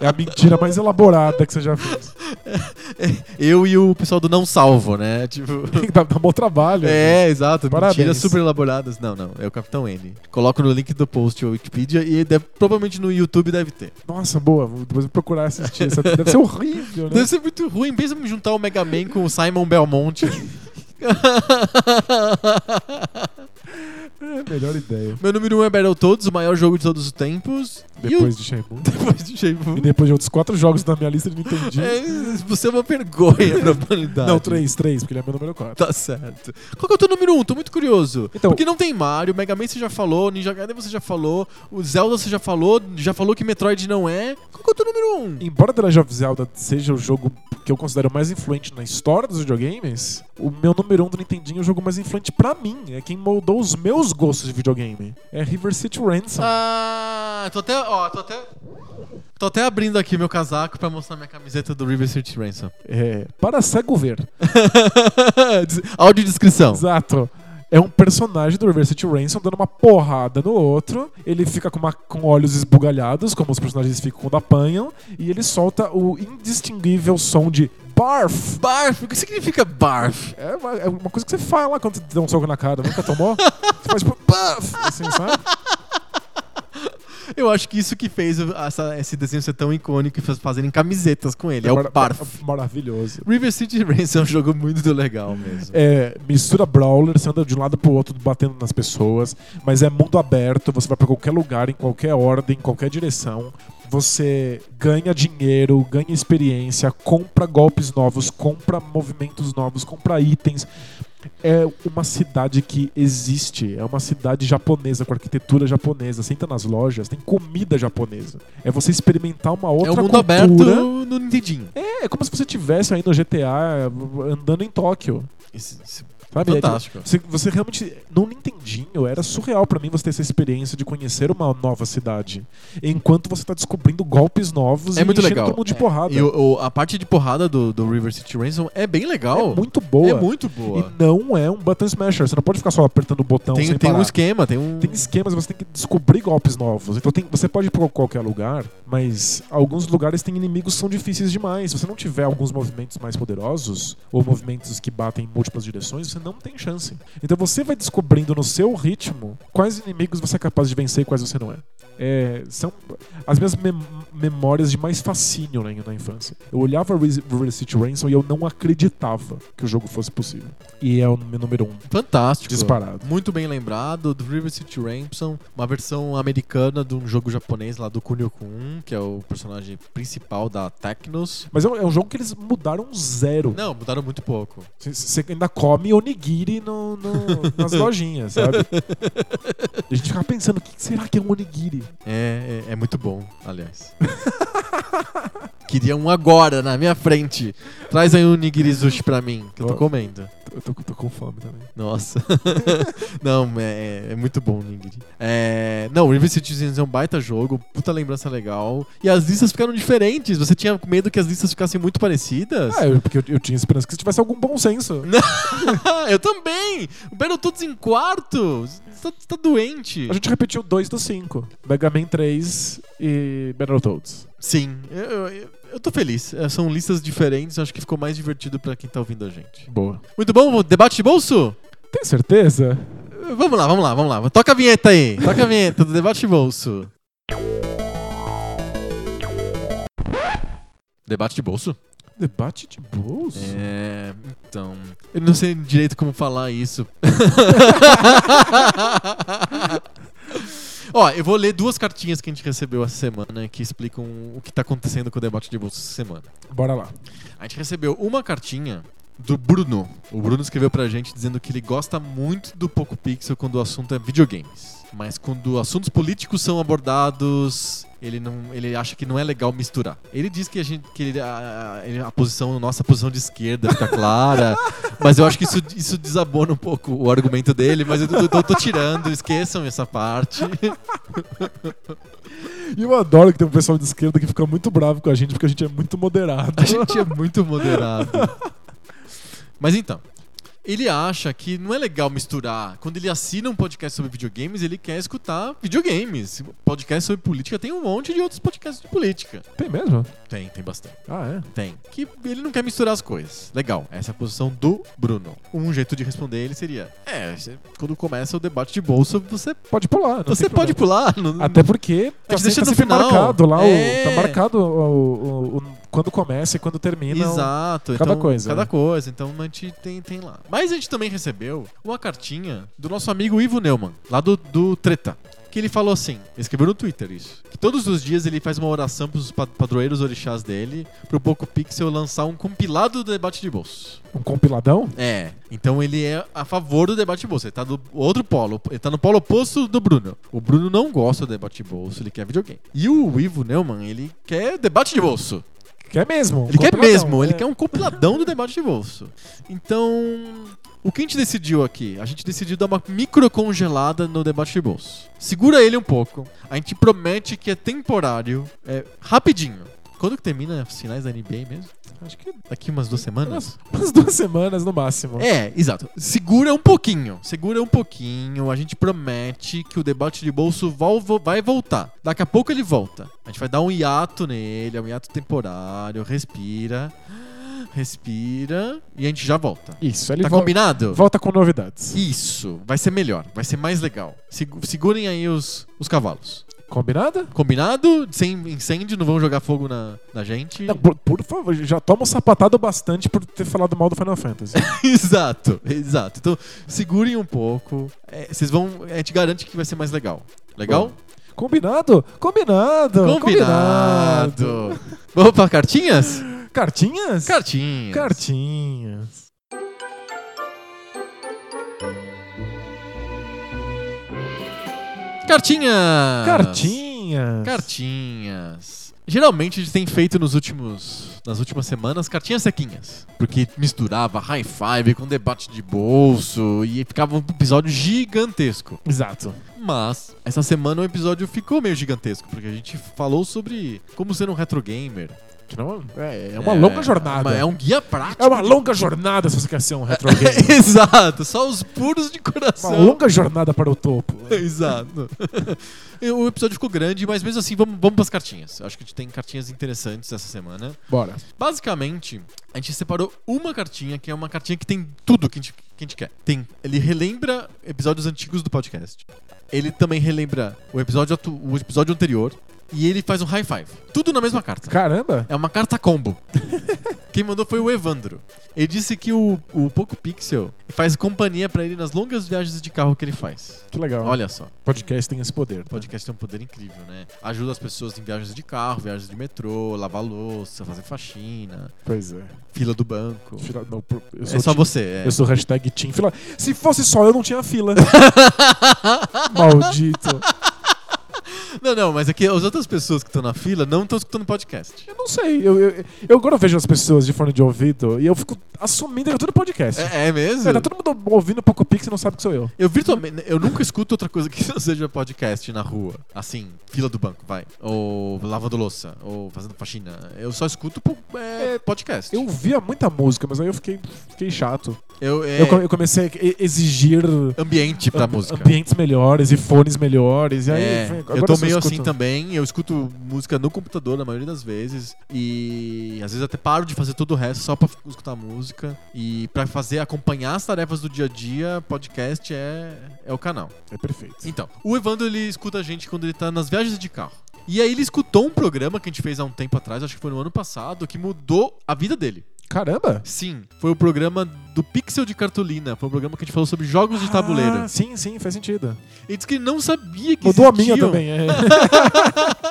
É a mentira mais elaborada que você já fez. Eu e o pessoal do Não Salvo, né? Tipo. Dá, dá um bom trabalho. É, exato. Parabéns. Mentiras super elaboradas. Não, não. É o Capitão N. Coloco no link do post o Wikipedia e deve- provavelmente no YouTube deve ter. Nossa, boa. Vou depois vou procurar assistir. Essa deve ser horrível, né? Deve ser muito ruim. Pensa em juntar o Mega Man com o Simon Belmonte. É a melhor ideia. É Meu número 1 um é Battletoads, o maior jogo de todos os tempos. Depois de Shenmue. Depois de Shenmue. E depois de outros quatro jogos da minha lista de Nintendo. É, você é uma vergonha pra humanidade. Não, três, três, porque ele é meu número quatro. Tá certo. Qual que é o teu número um? Tô muito curioso. Então- Porque não tem Mario, Mega Man você já falou, Ninja Gaiden você já falou, o Zelda você já falou, já falou que Metroid não é. Qual que é o teu número um? Embora The Legend of Zelda seja o jogo que eu considero mais influente na história dos videogames, o meu número um do Nintendinho é o jogo mais influente pra mim. É quem moldou os meus gostos de videogame. É River City Ransom. Ah, tô até, ó, tô até... Tô até abrindo aqui meu casaco pra mostrar minha camiseta do River City Ransom. É, para cego ver. Audiodescrição. Exato. É um personagem do River City Ransom dando uma porrada no outro. Ele fica com, uma- com olhos esbugalhados, como os personagens ficam quando apanham. E ele solta o indistinguível som de BARF! Barf, o que significa barf? É uma, é uma coisa que você fala quando você dá um soco na cara, nunca tomou? você faz tipo, puff, assim, sabe? Eu acho que isso que fez essa- esse desenho ser tão icônico e faz- fazerem camisetas com ele. É Mara- o barf. Maravilhoso. River City Ransom é um jogo muito legal mesmo. É, mistura brawler, você anda de um lado pro outro batendo nas pessoas, mas é mundo aberto, você vai pra qualquer lugar, em qualquer ordem, em qualquer direção. Você ganha dinheiro, ganha experiência, compra golpes novos, compra movimentos novos, compra itens. É uma cidade que existe, é uma cidade japonesa, com arquitetura japonesa. Senta nas lojas, tem comida japonesa. É você experimentar uma outra é o mundo cultura. aberto no Nintendinho. É, é como se você estivesse aí no GTA andando em Tóquio. Esse- esse- Sabe? Fantástico. É, tipo, Você, você realmente. No Nintendinho, era surreal pra mim você ter essa experiência de conhecer uma nova cidade. Enquanto você tá descobrindo golpes novos É e muito enchendo legal. todo mundo de porrada. E o- o- a parte de porrada do, do River City Ransom é bem legal. É muito boa. É muito boa. E não é um button smasher. Você não pode ficar só apertando o botão tem sem tem um parar. esquema, tem um. Tem esquemas, você tem que descobrir golpes novos. Então tem- você pode ir pra qualquer lugar, mas alguns lugares tem inimigos que são difíceis demais. Se você não tiver alguns movimentos mais poderosos, ou movimentos que batem em múltiplas direções, você não tem chance. Então você vai descobrindo no seu ritmo quais inimigos você é capaz de vencer e quais você não é. É, são as minhas mem- memórias de mais fascínio né, na, na infância. Eu olhava Re- River City Ransom e eu não acreditava que o jogo fosse possível. E é o meu número um, Fantástico. disparado. Muito bem lembrado, do River City Ransom, uma versão americana de um jogo japonês lá do Kunio-kun, que é o personagem principal da Technos. Mas é um, é um jogo que eles mudaram zero. Não, mudaram muito pouco. Você ainda come onigiri no, no- nas lojinhas, sabe? A gente ficava pensando, o que que será que é um onigiri? É, é, é muito bom, aliás. Queria um agora, na minha frente. Traz aí um nigiri sushi pra mim, que eu tô Ó. comendo. Eu tô, tô com fome também. Nossa. não, é, é muito bom o Nigiri. É, não, River City Sins é um baita jogo, puta lembrança legal. E as listas ficaram diferentes. Você tinha medo que as listas ficassem muito parecidas? Ah, eu- porque eu, eu tinha esperança que você tivesse algum bom senso. eu... também! O Battletoads em quarto! Você tá, você tá doente. A gente repetiu dois dos cinco. Mega Man 3 e Battletoads. Sim, eu, eu, eu tô feliz. É, São listas diferentes, eu acho que ficou mais divertido pra quem tá ouvindo a gente. Boa. Muito bom, debate de bolso? Tem certeza? Vamos lá, vamos lá, vamos lá. Toca a vinheta aí. Toca a vinheta do Debate de Bolso. Debate de bolso? Debate de bolso? É. Então. Eu não sei direito como falar isso. Ó, eu vou ler duas cartinhas que a gente recebeu essa semana que explicam o que tá acontecendo com o debate de bolso essa semana. Bora lá. A gente recebeu uma cartinha do Bruno. O Bruno escreveu pra gente dizendo que ele gosta muito do Poco Pixel quando o assunto é videogames. Mas quando assuntos políticos são abordados, ele não, ele acha que não é legal misturar. Ele diz que a gente, que ele- a, a- ele- a posição, a nossa posição de esquerda fica clara, mas eu acho que isso, isso desabona um pouco o argumento dele. Mas eu tô, tô- tô tirando, esqueçam essa parte. E eu adoro que tem um pessoal de esquerda que fica muito bravo com a gente porque a gente é muito moderado. A gente é muito moderado. Mas então, ele acha que não é legal misturar. Quando ele assina um podcast sobre videogames, ele quer escutar videogames. Podcast sobre política tem um monte de outros podcasts de política. Tem mesmo? Tem, tem bastante. Ah, é? Tem. Que ele não quer misturar as coisas. Legal. Essa é a posição do Bruno. Um jeito de responder ele seria: É, você- quando começa o debate de bolsa, você, Pode pular. não você tem pode problema. pular. não- Até porque tá, gente deixa tá no sempre final. marcado lá, É. o, tá marcado o, o- o- quando começa e quando termina. o- Exato. cada então, coisa, Cada né? coisa. Então a gente tem, tem lá. Mas a gente também recebeu uma cartinha do nosso amigo Ivo Neumann, lá do, do Treta. que ele falou assim, ele escreveu no Twitter isso, que todos os dias ele faz uma oração pros pa- padroeiros orixás dele, pro Poco Pixel lançar um compilado do debate de bolso. Um compiladão? É. Então ele é a favor do debate de bolso, ele tá do outro polo, ele tá no polo oposto do Bruno. O Bruno não gosta do debate de bolso, ele quer videogame. E o Ivo Neumann, ele quer debate de bolso. Quer mesmo. um Ele quer compiladão, mesmo, ele é. quer um compiladão do debate de bolso. Então, o que a gente decidiu aqui? A gente decidiu dar uma microcongelada no debate de bolso. Segura ele um pouco. A gente promete que é temporário, é rapidinho. Quando que termina os finais da NBA mesmo? Acho que Daqui umas duas semanas? umas, umas duas semanas no máximo. É, exato. Segura um pouquinho, segura um pouquinho. A gente promete que o debate de bolso vol- vo- vai voltar. Daqui a pouco ele volta. A gente vai dar um hiato nele, é um hiato temporário. Respira, respira e a gente já volta. Isso, ele tá vol- combinado? volta com novidades. Isso, vai ser melhor, vai ser mais legal. Segu- Segurem aí os, os cavalos. Combinado? Combinado? Sem incêndio, não vão jogar fogo na, na gente. Não, por, por favor, já toma um sapatado bastante por ter falado mal do Final Fantasy. exato, exato. Então, segurem um pouco. É, vocês vão. A gente garante que vai ser mais legal. Legal? combinado? Combinado! Combinado. Vamos para cartinhas? Cartinhas? Cartinhas. Cartinhas. Cartinhas. Cartinhas. Cartinhas. Geralmente a gente tem feito nos últimos, nas últimas semanas cartinhas sequinhas. Porque misturava high five com debate de bolso e ficava um episódio gigantesco. Exato. Mas essa semana o episódio ficou meio gigantesco, porque a gente falou sobre como ser um retro gamer. Então, É, é uma longa jornada. uma- É um guia prático. É uma longa jornada se você quer ser um retro gamer. Exato, só os puros de uma coração. longa jornada para o topo. Exato. E o episódio ficou grande, mas mesmo assim vamos, vamos pras cartinhas. Acho que a gente tem cartinhas interessantes essa semana. Bora. Basicamente, a gente separou uma cartinha, que é uma cartinha que tem tudo que a gente, que a gente quer. Tem, ele relembra episódios antigos do podcast. Ele também relembra o episódio, atu- o episódio anterior. E ele faz um high five. Tudo na mesma carta. Caramba. É uma carta combo. Quem mandou foi o Evandro. Ele disse que o, o Poco Pixel faz companhia pra ele nas longas viagens de carro que ele faz. Que legal. Olha só, podcast tem esse poder. tá? o podcast tem um poder incrível, né? Ajuda as pessoas em viagens de carro, viagens de metrô, lavar louça, fazer faxina, Pois é. fila do banco. Fila- não, pro- eu sou É só ti- você, é. Eu sou hashtag Team Fila. Se fosse só, eu não tinha fila. Maldito. Não, não, mas é que as outras pessoas que estão na fila não estão escutando podcast. Eu não sei. Eu, eu, eu agora vejo as pessoas de fone de ouvido e eu fico assumindo que é tudo podcast. É, é mesmo? É, tá todo mundo ouvindo Poco Pix e não sabe que sou eu. Eu virtualmente, né, eu nunca escuto outra coisa que não seja podcast na rua. Assim, fila do banco, vai. Ou lavando louça, ou fazendo faxina. Eu só escuto po- é, podcast. Eu via muita música, mas aí eu fiquei, fiquei chato. Eu- é Eu, come- eu comecei a e- exigir ambiente pra am- música. ambientes melhores e fones melhores. E aí, É, enfim, agora eu tô só meio escuto- assim também. Eu escuto música no computador na maioria das vezes. E às vezes até paro de fazer todo o resto só pra f- escutar música. E pra fazer, acompanhar as tarefas do dia a dia, podcast é, é o canal. É perfeito. Então, o Evandro ele escuta a gente quando ele tá nas viagens de carro. E aí ele escutou um programa que a gente fez há um tempo atrás, acho que foi no ano passado, que mudou a vida dele. Caramba! Sim, foi o programa do Pixel de Cartolina. Foi um programa que a gente falou sobre jogos de tabuleiro. Ah, sim, sim, faz sentido. Ele disse que ele não sabia que Mudou a minha existiam. também.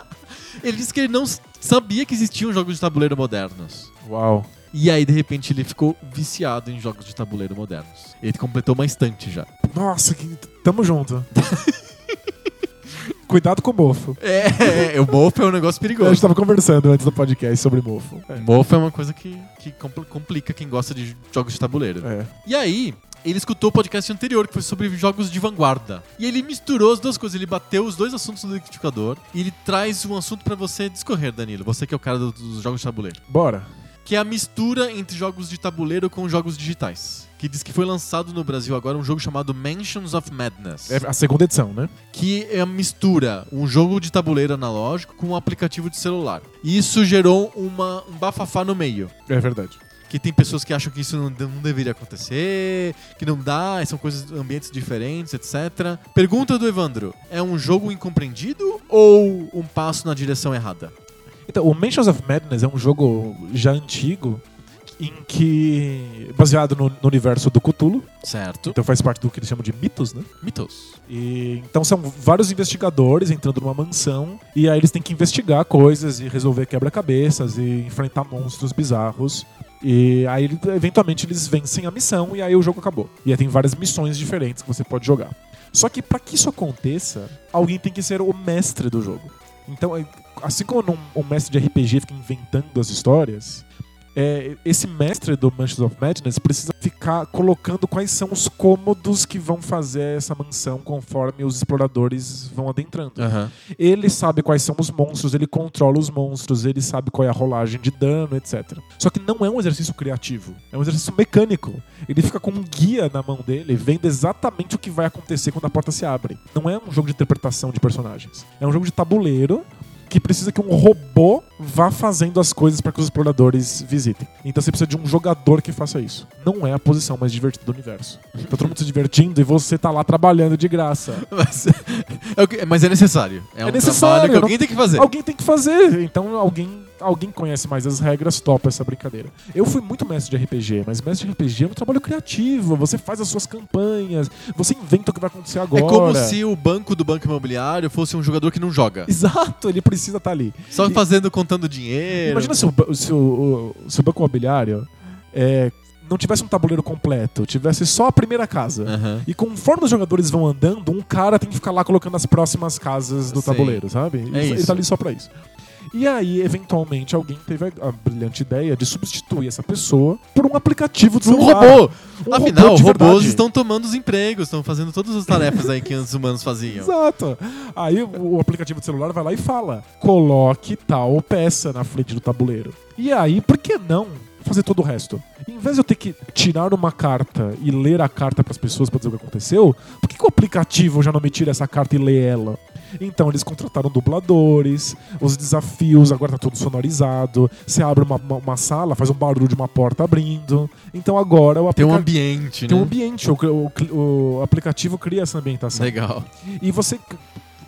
É. Ele disse que ele não s- sabia que existiam jogos de tabuleiro modernos. Uau. E aí, de repente, ele ficou viciado em jogos de tabuleiro modernos. Ele completou uma estante já. Nossa, que... tamo junto. Cuidado com o mofo. É, o mofo é um negócio A gente perigoso. tava conversando antes do podcast sobre mofo. É. Mofo é uma coisa que, que compl- complica quem gosta de jogos de tabuleiro. É. E aí, ele escutou o podcast anterior, que foi sobre jogos de vanguarda. E ele misturou as duas coisas, ele bateu os dois assuntos no liquidificador e ele traz um assunto pra você discorrer, Danilo. Você que é o cara do- dos jogos de tabuleiro. Bora. Que é a mistura entre jogos de tabuleiro com jogos digitais. Que diz que foi lançado no Brasil agora um jogo chamado Mansions of Madness. É a segunda edição, né? Que é a mistura um jogo de tabuleiro analógico com um aplicativo de celular. E isso gerou uma, um bafafá no meio É verdade. que tem pessoas que acham que isso não, de- não deveria acontecer, que não dá, são coisas, ambientes diferentes, etc. Pergunta do Evandro: é um jogo incompreendido ou um passo na direção errada? Então, o Mansions of Madness é um jogo já antigo em que. baseado no, no universo do Cthulhu, Certo. então faz parte do que eles chamam de mitos, né? Mitos. E, então são vários investigadores entrando numa mansão e aí eles têm que investigar coisas e resolver quebra-cabeças e enfrentar monstros bizarros. E aí ele- eventualmente eles vencem a missão e aí o jogo acabou. E aí tem várias missões diferentes que você pode jogar. Só que pra que isso aconteça, alguém tem que ser o mestre do jogo. Então, é- assim como num- um mestre de RPG fica inventando as histórias, é, esse mestre do Mansions of Madness precisa ficar colocando quais são os cômodos que vão fazer essa mansão conforme os exploradores vão adentrando. Aham. Ele sabe quais são os monstros, ele controla os monstros, ele sabe qual é a rolagem de dano, etc. Só que não é um exercício criativo, é um exercício mecânico. Ele fica com um guia na mão dele, vendo exatamente o que vai acontecer quando a porta se abre. Não é um jogo de interpretação de personagens. É um jogo de tabuleiro que precisa que um robô vá fazendo as coisas para que os exploradores visitem. Então você precisa de um jogador que faça isso. Não é a posição mais divertida do universo. Tá todo mundo se divertindo e você tá lá trabalhando de graça. Mas, é o que- mas é necessário. É, É um necessário, trabalho que não- alguém tem que fazer. É Alguém tem que fazer. Então alguém, alguém conhece mais as regras, topa essa brincadeira. Eu fui muito mestre de RPG, mas mestre de RPG é um trabalho criativo. Você faz as suas campanhas, você inventa o que vai acontecer agora. É como se o banco do banco imobiliário fosse um jogador que não joga. Exato, ele precisa estar ali. Só E- fazendo, contando dinheiro. Imagina se o, ba- se o- o- se o banco imobiliário é, não tivesse um tabuleiro completo, tivesse só a primeira casa. Aham. E conforme os jogadores vão andando, um cara tem que ficar lá colocando as próximas casas do Sim. tabuleiro, sabe? É ele isso. tá ali só pra isso. E aí, eventualmente, alguém teve a, a brilhante ideia de substituir essa pessoa por um aplicativo de Um celular. robô! Um Afinal, robô de robôs verdade. estão tomando os empregos, estão fazendo todas as tarefas aí que os humanos faziam. Exato. Aí o o aplicativo de celular vai lá e fala: coloque tal peça na frente do tabuleiro. E aí, por que não fazer todo o resto? Em vez de eu ter que tirar uma carta e ler a carta pras pessoas pra dizer o que aconteceu, por que, que o aplicativo já não me tira essa carta e lê ela? Então eles contrataram dubladores, os desafios agora tá tudo sonorizado. Você abre uma, uma- uma sala, faz um barulho de uma porta abrindo. Então agora o Tem um aplicativo. ambiente, Tem um né? é ambiente, o, o- o aplicativo cria essa ambientação. Legal. E você c-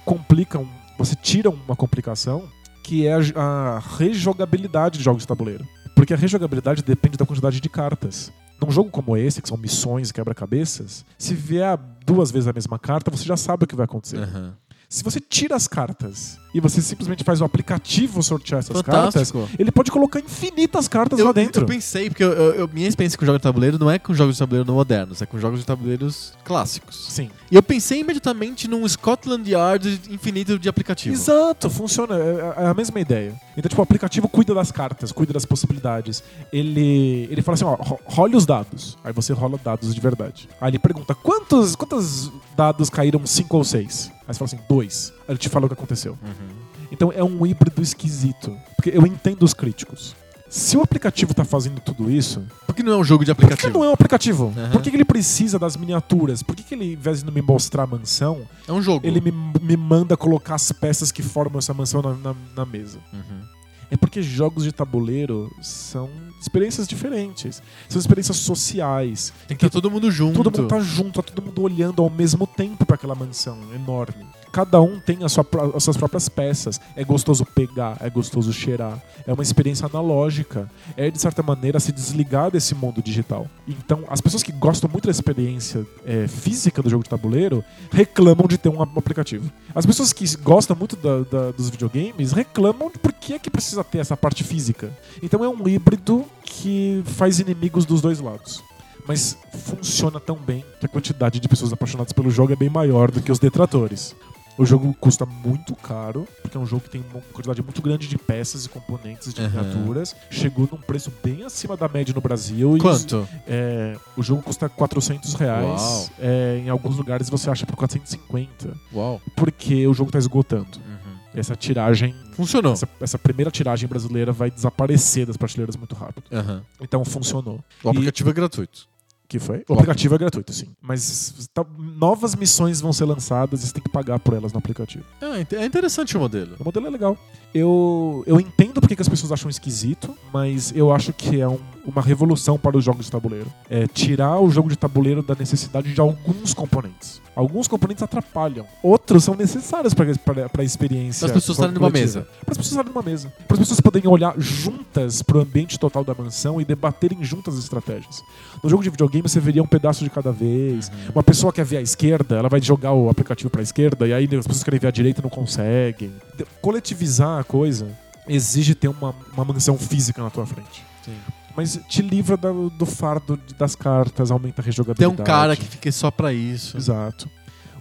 complica, um- você tira uma complicação que é a, j- a rejogabilidade de jogos de tabuleiro. Porque a rejogabilidade depende da quantidade de cartas. Num jogo como esse, que são missões e quebra-cabeças, se vier duas vezes a mesma carta, você já sabe o que vai acontecer. Aham. Se você tira as cartas e você simplesmente faz o aplicativo sortear essas cartas, Fantástico. ele pode colocar infinitas cartas lá dentro. eu pensei, porque eu- eu- eu- minha experiência com jogos de tabuleiro não é com jogos de tabuleiro modernos, é com jogos de tabuleiros clássicos. Sim. E eu pensei imediatamente num Scotland Yard infinito de aplicativo. Exato, funciona. É é a mesma ideia. Então, tipo, o aplicativo cuida das cartas, cuida das possibilidades. Ele, ele fala assim, ó, ro- role os dados. Aí você rola dados de verdade. Aí ele pergunta, quantos, quantos dados caíram cinco ou seis Aí você fala assim, dois. Aí ele te fala o que aconteceu. Uhum. Então é um híbrido esquisito. Porque eu entendo os críticos. Se o aplicativo tá fazendo tudo isso, Por que não é um jogo de por que aplicativo? não é um aplicativo? Aham. Por que que ele precisa das miniaturas? Por que, que ele, ao invés de não me mostrar a mansão, É um jogo. ele me, me manda colocar as peças que formam essa mansão na, na- na mesa. Uhum. É porque jogos de tabuleiro são experiências diferentes. São experiências sociais. Tem que estar todo mundo junto. Todo mundo tá junto, tá todo mundo olhando ao mesmo tempo para aquela mansão enorme. Cada um tem a sua pró- as suas próprias peças. É gostoso pegar, é gostoso cheirar. É uma experiência analógica. É, de certa maneira, se desligar desse mundo digital. Então, as pessoas que gostam muito da experiência é, física do jogo de tabuleiro reclamam de ter um ap- aplicativo. As pessoas que gostam muito da- da- dos videogames reclamam de por que, é que precisa ter essa parte física. Então, é um híbrido que faz inimigos dos dois lados mas funciona tão bem que a quantidade de pessoas apaixonadas pelo jogo é bem maior do que os detratores. O jogo custa muito caro, porque é um jogo que tem uma quantidade muito grande de peças e componentes de Aham. miniaturas. Chegou num preço bem acima da média no Brasil. e os- Quanto? é, o jogo custa 400 Uau. reais. É, em alguns lugares você acha por 450. Uau. Porque o jogo tá esgotando. Essa tiragem... Funcionou. Essa, essa primeira tiragem brasileira vai desaparecer das prateleiras muito rápido. Aham. Então funcionou. O aplicativo é gratuito. Que foi? O aplicativo é gratuito, sim. Mas tá- novas missões vão ser lançadas e você tem que pagar por elas no aplicativo. Ah, inte- é interessante o modelo. O modelo é legal. Eu, eu entendo porque que as pessoas acham esquisito, mas eu acho que é um- uma revolução para os jogos de tabuleiro. É tirar o jogo de tabuleiro da necessidade de alguns componentes. Alguns componentes atrapalham, outros são necessários para a experiência. As pessoas estarem numa coletiva. mesa. Para as pessoas estarem numa mesa. Para as pessoas poderem olhar juntas para o ambiente total da mansão e debaterem juntas as estratégias. No jogo de videogame você veria um pedaço de cada vez. Uma pessoa quer ver a esquerda, ela vai jogar o aplicativo para a esquerda e aí as pessoas querem ver a direita e não conseguem. De- Coletivizar a coisa exige ter uma, uma mansão física na tua frente. Sim. Mas te livra da- do fardo de- das cartas, aumenta a Tem rejogabilidade. um cara que fica só pra isso. Exato.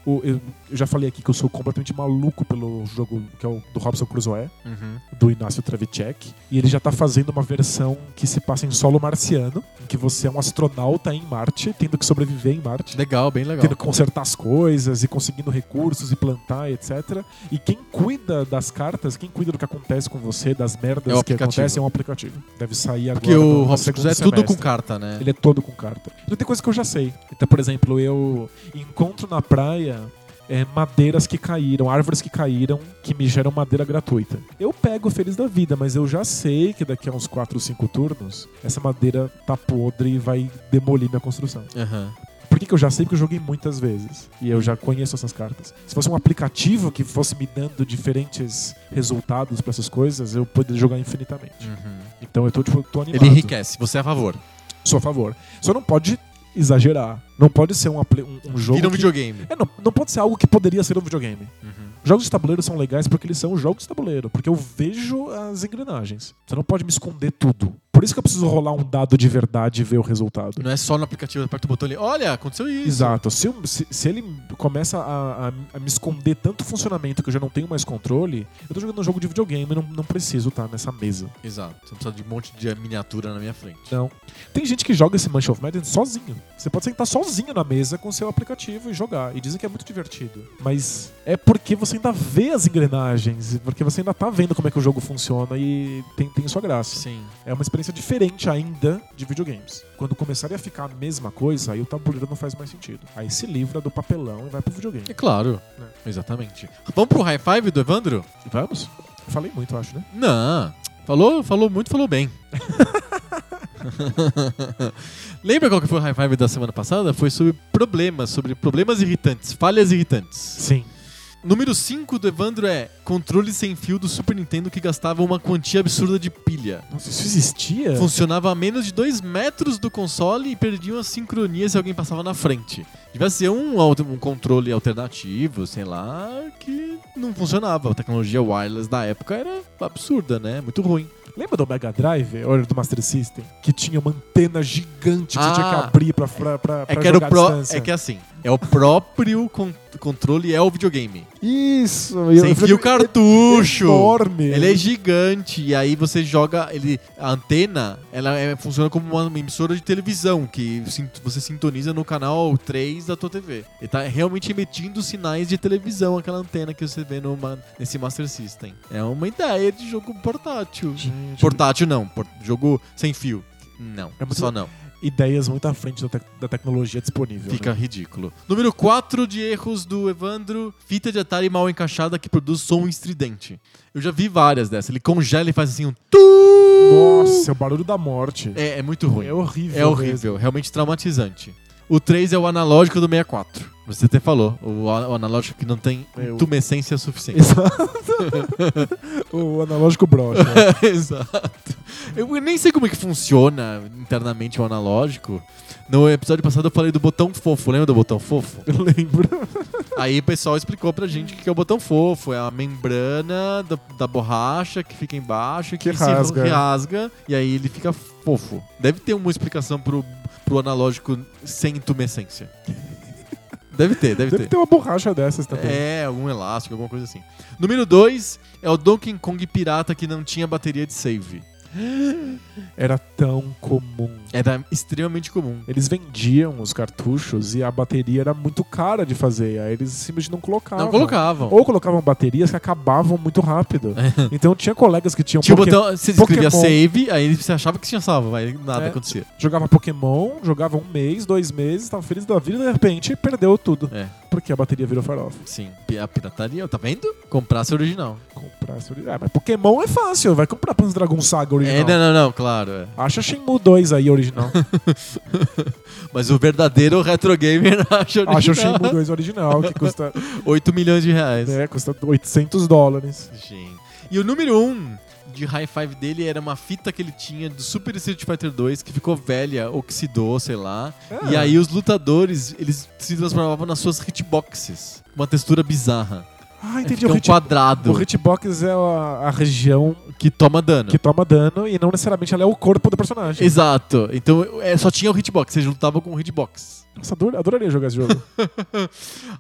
O- eu, eu já falei aqui que eu sou completamente maluco pelo jogo que é o do Robson Crusoe Uhum. do Inácio Trevicek. E ele já tá fazendo uma versão que se passa em solo marciano, em que você é um astronauta em Marte, tendo que sobreviver em Marte. Legal, bem legal. Tendo que consertar as coisas e conseguindo recursos e plantar, etc. E quem cuida das cartas, quem cuida do que acontece com você, das merdas É o que aplicativo. acontecem, é um aplicativo. Deve sair agora. Porque no- o no Robson segundo Crusoe é tudo com semestre. carta, né? Ele é todo com carta. Então tem coisa que eu já sei. Então, por exemplo, eu encontro na praia é, madeiras que caíram, árvores que caíram, que me geram madeira gratuita. Eu pego feliz da vida, mas eu já sei que daqui a uns 4 ou 5 turnos, essa madeira tá podre e vai demolir minha construção. Aham. Por que, que eu já sei? Porque eu joguei muitas vezes. E eu já conheço essas cartas. Se fosse um aplicativo que fosse me dando diferentes resultados pra essas coisas, eu poderia jogar infinitamente. Uhum. Então eu tô, tipo, tô animado. Ele enriquece, você é a favor. Sou a favor. Só não pode exagerar. Não pode ser um, apli- um, um jogo. Vira um que- videogame. É, não, não pode ser algo que poderia ser um videogame. Jogos de tabuleiro são legais porque eles são jogos de tabuleiro, porque eu vejo as engrenagens. Você não pode me esconder tudo. Por isso que eu preciso rolar um dado de verdade e ver o resultado. Não é só no aplicativo, aperta o botão ali. Olha, aconteceu isso. Exato. Se, eu- se- se ele começa a, a- a me esconder tanto funcionamento que eu já não tenho mais controle, eu tô jogando um jogo de videogame e não, não preciso estar nessa mesa. Exato. Não precisa de um monte de miniatura na minha frente. Não. Tem gente que joga esse Mansion of Madness sozinho. Você pode sentar sozinho na mesa com seu aplicativo e jogar. E dizem que é muito divertido. Mas é porque você ainda vê as engrenagens, porque você ainda tá vendo como é que o jogo funciona e tem, tem sua graça. Sim. É uma experiência diferente ainda de videogames. Quando começarem a ficar a mesma coisa, aí o tabuleiro não faz mais sentido. Aí se livra do papelão e vai pro videogame. É claro. Né. Exatamente. Vamos pro high five do Evandro? Vamos? Falei muito, acho, né? Não. Falou, falou muito, falou bem. Lembra qual que foi o high five da semana passada? Foi sobre problemas, sobre problemas irritantes, falhas irritantes. Sim. Número 5 do Evandro é controle sem fio do Super Nintendo que gastava uma quantia absurda de pilha. Nossa, isso existia? Funcionava a menos de 2 metros do console e perdiam a sincronia se alguém passava na frente. Devia ser um, alter- um controle alternativo, sei lá, que não funcionava. A tecnologia wireless da época era absurda, né? Muito ruim. Lembra do Mega Drive, ou do Master System, que tinha uma antena gigante que você tinha que Ah. abrir pra, pra, pra, É pra que, era o jogar à pró- distância? é que é assim, é o próprio con- controle, é o videogame. Isso! eu- Você eu- enfia o cartucho. Enorme! Ele é gigante e aí você joga ele a antena, ela é- funciona como uma emissora de televisão que sin- você sintoniza no canal 3 da tua TV. Ele tá realmente emitindo sinais de televisão aquela antena que você vê numa- nesse Master System. É uma ideia de jogo portátil. Gente, Portátil não, por- jogo sem fio. Não, É muito- só não. ideias muito à frente da, tec- da tecnologia disponível. Fica né? ridículo. Número 4 de erros do Evandro: fita de Atari mal encaixada que produz som estridente. Eu já vi várias dessas. Ele congela e faz assim um tu. Nossa, é o barulho da morte. É, é muito ruim. É horrível. É horrível, realmente traumatizante. O 3 é o analógico do 64. Você até falou, o, a- o analógico que não tem É o- tumescência mesmo. suficiente. Exato. o analógico brocha. Exato. Eu nem sei como é que funciona internamente o analógico. No episódio passado eu falei do botão fofo, lembra do botão fofo? Eu lembro. Aí o pessoal explicou pra gente o que é o botão fofo. É a membrana da, da borracha que fica embaixo, que, Que se rasga. né? rasga, e aí ele fica fofo. Deve ter uma explicação pro, pro analógico sem tumescência. Deve ter, deve, Deve ter tá uma borracha dessas também. É, algum elástico, alguma coisa assim. Número 2 é o Donkey Kong pirata que não tinha bateria de save. Era tão comum. Era extremamente comum. Eles vendiam os cartuchos e a bateria era muito cara de fazer. Aí eles simplesmente não colocavam. Não colocavam. Ou colocavam baterias que acabavam muito rápido. então tinha colegas que tinham É. Tinha o Poké- botão, você escrevia Pokémon. save, aí você achava que tinha salvo, aí nada É. acontecia. jogava Pokémon, jogava um mês, dois meses, tava feliz da vida e de repente perdeu tudo. É. porque a bateria virou farofa. Sim, pi- a pirataria, tá vendo? Comprasse original. Comprar esse original. Ah, mas Pokémon é fácil, vai comprar Panzer Dragon Saga É, original. não, não, não, claro. é. Acha Shenmue 2 aí original. Mas o verdadeiro retro gamer acha original. Acha o Shenmue 2 original, que custa, 8 milhões de reais. né, custa 800 dólares. Gente. E o número 1 um de high five dele era uma fita que ele tinha do Super Street Fighter 2 que ficou velha, oxidou, sei lá. Ah. E aí os lutadores, eles se transformavam nas suas hitboxes. Uma textura bizarra. Ah, Aí entendi. fica um O, hit, quadrado o hitbox é a, a região que toma dano. que toma dano e não necessariamente ela é o corpo do personagem. Exato. Então é, só tinha o hitbox, você lutava com o hitbox. Nossa, ador- adoraria jogar esse jogo.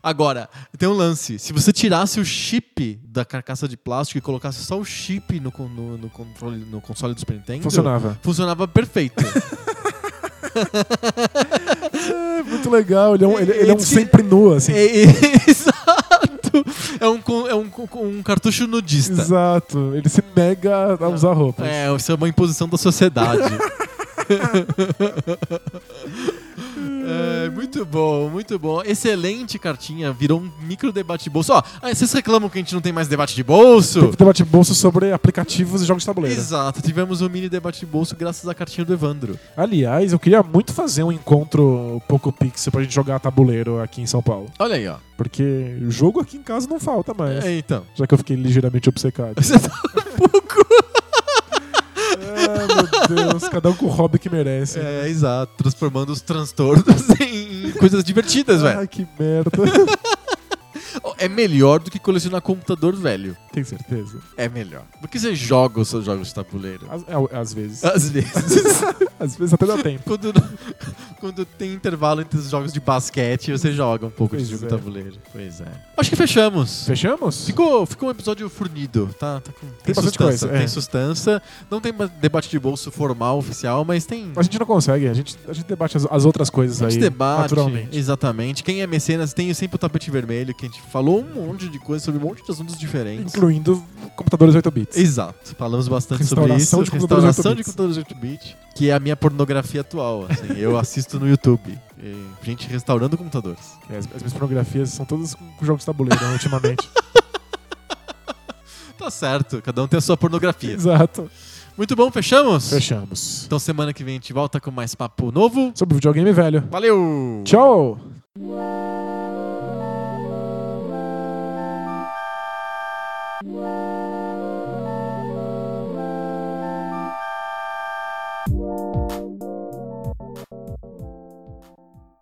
Agora, tem um lance. Se você tirasse o chip da carcaça de plástico e colocasse só o chip no, con- no, no controle, no console do Super Nintendo... Funcionava. Funcionava perfeito. É muito legal, ele é um, ele- ele é um Ele- sempre nu, assim. É, é, exato! É um, con- é um, co- um cartucho nudista. Exato, ele se nega a usar roupas. É, isso é uma imposição da sociedade. É, muito bom, muito bom. Excelente cartinha, virou um micro debate de bolso. Ó, ah, vocês reclamam que a gente não tem mais debate de bolso? Teve debate bolso sobre aplicativos e jogos de tabuleiro. Exato, tivemos um mini debate de bolso graças à cartinha do Evandro. Aliás, eu queria muito fazer um encontro Poco Pixel pra gente jogar tabuleiro aqui em São Paulo. Olha aí, ó. Porque o jogo aqui em casa não falta mais. É, então. Já que eu fiquei ligeiramente obcecado. Você tá um pouco. ah, meu Deus, cada um com o hobby que merece. É, exato. Transformando os transtornos em coisas divertidas, velho. Ai, que merda. É melhor do que colecionar computador velho. Tem certeza? É melhor. Porque você joga os seus jogos de tabuleiro. Às, é, às vezes. Às vezes. Às vezes até dá tempo. quando, quando tem intervalo entre os jogos de basquete, você joga um pouco Pois de jogo é. de tabuleiro. Pois é. Acho que fechamos. Fechamos? Ficou, ficou um episódio fornido, tá? Tá com- tem, bastante sustância, coisa, é. tem sustância. Não tem ba- debate de bolso formal, oficial, mas tem A gente não consegue, a gente, a gente debate as, as outras coisas Esse aí. debate, Naturalmente. exatamente. Quem é mecenas tem sempre o tapete vermelho, que a gente falou um monte de coisa sobre um monte de assuntos diferentes. Incluindo computadores 8 bits. Exato. Falamos bastante sobre isso. Restauração de computadores Restauração 8 de bits. computadores 8-bit, que é a minha pornografia atual. assim. eu assisto no YouTube. eh, Gente restaurando computadores. É, As, as minhas pornografias são todas com com jogos de tabuleiro né, ultimamente. Tá certo, cada um tem a sua pornografia. Exato. Muito bom, fechamos? Fechamos. Então semana que vem a gente volta com mais papo novo. Sobre videogame velho. Valeu! Tchau! Tchau.